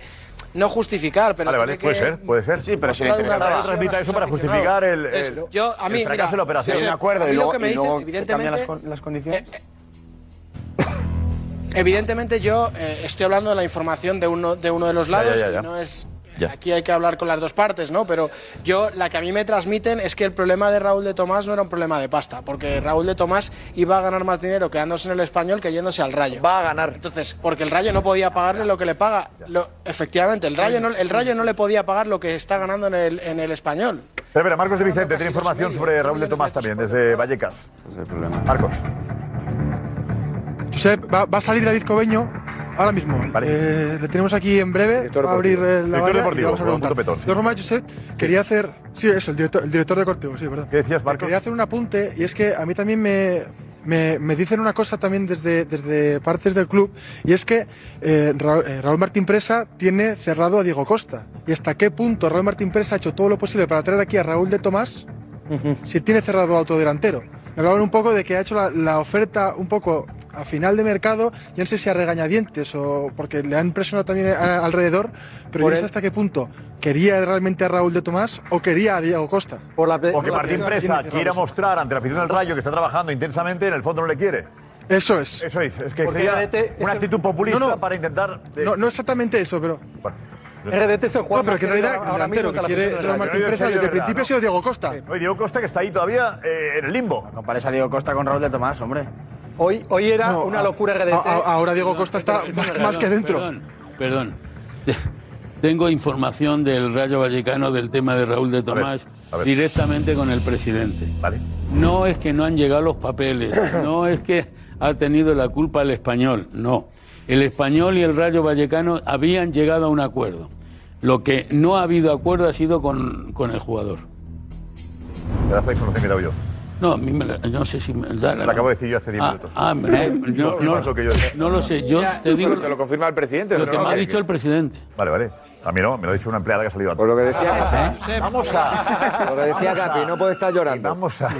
[SPEAKER 13] no justificar, pero
[SPEAKER 9] Vale,
[SPEAKER 13] tiene
[SPEAKER 9] vale,
[SPEAKER 13] que
[SPEAKER 9] puede ser, puede ser. Sí,
[SPEAKER 13] pero si le Mostrar una interesaba. versión
[SPEAKER 9] transmita
[SPEAKER 13] a
[SPEAKER 9] eso
[SPEAKER 13] sus
[SPEAKER 9] para
[SPEAKER 13] aficionados.
[SPEAKER 9] justificar el,
[SPEAKER 13] Es-
[SPEAKER 9] el-
[SPEAKER 13] yo- a mí,
[SPEAKER 9] el fracaso
[SPEAKER 13] mira,
[SPEAKER 9] de la operación.
[SPEAKER 13] sí, me acuerdo,
[SPEAKER 9] A
[SPEAKER 13] y
[SPEAKER 9] mí lo
[SPEAKER 13] luego-
[SPEAKER 9] que me
[SPEAKER 13] y
[SPEAKER 9] dicen,
[SPEAKER 13] luego se
[SPEAKER 9] evidentemente,
[SPEAKER 13] cambian las
[SPEAKER 24] con- las condiciones?
[SPEAKER 13] Evidentemente yo eh, estoy hablando de la información de uno de, uno de los
[SPEAKER 9] Ya, ya,
[SPEAKER 13] lados
[SPEAKER 9] ya, ya.
[SPEAKER 13] y no es...
[SPEAKER 9] Ya.
[SPEAKER 13] Aquí hay que hablar con las dos partes, ¿no? Pero yo, la que a mí me transmiten es que el problema de Raúl de Tomás no era un problema de pasta, porque Raúl de Tomás iba a ganar más dinero quedándose en el español que yéndose al Rayo.
[SPEAKER 9] Va a ganar.
[SPEAKER 13] Entonces, porque el Rayo no podía pagarle lo que le paga. Lo- efectivamente, el Rayo, no, el Rayo no le podía pagar lo que está ganando en el, en el español.
[SPEAKER 9] Pero espera, Marcos de Vicente tiene información sobre Raúl de Tomás también, desde Vallecas. Marcos.
[SPEAKER 15] Josep, va, va a salir David Cobeño ahora mismo. Eh, le tenemos aquí en breve. va a abrir
[SPEAKER 9] deportivo.
[SPEAKER 15] eh, la
[SPEAKER 9] Director
[SPEAKER 15] valla
[SPEAKER 9] deportivo,
[SPEAKER 15] y vamos a
[SPEAKER 9] Juan
[SPEAKER 15] preguntar.
[SPEAKER 9] Punto Petón,
[SPEAKER 15] De
[SPEAKER 9] sí.
[SPEAKER 15] todas formas, Josep, quería hacer... Sí, es el director, el director deportivo, sí, perdón.
[SPEAKER 9] ¿Qué decías, Marcos?
[SPEAKER 15] Quería hacer un apunte y es que a mí también me, me, me dicen una cosa también desde, desde partes del club y es que eh, Ra- eh, Raúl, Martín Presa tiene cerrado a Diego Costa. ¿Y hasta qué punto Raúl Martín Presa ha hecho todo lo posible para traer aquí a Raúl de Tomás si tiene cerrado a otro delantero? Me hablaban un poco de que ha hecho la, la oferta un poco a final de mercado, yo no sé si a regañadientes o porque le han presionado también eh, a- alrededor, pero yo
[SPEAKER 34] Por
[SPEAKER 15] no
[SPEAKER 34] el-
[SPEAKER 15] sé hasta qué punto quería realmente a Raúl de Tomás o quería a Diego Costa.
[SPEAKER 34] Por la,
[SPEAKER 9] Porque Martín Presa quiera mostrar ante la afición del Rayo que está trabajando intensamente, en el fondo no le quiere.
[SPEAKER 15] Eso es.
[SPEAKER 9] Eso es, es que
[SPEAKER 15] Porque
[SPEAKER 9] sería
[SPEAKER 15] RDT es
[SPEAKER 9] una
[SPEAKER 15] el-
[SPEAKER 9] actitud populista
[SPEAKER 15] No, no.
[SPEAKER 9] para intentar...
[SPEAKER 15] No, no exactamente eso, pero.
[SPEAKER 34] RDT se
[SPEAKER 15] No, pero que en realidad el delantero que quiere Raúl Martín Presa desde el principio ha sido Diego Costa.
[SPEAKER 9] No, y Diego Costa que está ahí todavía eh, en el limbo.
[SPEAKER 24] Compares a Diego Costa con Raúl de Tomás, hombre.
[SPEAKER 34] Hoy, hoy era
[SPEAKER 15] No,
[SPEAKER 34] una
[SPEAKER 15] a-
[SPEAKER 34] locura RDT.
[SPEAKER 15] a- a- ahora Diego Costa está
[SPEAKER 34] perdón,
[SPEAKER 15] más,
[SPEAKER 34] perdón,
[SPEAKER 15] más que dentro.
[SPEAKER 8] Perdón, perdón. *laughs* Tengo información del Rayo Vallecano del tema de Raúl de Tomás directamente con el presidente. No es que no han llegado los
[SPEAKER 9] *coughs*
[SPEAKER 8] papeles, no es que ha tenido la culpa el español, no. El español y el Rayo Vallecano habían llegado a un acuerdo. Lo que no ha habido acuerdo ha sido con, con el jugador.
[SPEAKER 9] Será esa información que he dado yo.
[SPEAKER 8] No, a mí me la- no sé si me da
[SPEAKER 9] Lo acabo de decir yo hace 10 minutos.
[SPEAKER 8] Ah,
[SPEAKER 9] *laughs*
[SPEAKER 8] me-
[SPEAKER 9] ¿Eh?
[SPEAKER 8] yo- no,
[SPEAKER 9] Confirmas lo que yo-
[SPEAKER 8] no lo sé, yo te digo
[SPEAKER 35] Pero te lo confirma el presidente.
[SPEAKER 8] lo
[SPEAKER 35] no,
[SPEAKER 8] que
[SPEAKER 35] no,
[SPEAKER 8] me ha dicho el presidente. Ah,
[SPEAKER 9] Vale, vale. A mí no, me lo ha dicho una empleada que ha salido antes. Por
[SPEAKER 6] lo que decías, ¿eh?
[SPEAKER 9] Vamos a.
[SPEAKER 6] Lo que decía Capi, no puede estar llorando.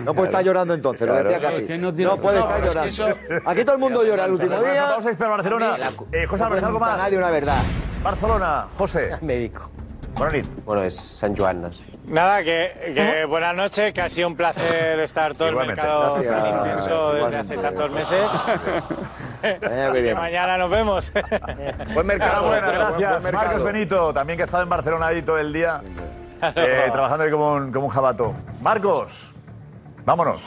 [SPEAKER 6] No puede estar llorando entonces, lo que decía
[SPEAKER 9] Claro.
[SPEAKER 6] Capi.
[SPEAKER 9] Es que
[SPEAKER 6] No,
[SPEAKER 9] no tiene-
[SPEAKER 6] puede
[SPEAKER 9] No,
[SPEAKER 6] estar
[SPEAKER 9] pero
[SPEAKER 6] llorando.
[SPEAKER 9] es que eso-
[SPEAKER 6] Aquí todo el mundo llora el último
[SPEAKER 9] Bueno,
[SPEAKER 6] día.
[SPEAKER 9] Vamos a esperar a Barcelona. Eh, José
[SPEAKER 6] no
[SPEAKER 9] Álvarez, algo
[SPEAKER 6] cuenta
[SPEAKER 9] más.
[SPEAKER 6] nadie una verdad.
[SPEAKER 9] Barcelona, José.
[SPEAKER 16] *laughs* Médico.
[SPEAKER 9] Buenas
[SPEAKER 16] Bueno, es San Juan.
[SPEAKER 10] Nada, que, que buenas noches, que ha sido un placer estar todo
[SPEAKER 16] Igualmente.
[SPEAKER 10] el mercado tan
[SPEAKER 16] Gracias.
[SPEAKER 10] intenso desde hace tantos meses. Así que mañana nos vemos.
[SPEAKER 9] *laughs*
[SPEAKER 10] *laughs*
[SPEAKER 9] Buen mercado, gracias. Marcos Benito, también que ha estado en Barcelona ahí todo el día, eh, trabajando ahí como un, como un jabato. Marcos, vámonos.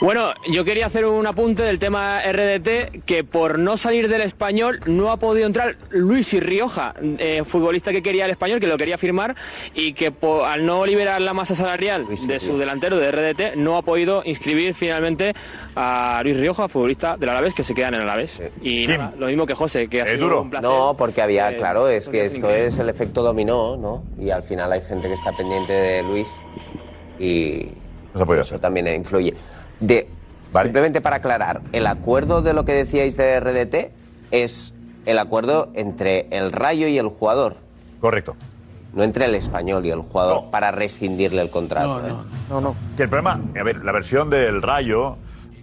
[SPEAKER 12] Bueno, yo quería hacer un apunte del tema RDT, que por no salir del español no ha podido entrar Luis y Rioja, eh, futbolista que quería el español, que lo quería firmar, y que po- al no liberar la masa salarial de su delantero de RDT, no ha podido inscribir finalmente a Luis Rioja, futbolista del Alavés, que se queda en el Alavés. Y nada, lo mismo que José, que ha sido un placer.
[SPEAKER 16] No, porque había,
[SPEAKER 12] Eh,
[SPEAKER 16] claro, es que
[SPEAKER 12] porque
[SPEAKER 16] esto es el efecto dominó, ¿no? Y al final hay gente que está pendiente de Luis y eso también influye. De, Simplemente para aclarar, el acuerdo de lo que decíais de RDT es el acuerdo entre el Rayo y el jugador.
[SPEAKER 9] Correcto.
[SPEAKER 16] No entre el español y el jugador para rescindirle el contrato. ¿eh?
[SPEAKER 9] No, no. Que el problema, a ver, la versión del Rayo,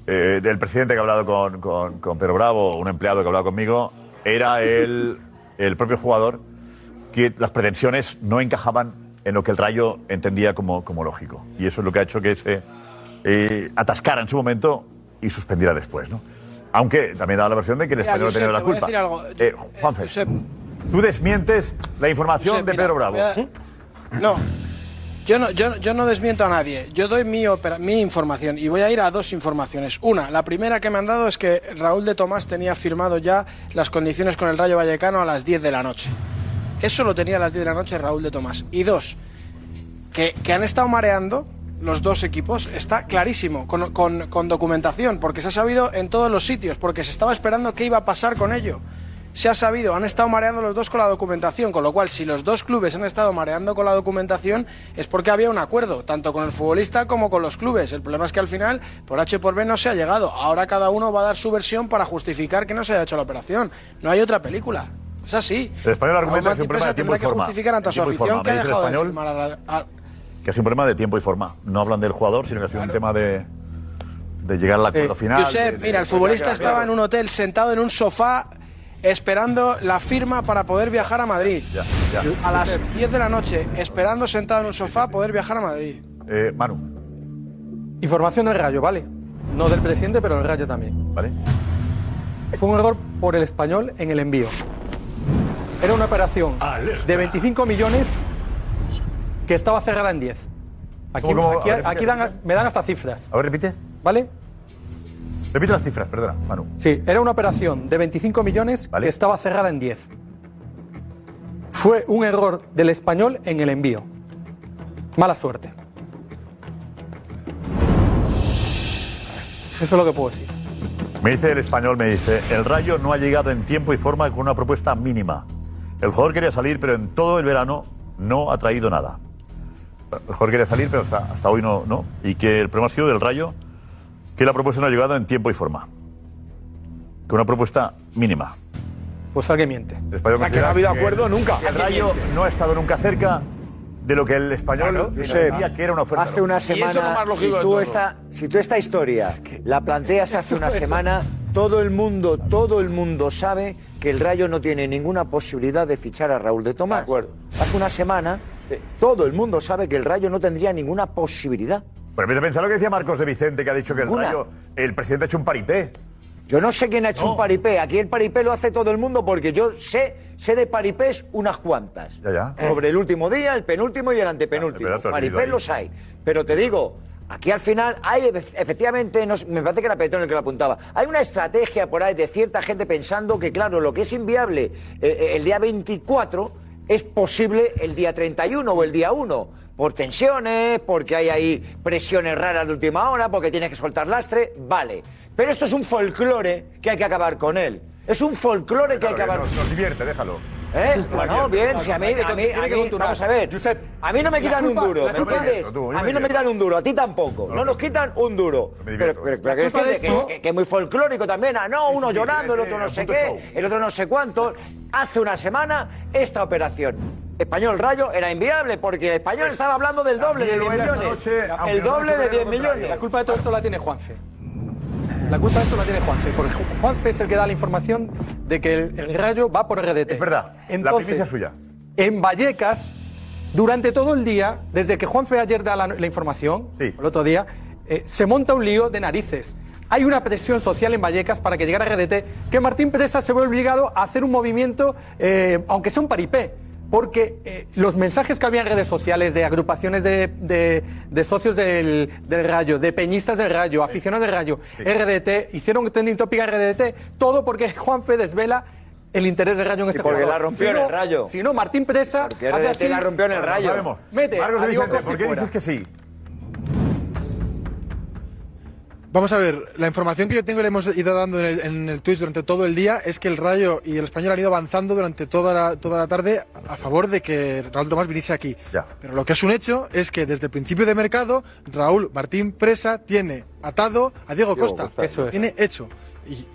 [SPEAKER 9] eh, del presidente que ha hablado con, con, con Pedro Bravo, un empleado que ha hablado conmigo, era el, el propio jugador que las pretensiones no encajaban en lo que el Rayo entendía como, como lógico. Y eso es lo que ha hecho que se eh, atascara en su momento y suspendiera después, ¿no? Aunque también da la versión de que el
[SPEAKER 13] Mira,
[SPEAKER 9] español ha tenido
[SPEAKER 13] Josep,
[SPEAKER 9] la
[SPEAKER 13] te voy a
[SPEAKER 9] culpa.
[SPEAKER 13] decir algo.
[SPEAKER 9] Eh, Juanfe, tú desmientes la información
[SPEAKER 13] Josep,
[SPEAKER 9] de
[SPEAKER 13] mira,
[SPEAKER 9] Pedro Bravo. ¿Eh?
[SPEAKER 13] voy a- No, yo no, yo, no- yo no desmiento a nadie. Yo doy mi, opera- mi información y voy a ir a dos informaciones. Una, la primera que me han dado es que Raúl de Tomás tenía firmado ya las condiciones con el Rayo Vallecano a las 10 de la noche. Eso lo tenía a las 10 de la noche Raúl de Tomás. Y dos, que, que han estado mareando los dos equipos, está clarísimo, con, con- con documentación, porque se ha sabido en todos los sitios, porque se estaba esperando qué iba a pasar con ello.
[SPEAKER 5] se ha sabido, han estado mareando los dos con la documentación, con lo cual si los dos clubes han estado mareando con la documentación es porque había un acuerdo, tanto con el futbolista como con los clubes. El problema es que al final, por H y por B no se ha llegado. Ahora cada uno va a dar su versión para justificar que no se haya hecho la operación. No hay otra película. Es así.
[SPEAKER 9] El español argumenta
[SPEAKER 5] Raúl
[SPEAKER 9] que
[SPEAKER 5] Martín
[SPEAKER 9] es un problema
[SPEAKER 5] Presa
[SPEAKER 9] de tiempo y
[SPEAKER 5] tendrá que
[SPEAKER 9] forma.
[SPEAKER 5] justificar ante
[SPEAKER 9] De
[SPEAKER 5] su
[SPEAKER 9] tiempo y forma.
[SPEAKER 5] afición que ha
[SPEAKER 9] Me dice el
[SPEAKER 5] dejado de
[SPEAKER 9] español
[SPEAKER 5] firmar a la- a-
[SPEAKER 9] Que ha sido un problema de tiempo y forma. No hablan del jugador, sino que ha sido un tema de, de llegar al acuerdo final. de-
[SPEAKER 5] Josep,
[SPEAKER 9] de-
[SPEAKER 5] mira, el futbolista estaba en un hotel sentado en un sofá esperando la firma para poder viajar a Madrid.
[SPEAKER 9] Ya, ya.
[SPEAKER 5] A las 10 de la noche, esperando sentado en un sofá poder viajar a Madrid.
[SPEAKER 9] Eh, Manu,
[SPEAKER 4] Información del Rayo, ¿vale? No del presidente, pero del Rayo también.
[SPEAKER 9] ¿vale?
[SPEAKER 4] Fue un error por el español en el envío. Era una operación de 25 millones que estaba cerrada en 10. Aquí,
[SPEAKER 9] ¿Cómo, cómo?
[SPEAKER 4] aquí-
[SPEAKER 9] A ver,
[SPEAKER 4] aquí dan- me dan hasta cifras.
[SPEAKER 9] A ver, repite.
[SPEAKER 4] ¿Vale?
[SPEAKER 9] Repite las cifras, perdona, Manu.
[SPEAKER 4] Sí, era una operación de 25 millones que estaba cerrada en 10. Fue un error del español en el envío. Mala suerte. Eso es lo que puedo decir.
[SPEAKER 9] Me dice el español, me dice, el Rayo no ha llegado en tiempo y forma con una propuesta mínima. El jugador quería salir, pero en todo el verano no ha traído nada. El jugador quería salir, pero hasta, hasta hoy no, no. Y que el problema ha sido del Rayo, que la propuesta no ha llegado en tiempo y forma. Que una propuesta mínima.
[SPEAKER 4] Pues alguien miente.
[SPEAKER 9] El español
[SPEAKER 4] O sea, que
[SPEAKER 9] considera
[SPEAKER 4] no ha habido acuerdo
[SPEAKER 9] el-
[SPEAKER 4] nunca.
[SPEAKER 9] que El Rayo no ha estado nunca cerca de lo que el español sabía que era una oferta.
[SPEAKER 6] Hace una semana, si tú, esta, si tú esta historia la
[SPEAKER 9] *laughs*
[SPEAKER 6] planteas hace una
[SPEAKER 9] Eso-
[SPEAKER 6] semana, todo el mundo, todo el mundo sabe que el Rayo no tiene ninguna posibilidad de fichar a Raúl de Tomás. Hace una semana, todo el mundo sabe que el Rayo no tendría ninguna posibilidad.
[SPEAKER 9] Pero vete a pensar lo que decía Marcos de Vicente, que ha dicho que el
[SPEAKER 6] Ninguna.
[SPEAKER 9] Rayo, el presidente ha hecho un paripé.
[SPEAKER 6] Yo no sé quién ha hecho un paripé. Aquí el paripé lo hace todo el mundo porque yo sé, sé de paripés unas cuantas.
[SPEAKER 9] Ya, ya.
[SPEAKER 6] Sobre el último día, el penúltimo y el antepenúltimo.
[SPEAKER 9] pero tú has vivido
[SPEAKER 6] paripés
[SPEAKER 9] ahí.
[SPEAKER 6] los hay. Pero te digo, aquí al final hay efe- efectivamente, no sé, me parece que era Petón el que lo apuntaba, hay una estrategia por ahí de cierta gente pensando que, claro, lo que es inviable eh, eh, el día 24 es posible el día 31 o el día 1. Por tensiones, porque hay ahí presiones raras de última hora, porque tienes que soltar lastre, vale. Pero esto es un folclore que hay que acabar con él. Es un folclore que hay que acabar
[SPEAKER 9] Nos, nos divierte, déjalo.
[SPEAKER 6] ¿Eh? Bueno,
[SPEAKER 9] Javier.
[SPEAKER 6] bien, si a mí, a mí, a mí- vamos a ver, a mí no me
[SPEAKER 9] la
[SPEAKER 6] quitan un
[SPEAKER 9] culpa-
[SPEAKER 6] duro,
[SPEAKER 9] la
[SPEAKER 6] ¿me
[SPEAKER 9] culpa-
[SPEAKER 6] entiendes?
[SPEAKER 9] Tú, yo
[SPEAKER 6] A mí
[SPEAKER 9] me
[SPEAKER 6] no me
[SPEAKER 9] divierto.
[SPEAKER 6] quitan un duro, a ti tampoco, no nos quitan un duro. Pero, pero, pero que
[SPEAKER 9] La culpa de
[SPEAKER 6] decirte que,
[SPEAKER 9] esto-
[SPEAKER 6] que- que es muy folclórico también, ah, no, uno llorando, el otro no sé qué, el otro no sé cuánto. Hace una semana, esta operación. Español Rayo era inviable porque el español estaba hablando del doble de 10 millones. El doble de 10 millones.
[SPEAKER 4] La culpa de todo esto la tiene Juanfe. La culpa de esto la tiene Juanfe, porque Ju- Juanfe es el que da la información de que el, el rayo va por RDT. Es verdad,
[SPEAKER 9] primicia es suya.
[SPEAKER 4] En Vallecas, durante todo el día, desde que Juanfe ayer da la, la información, el otro día, eh, se monta un lío de narices. Hay una presión social en Vallecas para que llegara RDT, que Martín Presa se ve obligado a hacer un movimiento, eh, aunque sea un paripé. Porque eh, los mensajes que había en redes sociales de agrupaciones de, de- de socios del, del Rayo, de peñistas del Rayo, aficionados del Rayo, RDT, hicieron trending topic a RDT, todo porque Juanfe desvela el interés del Rayo en este
[SPEAKER 6] porque
[SPEAKER 4] jugador.
[SPEAKER 6] la rompió
[SPEAKER 4] Si
[SPEAKER 6] en
[SPEAKER 4] no-
[SPEAKER 6] el Rayo.
[SPEAKER 4] Si no, Martín Presa
[SPEAKER 6] Porque RDT la rompió en el Rayo.
[SPEAKER 9] Lo sabemos.
[SPEAKER 4] Mete,
[SPEAKER 9] Marcos de
[SPEAKER 4] a Diego
[SPEAKER 9] Vicente,
[SPEAKER 4] Costa
[SPEAKER 9] ¿por qué
[SPEAKER 4] fuera.
[SPEAKER 9] dices que sí?
[SPEAKER 15] Vamos a ver, la información que yo tengo y le hemos ido dando en el, en el Twitch durante todo el día es que el Rayo y el Español han ido avanzando durante toda la, toda la tarde a favor de que Raúl Tomás viniese aquí. Pero lo que es un hecho es que desde el principio de mercado, Raúl Martín Presa tiene atado a Diego
[SPEAKER 6] Diego
[SPEAKER 15] Costa.
[SPEAKER 6] Costa. Eso es.
[SPEAKER 15] Tiene hecho. Y,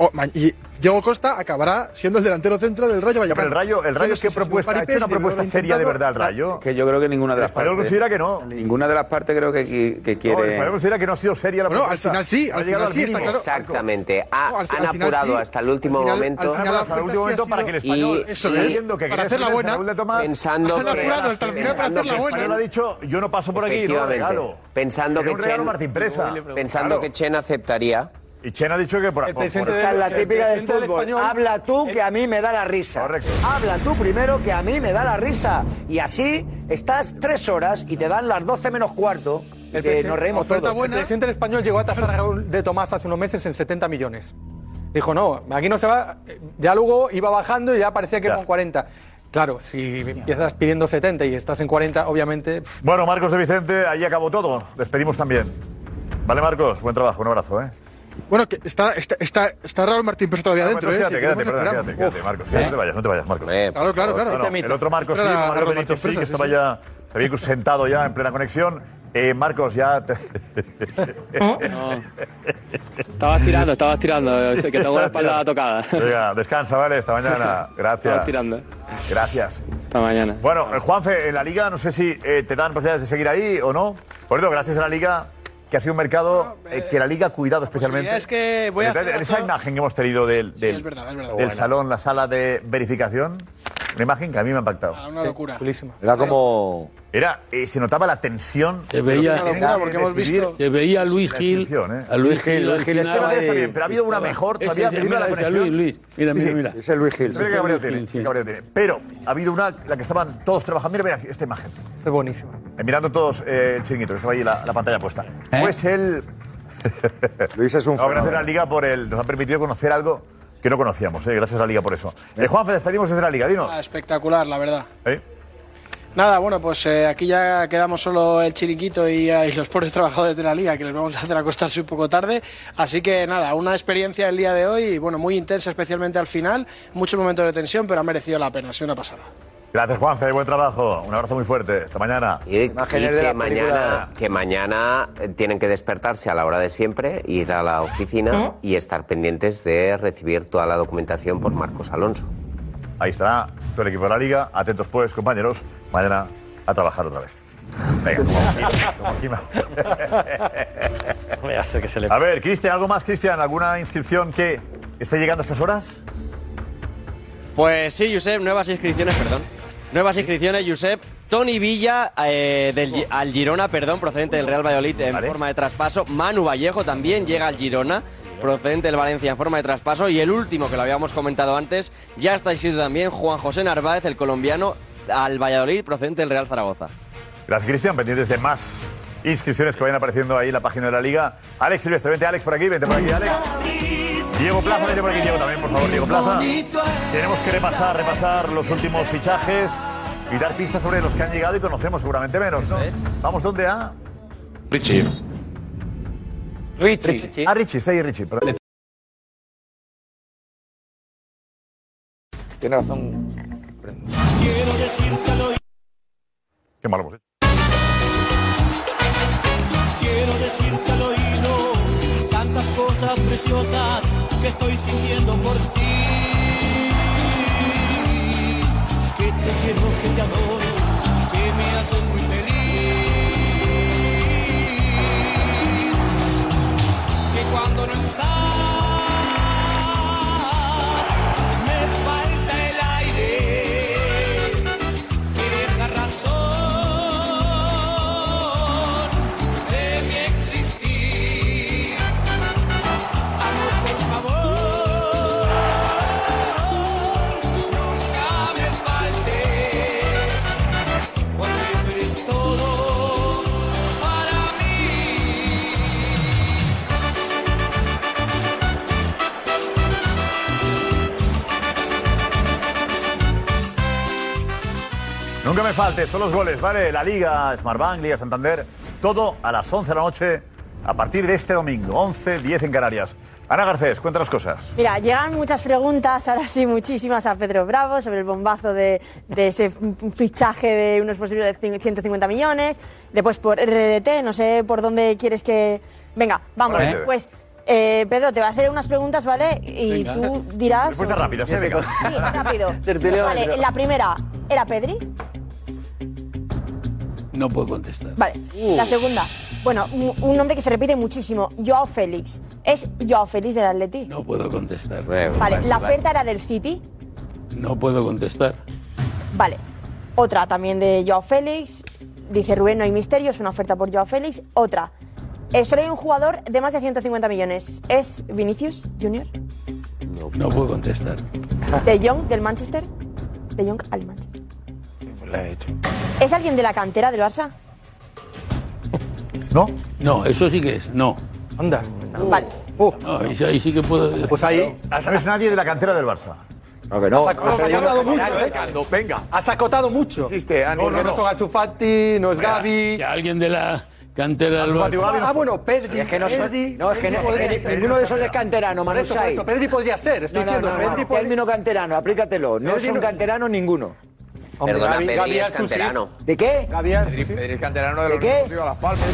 [SPEAKER 15] o- ma- y Diego Costa acabará siendo el delantero centro del Rayo
[SPEAKER 9] Ya,
[SPEAKER 15] Vallecano.
[SPEAKER 9] pero el Rayo, el Rayo
[SPEAKER 15] Pero si
[SPEAKER 9] ¿qué
[SPEAKER 15] es un
[SPEAKER 9] propuesta? ¿Ha
[SPEAKER 15] paripé,
[SPEAKER 9] hecho una
[SPEAKER 15] si lo
[SPEAKER 9] propuesta
[SPEAKER 15] han
[SPEAKER 9] seria de
[SPEAKER 15] intentado-
[SPEAKER 9] verdad el Rayo?
[SPEAKER 29] Que yo creo que ninguna de
[SPEAKER 9] El
[SPEAKER 29] las
[SPEAKER 9] español
[SPEAKER 29] partes.
[SPEAKER 9] considera que no.
[SPEAKER 29] Ninguna de las partes creo que, que, que quiere.
[SPEAKER 9] No, el español considera que no ha sido seria la
[SPEAKER 15] Bueno, al
[SPEAKER 9] propuesta.
[SPEAKER 15] final sí,
[SPEAKER 9] Ha
[SPEAKER 15] al
[SPEAKER 9] llegado
[SPEAKER 15] final sí, está
[SPEAKER 9] mínimo.
[SPEAKER 15] claro.
[SPEAKER 16] Exactamente. Ha-
[SPEAKER 15] No, al-
[SPEAKER 16] han
[SPEAKER 15] al final
[SPEAKER 16] apurado
[SPEAKER 15] sí.
[SPEAKER 16] hasta el último
[SPEAKER 15] Al final-
[SPEAKER 16] momento.
[SPEAKER 15] al final la
[SPEAKER 9] Hasta el último
[SPEAKER 15] oferta
[SPEAKER 9] momento
[SPEAKER 15] sí ha
[SPEAKER 9] para que el
[SPEAKER 15] sido-
[SPEAKER 9] español.
[SPEAKER 15] Eso
[SPEAKER 9] y-
[SPEAKER 15] es.
[SPEAKER 9] Sabiendo que
[SPEAKER 15] Para
[SPEAKER 9] quería
[SPEAKER 15] hacerla
[SPEAKER 9] hacerle
[SPEAKER 15] buena.
[SPEAKER 9] Raúl de Tomás,
[SPEAKER 16] Pensando
[SPEAKER 9] Han
[SPEAKER 16] que-
[SPEAKER 9] apurado hasta el final para
[SPEAKER 16] pensando
[SPEAKER 9] hacerla
[SPEAKER 16] que
[SPEAKER 9] buena.
[SPEAKER 16] Chen-
[SPEAKER 9] Él ha dicho, yo no paso por aquí, no
[SPEAKER 16] Efectivamente.
[SPEAKER 9] regalo.
[SPEAKER 16] Pensando
[SPEAKER 9] Era
[SPEAKER 16] que
[SPEAKER 9] un regalo
[SPEAKER 16] Chen,
[SPEAKER 9] Martín Presa.
[SPEAKER 16] pensando
[SPEAKER 9] Claro.
[SPEAKER 16] que Chen aceptaría.
[SPEAKER 9] Y Chen ha dicho que por, por- por-
[SPEAKER 6] Esta es la típica del fútbol. Habla tú que a mí me da la risa. Habla tú primero que a mí me da la risa. Y así estás tres horas y te dan las 12 menos cuarto. y
[SPEAKER 4] El
[SPEAKER 6] que
[SPEAKER 4] presidente-
[SPEAKER 6] nos reímos todos.
[SPEAKER 4] El presidente del español llegó a tasar a Raúl de Tomás hace unos meses en 70 millones. Dijo, no, aquí no se va. Ya luego iba bajando y ya parecía que con 40. Claro, si empiezas pidiendo 70 y estás en 40, obviamente. pff,
[SPEAKER 9] Bueno, Marcos de Vicente, ahí acabó todo. Despedimos también. Vale, Marcos, buen trabajo, un abrazo, ¿eh?
[SPEAKER 15] Bueno, que está, está, está, está Raúl Martín Presa todavía
[SPEAKER 9] Ah, Bueno,
[SPEAKER 15] dentro,
[SPEAKER 9] entonces
[SPEAKER 15] ¿eh?
[SPEAKER 9] quédate,
[SPEAKER 15] Si
[SPEAKER 9] quédate,
[SPEAKER 15] queremos,
[SPEAKER 9] perdón,
[SPEAKER 15] esperamos.
[SPEAKER 9] quédate, quédate, Marcos. que No te vayas, no te vayas, Marcos.
[SPEAKER 15] Claro, claro, claro.
[SPEAKER 9] No, no, el otro Este Marcos sí,
[SPEAKER 15] Espera,
[SPEAKER 9] Manuel
[SPEAKER 15] Raúl
[SPEAKER 9] Benito
[SPEAKER 15] Martín
[SPEAKER 9] sí, que
[SPEAKER 15] Presa,
[SPEAKER 9] estaba ya, se había sentado ya en plena conexión. Eh, Marcos, ya te... *laughs*
[SPEAKER 11] Estabas tirando, estabas tirando. eh, Que
[SPEAKER 9] *laughs*
[SPEAKER 11] tengo la espalda tocada.
[SPEAKER 9] Venga, descansa, ¿vale? Hasta mañana. Gracias.
[SPEAKER 11] Estabas tirando.
[SPEAKER 9] Gracias.
[SPEAKER 11] Hasta mañana.
[SPEAKER 9] Bueno, eh, Juanfe, en la Liga no sé si eh, te dan posibilidades de seguir ahí o no. Por eso, gracias a la Liga, que ha sido un mercado eh, que la Liga ha cuidado
[SPEAKER 15] Pues
[SPEAKER 9] especialmente.
[SPEAKER 13] posibilidad es que voy a
[SPEAKER 9] Esa-
[SPEAKER 13] hacer
[SPEAKER 9] Esa
[SPEAKER 13] otro-
[SPEAKER 9] imagen que hemos tenido del, del,
[SPEAKER 13] es verdad, es verdad.
[SPEAKER 9] del
[SPEAKER 13] Bueno.
[SPEAKER 9] salón, la sala de verificación, una imagen que a mí me ha impactado.
[SPEAKER 8] Ah,
[SPEAKER 13] Una
[SPEAKER 9] Eh,
[SPEAKER 13] locura.
[SPEAKER 9] Era como... Era, eh, se notaba la tensión.
[SPEAKER 8] Se veía, se veía a Luis
[SPEAKER 9] La
[SPEAKER 8] Gil.
[SPEAKER 9] inscripción, ¿eh?
[SPEAKER 8] A Luis Gil. al
[SPEAKER 9] Este
[SPEAKER 8] final.
[SPEAKER 9] todavía está bien, pero ha habido una mejor
[SPEAKER 8] Ese,
[SPEAKER 9] todavía.
[SPEAKER 8] ese,
[SPEAKER 9] Mira la
[SPEAKER 8] mira, ese,
[SPEAKER 9] conexión.
[SPEAKER 8] Luis, Luis. Mira,
[SPEAKER 9] Sí,
[SPEAKER 8] mira,
[SPEAKER 9] sí.
[SPEAKER 8] mira.
[SPEAKER 9] Ese Luis Gil. Mira qué cabreo
[SPEAKER 8] Luis Gil,
[SPEAKER 9] tiene,
[SPEAKER 8] sí.
[SPEAKER 9] qué cabreo tiene. Pero ha habido una, la que estaban todos trabajando. Mira, mira esta imagen.
[SPEAKER 4] Es buenísima.
[SPEAKER 9] Eh, Mirando todos eh, el chiringuito, que estaba ahí la, la pantalla puesta. Pues él.
[SPEAKER 6] Luis es un
[SPEAKER 9] No, gracias a
[SPEAKER 6] fenómeno.
[SPEAKER 9] la Liga por el. Nos ha permitido conocer algo que no conocíamos, eh, gracias a la Liga por eso. Eh, Juan, despedimos desde la Liga, dinos.
[SPEAKER 13] Ah, espectacular, la verdad.
[SPEAKER 9] ¿Eh?
[SPEAKER 13] Nada, bueno, pues eh, aquí ya quedamos solo el chiringuito y, eh, y los pobres trabajadores de la liga, que les vamos a hacer acostarse un poco tarde. Así que nada, una experiencia el día de hoy, y, bueno, muy intensa, especialmente al final. Muchos momentos de tensión, pero ha merecido la pena, ha sido una pasada.
[SPEAKER 9] Gracias, Juanfe, buen trabajo. Un abrazo muy fuerte. Hasta mañana.
[SPEAKER 16] Y que, mañana, que mañana eh, tienen que despertarse a la hora de siempre, ir a la oficina y estar pendientes de recibir toda la documentación por Marcos Alonso.
[SPEAKER 9] Ahí estará todo el equipo de la Liga. Atentos, pues, compañeros. Mañana a trabajar otra vez. Venga, como aquí, como aquí me- A ver, Cristian, ¿algo más, Cristian? ¿Alguna inscripción que esté llegando a estas horas?
[SPEAKER 11] Pues sí, Josep, nuevas inscripciones, perdón. Nuevas inscripciones, Josep. Tony Villa eh, del Gi- al Girona, perdón, procedente del Real Valladolid en forma de traspaso. Manu Vallejo también llega al Girona, procedente del Valencia en forma de traspaso. Y el último que lo habíamos comentado antes, ya está inscrito también Juan José Narváez, el colombiano, al Valladolid, procedente del Real Zaragoza.
[SPEAKER 9] Gracias, Cristian. Pendientes de más inscripciones que vayan apareciendo ahí en la página de la Liga. Alex Silvestre, vente, Alex, por aquí. Vente por aquí, Alex. Diego Plaza, vente por aquí, Diego, también, por favor, Diego Plaza. Tenemos que repasar, repasar los últimos fichajes y dar pistas sobre los que han llegado y conocemos seguramente menos. ¿no? Vamos, ¿dónde a?
[SPEAKER 36] Richie.
[SPEAKER 9] Richie. Ah, Richie, está ahí Richie. perdón.
[SPEAKER 17] Tiene razón.
[SPEAKER 9] Qué malo hemos hecho.
[SPEAKER 21] Quiero decirte al oído tantas cosas preciosas que estoy sintiendo por ti. Que te quiero, que te adoro, que me haces muy feliz. Que cuando no estás, me falta el aire. Que es la razón de mi existir. Amor, por favor, nunca me faltes, porque tú eres todo para
[SPEAKER 9] Nunca me faltes, todos los goles, ¿vale? La Liga, Smartbank, Liga Santander, todo a las 11 de la noche a partir de este domingo, 11, 10 en Canarias. Ana Garcés, cuéntanos cosas.
[SPEAKER 3] Mira, llegan muchas preguntas, ahora sí muchísimas, a Pedro Bravo sobre el bombazo de, de ese fichaje de unos posibles cin- 150 millones. Después por RDT, no sé por dónde quieres que... Venga, vamos.
[SPEAKER 9] Vale.
[SPEAKER 3] Pues, eh, Pedro, te voy a hacer unas preguntas, ¿vale? Y
[SPEAKER 9] Venga.
[SPEAKER 3] tú dirás...
[SPEAKER 9] Respuestas rápidas, ¿eh? Venga.
[SPEAKER 3] Sí, rápido.
[SPEAKER 9] Tertuliano,
[SPEAKER 3] Vale,
[SPEAKER 9] tertuliano.
[SPEAKER 3] la primera, ¿era Pedri?
[SPEAKER 8] No puedo contestar.
[SPEAKER 3] Vale. La segunda, bueno, un, un nombre que se repite muchísimo, Joao Félix. ¿Es Joao Félix del Atleti?
[SPEAKER 8] No puedo contestar.
[SPEAKER 3] Vale, la oferta era del City.
[SPEAKER 8] No puedo contestar.
[SPEAKER 3] Vale. Otra también de Joao Félix. Dice Rubén, no hay misterio, es una oferta por Joao Félix. Otra. Eh, solo hay un jugador de más de 150 millones. ¿Es Vinicius Junior?
[SPEAKER 8] No puedo contestar.
[SPEAKER 3] ¿De Jong del Manchester? ¿De Jong al Manchester?
[SPEAKER 8] La he hecho.
[SPEAKER 3] ¿Es alguien de la cantera del Barça?
[SPEAKER 9] ¿No?
[SPEAKER 8] No, eso sí que es. No.
[SPEAKER 4] Anda.
[SPEAKER 3] Uh. Vale.
[SPEAKER 8] No, ahí, sí- ahí sí que puedo.
[SPEAKER 4] Pues ahí.
[SPEAKER 9] ¿Sabes nadie de la cantera del Barça?
[SPEAKER 6] No, que no.
[SPEAKER 4] Has acotado, has acotado mucho, ¿eh?
[SPEAKER 9] Venga.
[SPEAKER 4] Has acotado mucho.
[SPEAKER 9] Hiciste, Ani,
[SPEAKER 4] no, no,
[SPEAKER 9] que
[SPEAKER 4] no.
[SPEAKER 9] no.
[SPEAKER 4] son Ansu Fati, no es
[SPEAKER 8] Mira,
[SPEAKER 4] Gavi.
[SPEAKER 8] que alguien de la que antes era el Barça.
[SPEAKER 4] Ah, bueno, Pedri.
[SPEAKER 8] Sí, es que no son-
[SPEAKER 4] Pedri,
[SPEAKER 8] no, es que no-
[SPEAKER 4] podría
[SPEAKER 8] es que
[SPEAKER 4] ser.
[SPEAKER 8] ninguno de esos
[SPEAKER 4] Pero-
[SPEAKER 6] es canterano,
[SPEAKER 4] Por eso, por
[SPEAKER 6] Manusai.
[SPEAKER 4] eso, Pedri podría ser. Estoy
[SPEAKER 6] No, no,
[SPEAKER 4] diciendo,
[SPEAKER 6] no,
[SPEAKER 4] Pedri
[SPEAKER 6] no,
[SPEAKER 4] podría-
[SPEAKER 6] término canterano, aplícatelo. No
[SPEAKER 4] Pedri
[SPEAKER 6] son
[SPEAKER 4] no-
[SPEAKER 6] canteranos ninguno.
[SPEAKER 16] Perdona,
[SPEAKER 6] Gavi-
[SPEAKER 16] Pedri
[SPEAKER 6] Gavi
[SPEAKER 16] es
[SPEAKER 6] Asu, sí.
[SPEAKER 16] canterano.
[SPEAKER 6] ¿De qué?
[SPEAKER 9] Pedri, Pedri es canterano de
[SPEAKER 6] ¿De
[SPEAKER 9] los
[SPEAKER 6] qué?
[SPEAKER 9] Deportivos Las Palmas.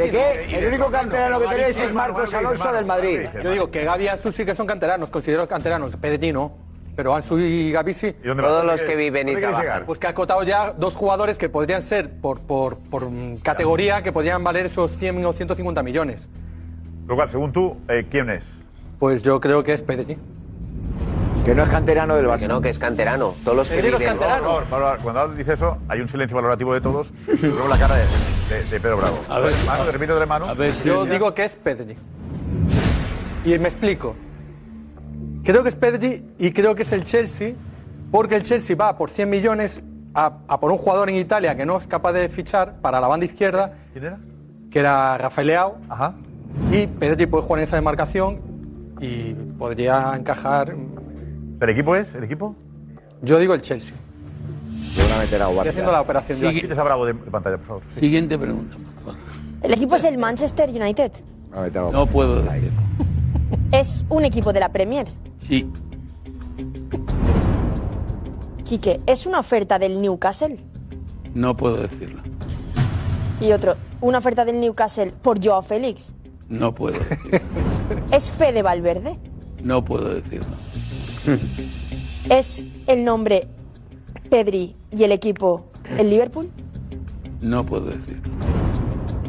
[SPEAKER 6] ¿De qué? El único canterano que tenéis es Marcos Alonso del Madrid.
[SPEAKER 4] Yo digo que Gaby y Ansu sí que son canteranos, considero canteranos. Pedri no. Pero Ansu y Gaby sí.
[SPEAKER 16] va? Todos los que viven y ¿Dónde quieres trabajan. llegar?
[SPEAKER 4] Pues que ha acotado ya dos jugadores que podrían ser, por, por, por mm, categoría, que podrían valer esos 100 o 150 millones.
[SPEAKER 9] Lo cual, según tú, eh, ¿quién es?
[SPEAKER 4] Pues yo creo que es Pedri.
[SPEAKER 6] Que no es canterano del Barça.
[SPEAKER 16] Que no, que es canterano. Todos los que viven.
[SPEAKER 9] Por favor, Pablo, cuando dice eso, hay un silencio valorativo de todos. y Luego la cara de, de- de Pedro Bravo. A ver, Manu, te repito de mano. A ver,
[SPEAKER 4] Yo digo que es Pedri. Y me explico. Creo que es Pedri y creo que es el Chelsea, porque el Chelsea va por 100 millones a, a por un jugador en Italia que no es capaz de fichar para la banda izquierda.
[SPEAKER 15] ¿Eh?
[SPEAKER 9] ¿Quién era?
[SPEAKER 4] Que era Rafael Leao.
[SPEAKER 9] Ajá.
[SPEAKER 4] Y Pedri puede jugar en esa demarcación y podría encajar.
[SPEAKER 9] ¿El equipo es? ¿El equipo?
[SPEAKER 4] Yo digo el Chelsea.
[SPEAKER 6] Seguramente era
[SPEAKER 4] Estoy haciendo la operación yo aquí.
[SPEAKER 9] Quites a Bravo de de pantalla, por favor. Sí.
[SPEAKER 8] Siguiente pregunta.
[SPEAKER 3] El equipo es el Manchester United.
[SPEAKER 8] No puedo decir.
[SPEAKER 3] Es un equipo de la Premier.
[SPEAKER 8] Sí.
[SPEAKER 3] Quique, es una oferta del Newcastle.
[SPEAKER 8] No puedo decirlo.
[SPEAKER 3] Y otro, una oferta del Newcastle por Joao Félix.
[SPEAKER 8] No puedo.
[SPEAKER 3] Es Fede Valverde.
[SPEAKER 8] No puedo decirlo. *laughs*
[SPEAKER 3] Es el nombre Pedri y el equipo el Liverpool.
[SPEAKER 8] No puedo decir.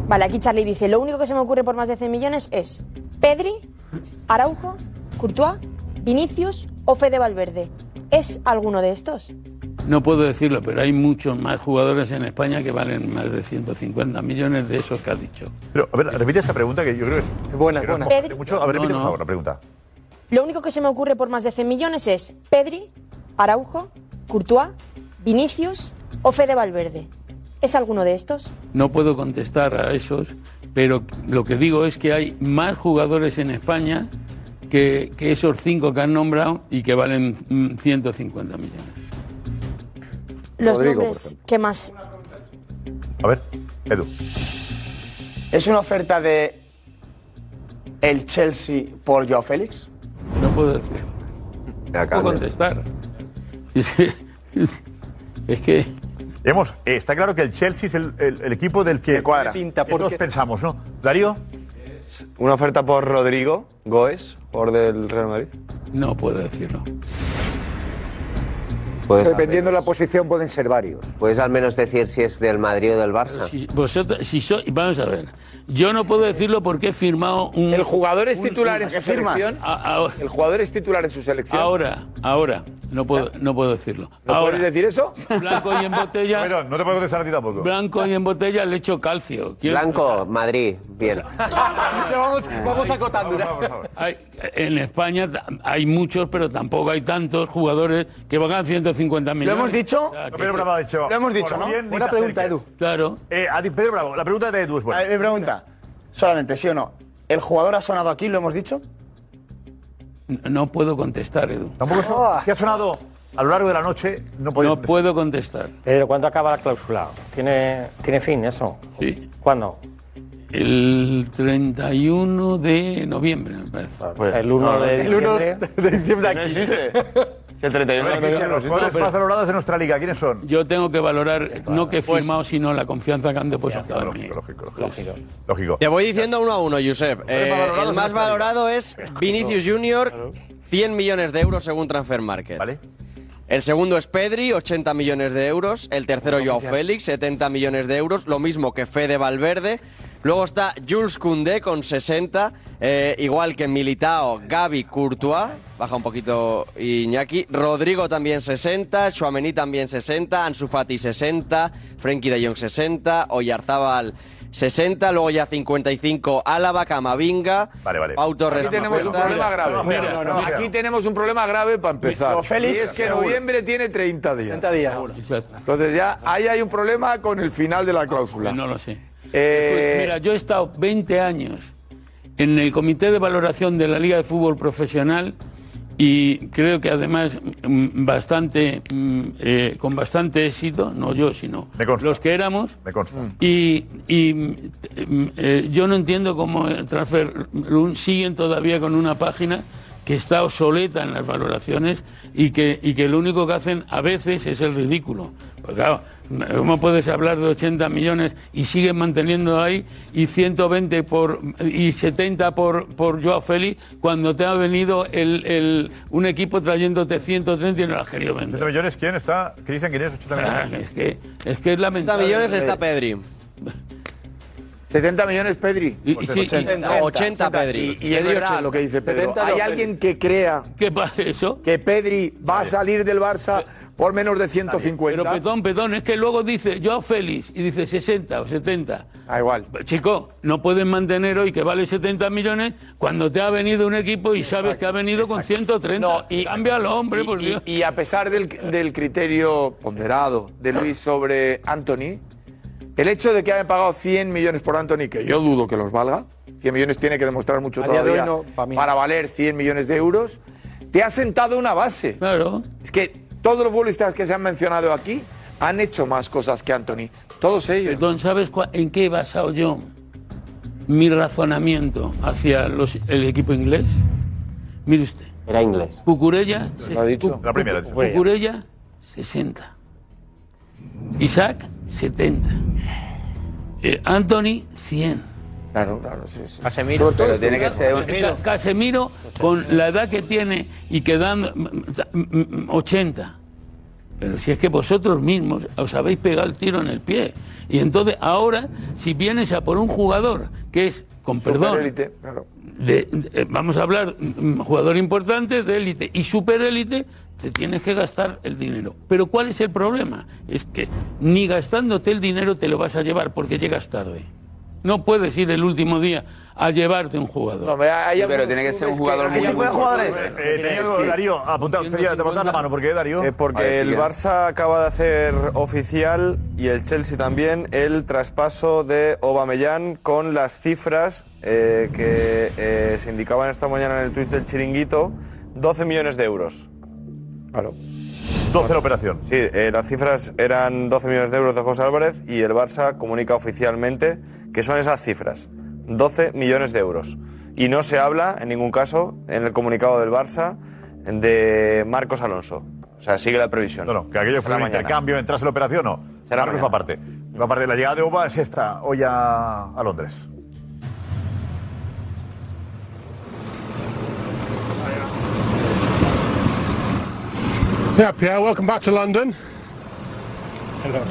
[SPEAKER 3] Vale, aquí Charlie dice, lo único que se me ocurre por más de 100 millones es Pedri, Araujo, Courtois, Vinicius o Fede Valverde. ¿Es alguno de estos?
[SPEAKER 8] No puedo decirlo, pero hay muchos más jugadores en España que valen más de 150 millones de esos que ha dicho.
[SPEAKER 9] Pero, a ver, repite esta pregunta que yo creo que es.
[SPEAKER 4] Buena,
[SPEAKER 9] buena.
[SPEAKER 3] Pedri-
[SPEAKER 9] Mucho, a ver, repite, por favor, la pregunta.
[SPEAKER 3] Lo único que se me ocurre por más de 100 millones es Pedri, Araujo, Courtois, Vinicius o Fede Valverde. ¿Es alguno de estos?
[SPEAKER 8] No puedo contestar a esos, pero lo que digo es que hay más jugadores en España que, que esos cinco que han nombrado y que valen mm, 150 millones.
[SPEAKER 3] Los
[SPEAKER 8] Rodrigo, por
[SPEAKER 3] nombres que más...
[SPEAKER 9] A ver, Edu.
[SPEAKER 24] ¿Es una oferta de el Chelsea por Joao Félix?
[SPEAKER 8] No puedo decir. No puedo contestar. *laughs* es que.
[SPEAKER 9] Hemos, eh, está claro que el Chelsea es el, el- el equipo del que.
[SPEAKER 4] Pinta,
[SPEAKER 9] que todos pensamos, ¿no? Darío.
[SPEAKER 2] Una oferta por Rodrigo Goes, por del Real Madrid.
[SPEAKER 8] No puedo decirlo.
[SPEAKER 6] Dependiendo de la posición pueden ser varios.
[SPEAKER 16] Puedes al menos decir si es del Madrid o del Barça.
[SPEAKER 8] Si vosotros, si soy, vamos a ver. Yo no puedo decirlo porque he firmado un.
[SPEAKER 17] El jugador es
[SPEAKER 8] un-
[SPEAKER 17] titular
[SPEAKER 8] un-
[SPEAKER 17] en su selección. El jugador es titular en su selección.
[SPEAKER 8] Ahora, ahora, no puedo, no puedo decirlo.
[SPEAKER 17] ¿No
[SPEAKER 8] ahora,
[SPEAKER 17] podéis decir eso?
[SPEAKER 8] Blanco y en botella.
[SPEAKER 9] Perdón, no te puedo contestar a ti tampoco.
[SPEAKER 8] Blanco y en botella le echo calcio.
[SPEAKER 16] Blanco, Madrid, bien.
[SPEAKER 4] vamos, vamos acotando.
[SPEAKER 8] Hay- en España ta- hay muchos, pero tampoco hay tantos jugadores que valgan 150 millones.
[SPEAKER 9] hemos dicho?
[SPEAKER 8] O sea, Ah, que-
[SPEAKER 9] Pedro Bravo ha dicho, Lo hemos dicho, por ¿no? 100 ni Buena te pregunta, acerques.
[SPEAKER 8] Claro.
[SPEAKER 9] Eh, a ti, Pedro Bravo, la pregunta de Edu es buena.
[SPEAKER 24] A ver, mi pregunta, solamente sí o no. ¿El jugador ha sonado aquí, lo hemos dicho?
[SPEAKER 8] No puedo contestar, Edu.
[SPEAKER 9] Tampoco es que ha sonado a lo largo de la noche. No,
[SPEAKER 8] puedo contestar.
[SPEAKER 23] Pedro, Eh, ¿cuándo acaba la cláusula? ¿Tiene, tiene fin eso?
[SPEAKER 8] Sí.
[SPEAKER 23] ¿Cuándo?
[SPEAKER 8] El 31 de noviembre, me parece.
[SPEAKER 23] el 1
[SPEAKER 8] no,
[SPEAKER 23] de
[SPEAKER 8] el 1
[SPEAKER 23] diciembre.
[SPEAKER 4] de diciembre
[SPEAKER 8] aquí.
[SPEAKER 2] el 31
[SPEAKER 9] A ver, Cristian, los jugadores más valorados de nuestra liga, ¿quiénes son?
[SPEAKER 8] Yo tengo que valorar no que he
[SPEAKER 9] Pues-
[SPEAKER 8] firmado, sino la confianza que han depositado en mí.
[SPEAKER 9] Lógico. Lógico.
[SPEAKER 1] Te voy diciendo uno a uno, Josep. Eh,
[SPEAKER 9] valorados
[SPEAKER 1] el más
[SPEAKER 9] en esta
[SPEAKER 1] valorado es Vinicius Junior, 100 millones de euros según Transfer Market. El segundo es Pedri, 80 millones de euros. El tercero, Joao Félix, 70 millones de euros. Lo mismo que Fede Valverde. Luego está Jules Koundé con 60, eh, igual que Militao, Gaby, Courtois, baja un poquito Iñaki, Rodrigo también 60, Chouameni también 60, Ansu Fati 60, Frenkie de Jong 60, Oyarzábal 60, luego ya 55 Álava, Camavinga, Pau Torres
[SPEAKER 17] Aquí tenemos un
[SPEAKER 1] 50.
[SPEAKER 17] problema grave. Aquí tenemos un problema grave para empezar.
[SPEAKER 1] Pero Félix,
[SPEAKER 17] y es que
[SPEAKER 1] seguro.
[SPEAKER 17] noviembre tiene 30 días.
[SPEAKER 4] 30 días.
[SPEAKER 17] Entonces ya ahí hay un problema con el final de la cláusula.
[SPEAKER 8] No lo sé. Pues,
[SPEAKER 17] Eh,
[SPEAKER 8] mira, yo he estado 20 años en el comité de valoración de la Liga de Fútbol Profesional y creo que además mm, bastante mm, eh, con bastante éxito, no yo, sino los que éramos. Y, y, mm, eh, yo no entiendo cómo el Transfer Room siguen todavía con una página que está obsoleta en las valoraciones y que, y que lo único que hacen a veces es el ridículo. Pues claro, ¿cómo puedes hablar de 80 millones y siguen manteniendo ahí y 120 por, y 70 por, por Joao Félix cuando te ha venido el, el- un equipo trayéndote 130 y no lo has querido vender?
[SPEAKER 9] ¿80 millones quién está? Cristian, ¿quién es 80 millones?
[SPEAKER 8] es, que, es Ah, que es lamentable.
[SPEAKER 9] millones está
[SPEAKER 1] Pedri.
[SPEAKER 17] 70 millones Pedri.
[SPEAKER 8] Y-
[SPEAKER 17] Pues
[SPEAKER 8] y sí,
[SPEAKER 17] 80.
[SPEAKER 8] y- no, 80 Pedri.
[SPEAKER 17] Y, y es
[SPEAKER 8] Pedri
[SPEAKER 17] verdad
[SPEAKER 8] 80.
[SPEAKER 17] lo que dice Pedro.
[SPEAKER 8] 70
[SPEAKER 17] ¿Hay
[SPEAKER 8] no,
[SPEAKER 17] alguien que crea que Pedri va a salir del Barça por menos de
[SPEAKER 8] Eh,
[SPEAKER 17] 150?
[SPEAKER 8] Pero petón, petón, es que luego dice yo Félix y dice 60 o 70.
[SPEAKER 17] Ah, igual.
[SPEAKER 8] Chico, no puedes mantener hoy que vale 70 millones cuando te ha venido un equipo y sabes que ha venido con 130. y, Cámbialo, hombre, por Dios.
[SPEAKER 17] Y a pesar del, del criterio ponderado de Luis sobre Anthony, el hecho de que hayan pagado 100 millones por Anthony, que yo dudo que los valga, 100 millones tiene que demostrar mucho
[SPEAKER 4] A día de
[SPEAKER 17] todavía
[SPEAKER 4] hoy no, para mí no.
[SPEAKER 17] para valer 100 millones de euros, te ha sentado una base.
[SPEAKER 8] Claro.
[SPEAKER 17] Es que todos los futbolistas que se han mencionado aquí han hecho más cosas que Anthony. Todos ellos.
[SPEAKER 8] Perdón, Eh, ¿sabes cua- en qué he basado yo mi razonamiento hacia los- el equipo inglés? Mire usted.
[SPEAKER 16] Era inglés.
[SPEAKER 8] Cucurella.
[SPEAKER 16] Lo ha dicho.
[SPEAKER 8] Cu-
[SPEAKER 16] La primera, dice.
[SPEAKER 8] Cucurella, 60. Isaac, 70. Eh, Anthony, 100.
[SPEAKER 17] Claro, claro, sí, sí.
[SPEAKER 8] Casemiro,
[SPEAKER 17] Pero tiene que ser un-
[SPEAKER 8] Casemiro, Casemiro, con la edad que tiene y quedando mm, mm, 80. Pero si es que vosotros mismos os habéis pegado el tiro en el pie. Y entonces ahora, si vienes a por un jugador que es, con perdón,
[SPEAKER 17] Superélite, claro.
[SPEAKER 8] de- de- vamos a hablar, mm, jugador importante de élite y superélite, te tienes que gastar el dinero. Pero ¿cuál es el problema? Es que ni gastándote el dinero te lo vas a llevar porque llegas tarde. No puedes ir el último día a llevarte un jugador.
[SPEAKER 17] No, me- hay Sí, pero algunos
[SPEAKER 9] tiene que ser un jugador
[SPEAKER 17] muy
[SPEAKER 9] ¿Qué tipo de
[SPEAKER 17] bueno.
[SPEAKER 9] jugador es?
[SPEAKER 17] Sí.
[SPEAKER 9] Eh, tenía que- Darío, apuntado, te te apuntabas la mano. ¿Por qué, Darío?
[SPEAKER 2] Eh, porque
[SPEAKER 9] Vale,
[SPEAKER 2] el
[SPEAKER 9] Kylian.
[SPEAKER 2] Barça acaba de hacer oficial y el Chelsea también el traspaso de Aubameyang con las cifras eh, que eh, se indicaban esta mañana en el tuit del chiringuito, 12 millones de euros.
[SPEAKER 17] Claro.
[SPEAKER 9] 12 la operación.
[SPEAKER 2] Sí, eh, las cifras eran 12 millones de euros de José Álvarez y el Barça comunica oficialmente que son esas cifras, 12 millones de euros. Y no se habla en ningún caso en el comunicado del Barça de Marcos Alonso. O sea, sigue la previsión.
[SPEAKER 9] No, no, que aquello fue
[SPEAKER 2] Será
[SPEAKER 9] un
[SPEAKER 2] mañana.
[SPEAKER 9] intercambio, entras en la operación o no.
[SPEAKER 2] Será mañana.
[SPEAKER 9] Marcos va aparte. Va aparte. La llegada de Oba es esta, hoy a, a Londres.
[SPEAKER 28] Yeah, Pierre, welcome back to London.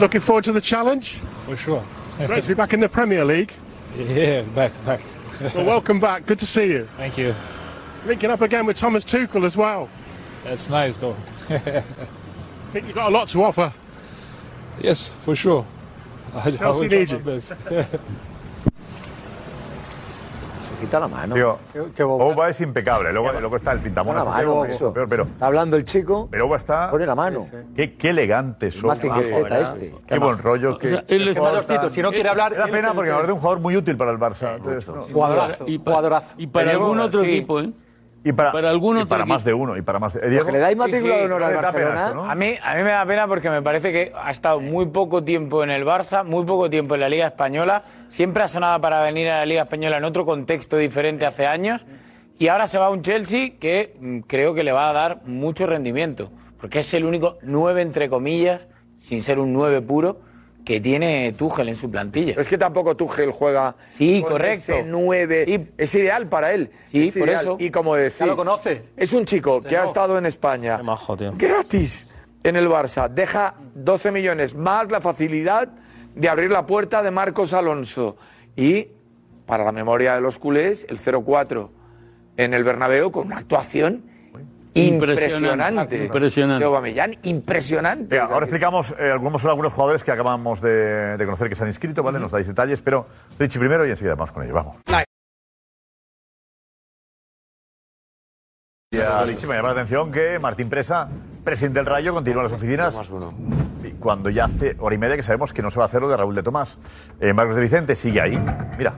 [SPEAKER 28] Looking forward to
[SPEAKER 25] *laughs*
[SPEAKER 28] the challenge.
[SPEAKER 25] For sure.
[SPEAKER 28] Great to be back in the Premier League.
[SPEAKER 25] Yeah, back, back.
[SPEAKER 28] Well, welcome back. Good to see you.
[SPEAKER 25] Thank you.
[SPEAKER 28] Linking up again with Thomas Tuchel
[SPEAKER 25] *laughs*
[SPEAKER 28] as well.
[SPEAKER 25] That's nice,
[SPEAKER 28] *laughs*
[SPEAKER 25] though.
[SPEAKER 28] I think you've got a lot to offer.
[SPEAKER 25] yes, for sure. I, I will
[SPEAKER 28] Chelsea
[SPEAKER 25] try
[SPEAKER 28] need
[SPEAKER 25] my
[SPEAKER 28] you.
[SPEAKER 25] best. *laughs*
[SPEAKER 6] Quita la mano.
[SPEAKER 9] Tío, Oba es impecable. Luego, luego está el pintamonas.
[SPEAKER 6] Una
[SPEAKER 9] ese,
[SPEAKER 6] mano,
[SPEAKER 9] como-
[SPEAKER 6] eso.
[SPEAKER 9] peor, pero,
[SPEAKER 6] Está hablando el chico.
[SPEAKER 9] pero Oba está... Pone
[SPEAKER 6] la mano.
[SPEAKER 9] Qué, qué elegante es Oba.
[SPEAKER 6] Más que Zeta este.
[SPEAKER 9] Qué buen rollo. Qué,
[SPEAKER 6] sea, él
[SPEAKER 9] qué
[SPEAKER 6] es-
[SPEAKER 9] jugador
[SPEAKER 6] Mayorcito,
[SPEAKER 9] tan-
[SPEAKER 6] si no quiere hablar,
[SPEAKER 9] Me da
[SPEAKER 6] él es
[SPEAKER 9] pena
[SPEAKER 6] el
[SPEAKER 9] porque
[SPEAKER 6] que-
[SPEAKER 9] hablar de un jugador muy útil para el Barça. Entonces, no.
[SPEAKER 4] Jugadorazo,
[SPEAKER 8] Y para,
[SPEAKER 4] jugadorazo.
[SPEAKER 8] y para
[SPEAKER 9] Diego,
[SPEAKER 8] algún otro
[SPEAKER 9] sí.
[SPEAKER 8] equipo, ¿eh?
[SPEAKER 9] Y para,
[SPEAKER 8] algún
[SPEAKER 9] y
[SPEAKER 8] otro
[SPEAKER 9] para
[SPEAKER 8] equipo.
[SPEAKER 9] más de uno. Y para más de...
[SPEAKER 8] Porque le dais
[SPEAKER 9] matrícula de honor al Barcelona.
[SPEAKER 32] A mí, a mí me da pena porque me parece que ha estado muy poco tiempo en el Barça, muy poco tiempo en la Liga Española. Siempre ha sonado para venir a la Liga Española en otro contexto diferente hace años. Y ahora se va a un Chelsea que mm, creo que le va a dar mucho rendimiento. Porque es el único 9, entre comillas, sin ser un 9 puro, que tiene Tuchel en su plantilla.
[SPEAKER 17] Es que tampoco Tuchel juega
[SPEAKER 32] Sí,
[SPEAKER 17] con
[SPEAKER 32] correcto.
[SPEAKER 17] ese 9. Es ideal para él.
[SPEAKER 32] Sí,
[SPEAKER 17] Es
[SPEAKER 32] por
[SPEAKER 17] ideal.
[SPEAKER 32] eso.
[SPEAKER 17] Y como
[SPEAKER 32] Ya
[SPEAKER 17] decís,
[SPEAKER 32] lo conoce.
[SPEAKER 17] Es un chico que ha
[SPEAKER 32] no.
[SPEAKER 17] estado en España gratis en el Barça. Deja 12 millones más la facilidad de abrir la puerta de Marcos Alonso. Y, para la memoria de los culés, el 0-4 en el Bernabéu con una actuación impresionante.
[SPEAKER 8] Impresionante. Impresionante.
[SPEAKER 17] de Aubameyang, impresionante.
[SPEAKER 9] Venga, ahora explicamos eh, algunos, son algunos jugadores que acabamos de, de conocer que se han inscrito, ¿vale? Nos dais detalles, pero Richie primero y enseguida vamos con ellos. Vamos. Y a Richie me llama la atención que Martín Presa, presidente del Rayo, continúa en las oficinas. Y Cuando ya hace hora y media que sabemos que no se va a hacer lo de Raúl de Tomás. Eh, Marcos de Vicente sigue ahí. Mira,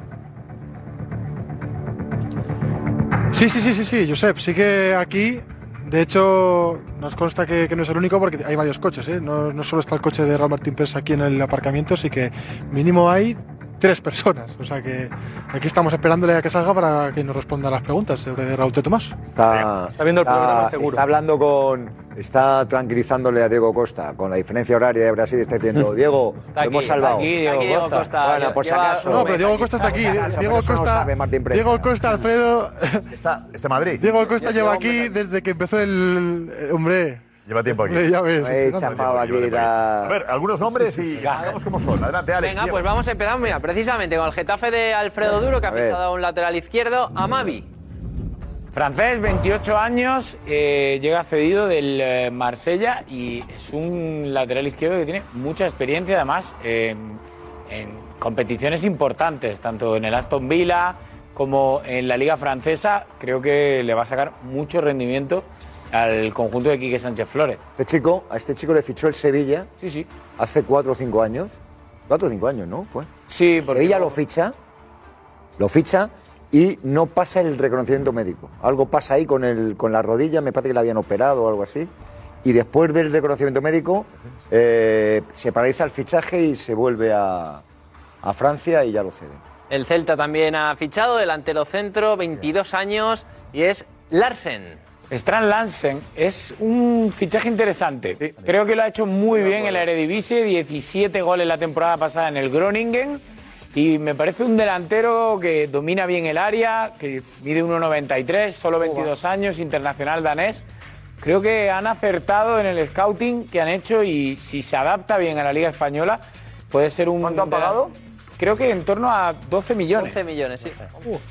[SPEAKER 15] Sí, sí, sí, sí, sí, Josep, sigue aquí De hecho, nos consta que, que no es el único porque hay varios coches, ¿eh? No, no solo está el coche de Raúl Martín Pérez aquí en el aparcamiento, así que mínimo hay tres personas. O sea que aquí estamos esperándole a que salga para que nos responda a las preguntas sobre Raúl T. Tomás.
[SPEAKER 6] Está,
[SPEAKER 15] Está viendo el programa seguro.
[SPEAKER 6] Está hablando con. Está tranquilizándole a Diego Costa. Con la diferencia horaria de Brasil está diciendo, Diego, lo
[SPEAKER 15] aquí,
[SPEAKER 6] hemos salvado.
[SPEAKER 15] aquí Diego Está aquí Diego Costa. Costa.
[SPEAKER 6] Bueno, por si
[SPEAKER 15] Lleva-
[SPEAKER 6] acaso.
[SPEAKER 15] No, pero Diego Costa está
[SPEAKER 6] Por
[SPEAKER 15] aquí.
[SPEAKER 6] si acaso,
[SPEAKER 15] Diego
[SPEAKER 6] pero eso no
[SPEAKER 15] Costa-
[SPEAKER 6] sabe Martín Presa.
[SPEAKER 15] Diego Costa, Alfredo.
[SPEAKER 9] Está, está en Madrid.
[SPEAKER 15] Diego Costa
[SPEAKER 9] Ya
[SPEAKER 15] lleva
[SPEAKER 9] lleva
[SPEAKER 15] aquí desde que empezó el. el- Hombre.
[SPEAKER 9] Lleva tiempo aquí.
[SPEAKER 15] Hombre, ya ves.
[SPEAKER 9] He
[SPEAKER 15] chafado
[SPEAKER 9] aquí A ver, algunos nombres y hagamos como son. Adelante, Alex.
[SPEAKER 1] Venga,
[SPEAKER 9] Diego.
[SPEAKER 1] pues vamos a empezar, mira, precisamente con el Getafe de Alfredo Duro, que ha
[SPEAKER 9] A ver.
[SPEAKER 1] fichado a un lateral izquierdo, a Mavi.
[SPEAKER 32] Francés, 28 años, eh, llega cedido del eh, Marsella y es un lateral izquierdo que tiene mucha experiencia, además, eh, en competiciones importantes, tanto en el Aston Villa como en la Liga Francesa. Creo que le va a sacar mucho rendimiento al conjunto de Quique Sánchez Flores.
[SPEAKER 6] Este chico, a este chico le fichó el Sevilla.
[SPEAKER 32] Sí, sí.
[SPEAKER 6] Hace cuatro o cinco años. Cuatro o cinco años, ¿no? Fue.
[SPEAKER 32] Sí,
[SPEAKER 6] porque. Sevilla lo ficha. Lo ficha y no pasa el reconocimiento médico. Algo pasa ahí con, el, con la rodilla, me parece que la habían operado o algo así. Y después del reconocimiento médico, eh, se paraliza el fichaje y se vuelve a, a Francia y ya lo ceden.
[SPEAKER 1] El Celta también ha fichado, delantero centro, 22 años, y es Larsen.
[SPEAKER 32] Strand Lansen es un fichaje interesante. Creo que lo ha hecho muy bien en la Eredivisie, 17 goles la temporada pasada en el Groningen y me parece un delantero que domina bien el área, que mide 1.93, solo 22 años, internacional danés. Creo que han acertado en el scouting que han hecho y si se adapta bien a la Liga española puede ser un ¿Cuánto han pagado? Creo que en torno a 12 millones.
[SPEAKER 1] 11 millones, sí.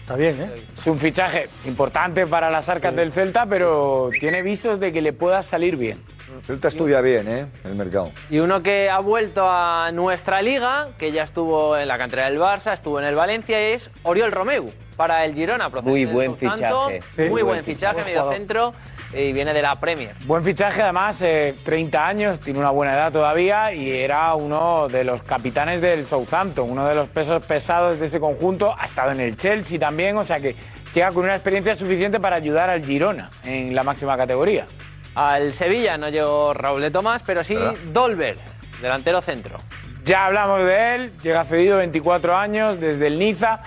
[SPEAKER 32] Está bien, ¿eh? Es un fichaje importante para las arcas del Celta, pero tiene visos de que le pueda salir bien.
[SPEAKER 6] Celta estudia bien, ¿eh? El mercado.
[SPEAKER 1] Y uno que ha vuelto a nuestra liga, que ya estuvo en la cantera del Barça, estuvo en el Valencia, es Oriol Romeu para el Girona. procedente
[SPEAKER 37] Muy
[SPEAKER 1] del
[SPEAKER 37] buen
[SPEAKER 1] Southampton.
[SPEAKER 37] fichaje. Sí.
[SPEAKER 1] Muy,
[SPEAKER 37] Muy
[SPEAKER 1] buen
[SPEAKER 37] buen
[SPEAKER 1] fichaje,
[SPEAKER 37] fichaje.
[SPEAKER 1] medio centro, y viene de la Premier.
[SPEAKER 32] Buen fichaje, además, eh, 30 años, tiene una buena edad todavía y era uno de los capitanes del Southampton, uno de los pesos pesados de ese conjunto. Ha estado en el Chelsea también, o sea que llega con una experiencia suficiente para ayudar al Girona en la máxima categoría.
[SPEAKER 1] Al Sevilla no llegó Raúl de Tomás, pero sí
[SPEAKER 32] ¿Verdad?
[SPEAKER 1] Dolber, delantero centro.
[SPEAKER 32] Ya hablamos de él, llega cedido 24 años desde el Niza.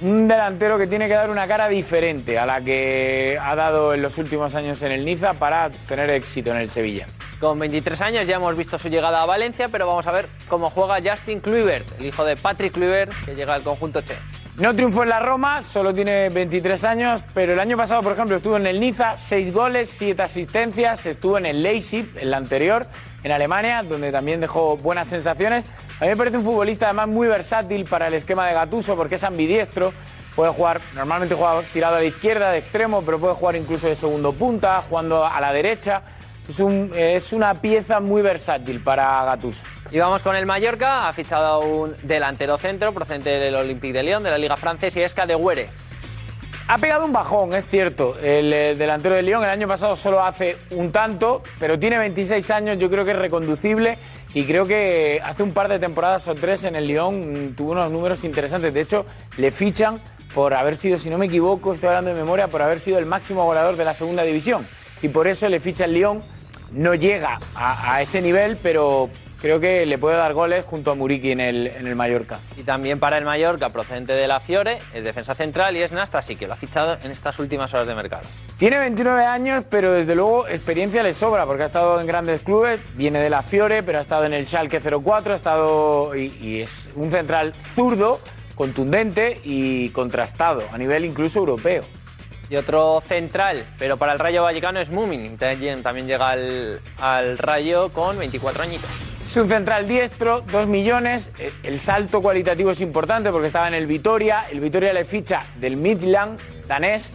[SPEAKER 32] Un delantero que tiene que dar una cara diferente a la que ha dado en los últimos años en el Niza para tener éxito en el Sevilla.
[SPEAKER 1] Con 23 años ya hemos visto su llegada a Valencia, pero vamos a ver cómo juega Justin Kluivert, el hijo de Patrick Kluivert, que llega al conjunto Che.
[SPEAKER 32] No triunfó en la Roma, solo tiene 23 años, pero el año pasado, por ejemplo, estuvo en el Niza, 6 goles, 7 asistencias, estuvo en el Leipzig, el anterior, en Alemania, donde también dejó buenas sensaciones. A mí me parece un futbolista además muy versátil para el esquema de Gatuso porque es ambidiestro, puede jugar, normalmente juega tirado a la izquierda, de extremo, pero puede jugar incluso de segundo punta, jugando a la derecha. Es, un- eh, es una pieza muy versátil para Gatuso.
[SPEAKER 1] Y vamos con el Mallorca, ha fichado a un delantero centro procedente del Olympique de Lyon, de la Liga Francesa, y es Cadewere.
[SPEAKER 32] Ha pegado un bajón, es cierto. El, eh, delantero de Lyon el año pasado solo hace un tanto, pero tiene 26 años, yo creo que es reconducible y creo que hace un par de temporadas o tres en el Lyon mm, tuvo unos números interesantes. De hecho, le fichan por haber sido, si no me equivoco, estoy hablando de memoria, por haber sido el máximo goleador de la segunda división. Y por eso le ficha el Lyon. No llega a, a ese nivel, pero creo que le puede dar goles junto a Muriqui en el, en el Mallorca.
[SPEAKER 1] Y también para el Mallorca, procedente de la Fiore, es defensa central y es Nastasi, que lo ha fichado en estas últimas horas de mercado.
[SPEAKER 32] Tiene 29 años, pero desde luego experiencia le sobra, porque ha estado en grandes clubes, viene de la Fiore, pero ha estado en el Schalke 04, ha estado y, y es un central zurdo, contundente y contrastado, a nivel incluso europeo.
[SPEAKER 1] Y otro central, pero para el Rayo Vallecano es Mumin. También también llega al, al Rayo con 24 añitos.
[SPEAKER 32] Es un central diestro, 2 millones. eh, El salto cualitativo es importante porque estaba en el Vitoria. El Vitoria le ficha del Midland danés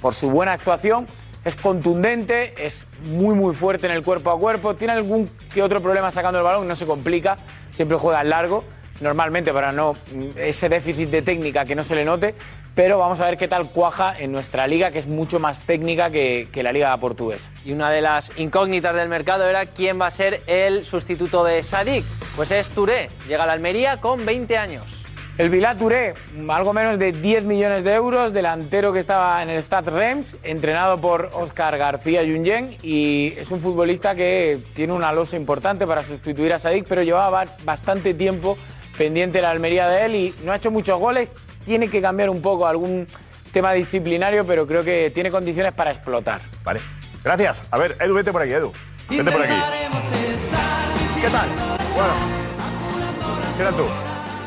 [SPEAKER 32] por su buena actuación. Es contundente, es muy muy fuerte en el cuerpo a cuerpo. Tiene algún que otro problema sacando el balón, no se complica. Siempre juega al largo, normalmente para no mm, ese déficit de técnica que no se le note. Pero vamos a ver qué tal cuaja en nuestra liga, que es mucho más técnica que, que la liga portuguesa.
[SPEAKER 1] Y una de las incógnitas del mercado era quién va a ser el sustituto de Sadik. Pues es Touré, llega a la Almería con 20 años.
[SPEAKER 32] El Vilá Touré, algo menos de 10 millones de euros, delantero que estaba en el Stade Reims, entrenado por Óscar García Junyent y es un futbolista que tiene una losa importante para sustituir a Sadik, pero llevaba bas- bastante tiempo pendiente la Almería de él y no ha hecho muchos goles, tiene que cambiar un poco algún tema disciplinario, pero creo que tiene condiciones para explotar.
[SPEAKER 9] Vale. Gracias. A ver, Edu, vete por aquí, Edu. Vete por aquí.
[SPEAKER 24] ¿Qué tal? Bueno,
[SPEAKER 9] ¿Qué tal tú?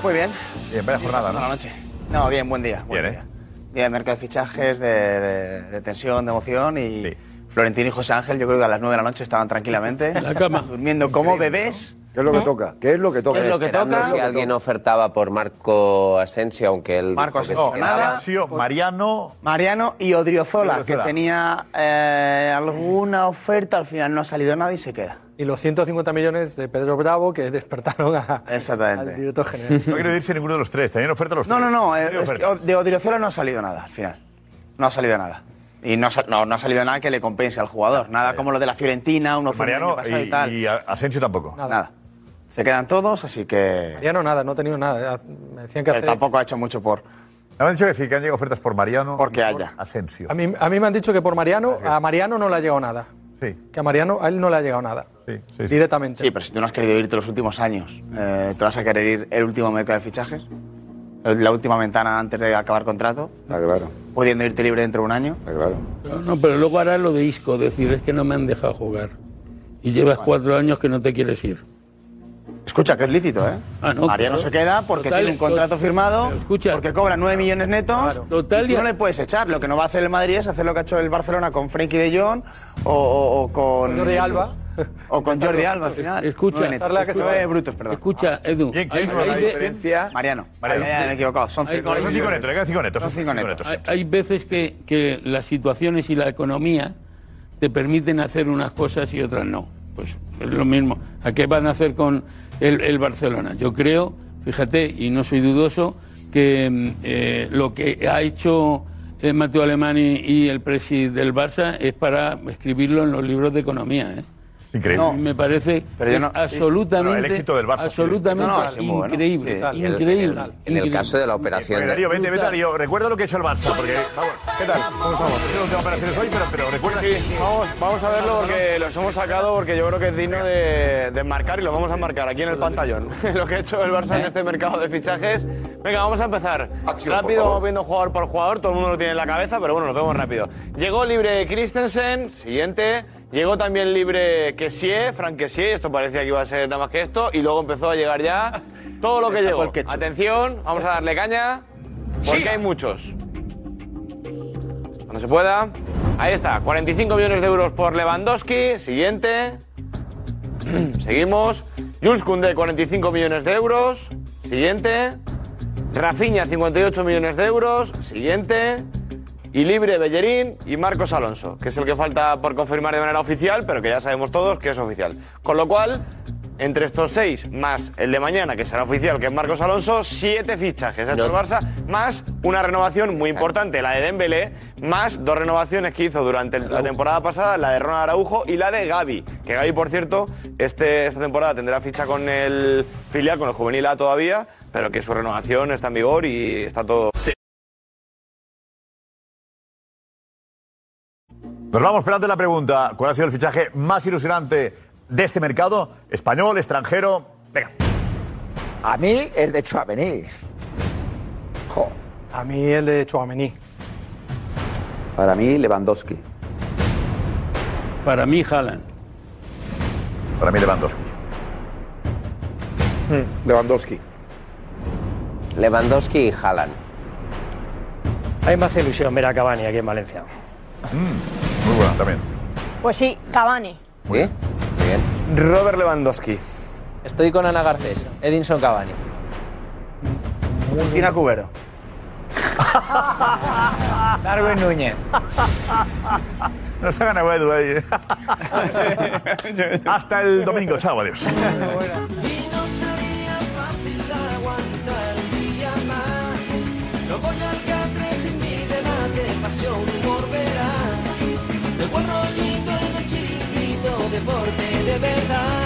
[SPEAKER 24] Muy bien.
[SPEAKER 9] Bien, vaya jornada,
[SPEAKER 24] Buenas
[SPEAKER 9] ¿no?
[SPEAKER 24] noches. No, bien, buen día. Buen día. Día de mercado de fichajes, de, de- de tensión, de emoción y Florentino y José Ángel, yo creo que a las 9 de la noche estaban tranquilamente. En la cama. Durmiendo como bebés.
[SPEAKER 38] ¿Qué es lo que toca? ¿Qué es lo que toca?
[SPEAKER 16] Pero esperando Si alguien ofertaba por Marco Asensio, aunque él.
[SPEAKER 24] Marco
[SPEAKER 16] dijo que
[SPEAKER 24] Asensio,
[SPEAKER 16] se
[SPEAKER 24] nada.
[SPEAKER 16] quedaba.
[SPEAKER 24] Asensio,
[SPEAKER 9] Mariano.
[SPEAKER 24] Pues Mariano y Odriozola, que
[SPEAKER 16] Odriozola.
[SPEAKER 24] tenía eh, alguna oferta, al final no ha salido nada y se queda.
[SPEAKER 4] Y los 150 millones de Pedro Bravo que despertaron a, al director general.
[SPEAKER 24] No quiero
[SPEAKER 9] irse ninguno de los tres, tenían oferta los
[SPEAKER 24] No, no, no, eh,
[SPEAKER 9] Tiene
[SPEAKER 24] es que
[SPEAKER 9] oferta. Pues
[SPEAKER 24] de Odriozola no ha salido nada al final. No ha salido nada. Y no, ha sal- no, no ha salido nada que le compense al jugador. Nada como lo de la Fiorentina, uno
[SPEAKER 9] Pues Mariano
[SPEAKER 24] y, tal.
[SPEAKER 9] y, y Asensio tampoco.
[SPEAKER 24] Nada. Se quedan todos, así que.
[SPEAKER 4] Mariano nada, no ha tenido nada. Me decían que
[SPEAKER 24] Él
[SPEAKER 4] hace-
[SPEAKER 24] tampoco ha hecho mucho por.
[SPEAKER 9] Me han dicho que sí, que han llegado ofertas por Mariano. Porque
[SPEAKER 24] haya.
[SPEAKER 9] Asensio.
[SPEAKER 4] A mí, a mí me han dicho que por Mariano, a Mariano no le ha llegado nada.
[SPEAKER 9] Sí.
[SPEAKER 4] Que a Mariano, a él no le ha llegado nada.
[SPEAKER 24] Directamente. Sí, pero si tú no has querido irte los últimos años, eh, ¿te vas a querer ir el último mercado de fichajes? La última ventana antes de acabar contrato.
[SPEAKER 23] claro.
[SPEAKER 24] Pudiendo irte libre dentro de un año.
[SPEAKER 23] claro.
[SPEAKER 8] Pero No, pero luego hará lo de Isco, decir, es que no me han dejado jugar. Y llevas cuatro años que no te quieres ir.
[SPEAKER 24] Escucha, que es lícito, ¿eh?
[SPEAKER 8] Ah, no,
[SPEAKER 24] Mariano
[SPEAKER 8] claro.
[SPEAKER 24] se queda porque
[SPEAKER 8] Total,
[SPEAKER 24] tiene un contrato firmado,
[SPEAKER 8] escucha.
[SPEAKER 24] porque cobra 9 millones netos.
[SPEAKER 8] Total,
[SPEAKER 24] y tú
[SPEAKER 8] ya-
[SPEAKER 24] no le puedes echar. Lo que no va a hacer el Madrid es hacer lo que ha hecho el Barcelona con Frenkie de Jong o, o- o con.
[SPEAKER 8] Jordi Alba.
[SPEAKER 24] O con Jordi Alba al final.
[SPEAKER 8] Escucha,
[SPEAKER 24] Nueve netos. Nueve brutos, perdón.
[SPEAKER 8] Escucha, Edu. hay- hay de-
[SPEAKER 24] Mariano.
[SPEAKER 8] Mariano.
[SPEAKER 24] Mariano. me he equivocado. Son
[SPEAKER 8] Hay-
[SPEAKER 24] cinco,
[SPEAKER 8] hay- Son cinco netos,
[SPEAKER 9] le quedan cinco netos,
[SPEAKER 24] Son
[SPEAKER 9] son
[SPEAKER 24] cinco
[SPEAKER 9] cinco
[SPEAKER 24] netos.
[SPEAKER 8] Hay, hay veces que, que las situaciones y la economía te permiten hacer unas cosas y otras no. Pues es lo mismo. ¿A qué van a hacer con el, el Barcelona? Yo creo, fíjate, y no soy dudoso, que mm, eh, lo que ha hecho eh, Mateo Alemani y el presi del Barça es para escribirlo en los libros de economía. ¿eh?
[SPEAKER 9] Increíble.
[SPEAKER 8] A mí Me parece
[SPEAKER 16] Pero yo
[SPEAKER 8] es
[SPEAKER 16] no- sí, sí.
[SPEAKER 8] absolutamente,
[SPEAKER 16] No, el éxito del Barça, sí.
[SPEAKER 8] absolutamente
[SPEAKER 16] No, no, es muy bueno.
[SPEAKER 8] increíble.
[SPEAKER 16] Sí. Y el-
[SPEAKER 8] increíble.
[SPEAKER 16] en el- en el caso de la operación
[SPEAKER 9] Oye,
[SPEAKER 16] de-
[SPEAKER 9] Darío, vente, vete, Darío. Recuerda lo que ha hecho el Barça, porque. Vamos, ¿Qué tal? ¿Cómo estamos? Tenemos que operaciones hoy, pero, pero recuerda.
[SPEAKER 2] Sí, vamos, vamos a verlo porque los hemos sacado porque yo creo que es digno de, de marcar y lo vamos a marcar aquí en el pantallón. *laughs* lo que ha hecho el Barça en este mercado de fichajes. Venga, vamos a empezar. rápido, vamos viendo jugador por jugador, todo el mundo lo tiene en la cabeza, pero bueno, lo vemos rápido. Llegó libre Christensen, siguiente. Llegó también libre Kessie, Frank Kessie, esto parecía que iba a ser nada más que esto, y luego empezó a llegar ya todo lo que llegó. Atención, vamos a darle caña, porque hay muchos cuando se pueda. Ahí está, 45 millones de euros por Lewandowski. Siguiente. *clears throat* Seguimos. Jules Koundé, 45 millones de euros. Siguiente. Rafinha, 58 millones de euros. Siguiente. Y libre Bellerín y Marcos Alonso, que es el que falta por confirmar de manera oficial, pero que ya sabemos todos que es oficial. Con lo cual, entre estos seis, más el de mañana, que será oficial, que es Marcos Alonso, siete fichajes ha hecho el Barça, más una renovación muy importante, la de Dembélé, más dos renovaciones que hizo durante el- la temporada pasada, la de Ronald Araujo y la de Gaby. Que Gaby, por cierto, este, esta temporada tendrá ficha con el filial, con el juvenil A todavía, pero que su renovación está en vigor y está todo...
[SPEAKER 9] Nos vamos esperando la pregunta. ¿Cuál ha sido el fichaje más ilusionante de este mercado? ¿Español, extranjero? Venga.
[SPEAKER 38] A mí es de Chuamení.
[SPEAKER 4] A mí el de Chouameni.
[SPEAKER 23] Para mí, Lewandowski.
[SPEAKER 8] Para mí, Haaland.
[SPEAKER 9] Para mí, Lewandowski.
[SPEAKER 39] Lewandowski.
[SPEAKER 16] Lewandowski y Haaland.
[SPEAKER 5] A mí me hace ilusión ver a Cavani aquí en Valencia.
[SPEAKER 9] Muy buena también.
[SPEAKER 3] Pues sí, Cavani.
[SPEAKER 16] ¿Sí? Bien.
[SPEAKER 2] Robert Lewandowski.
[SPEAKER 1] Estoy con Ana Garcés, Edinson Cavani.
[SPEAKER 24] Cristina Cubero.
[SPEAKER 32] Darwin Núñez.
[SPEAKER 9] No se hagan agua,
[SPEAKER 38] *laughs*
[SPEAKER 9] Edu, ahí. Hasta el domingo. Chao, adiós.
[SPEAKER 21] Y no sería fácil aguantar un día más. No voy al catre sin mi debate, pasión, humor, verás. El buen rollito en el chiquito, deporte de verdad.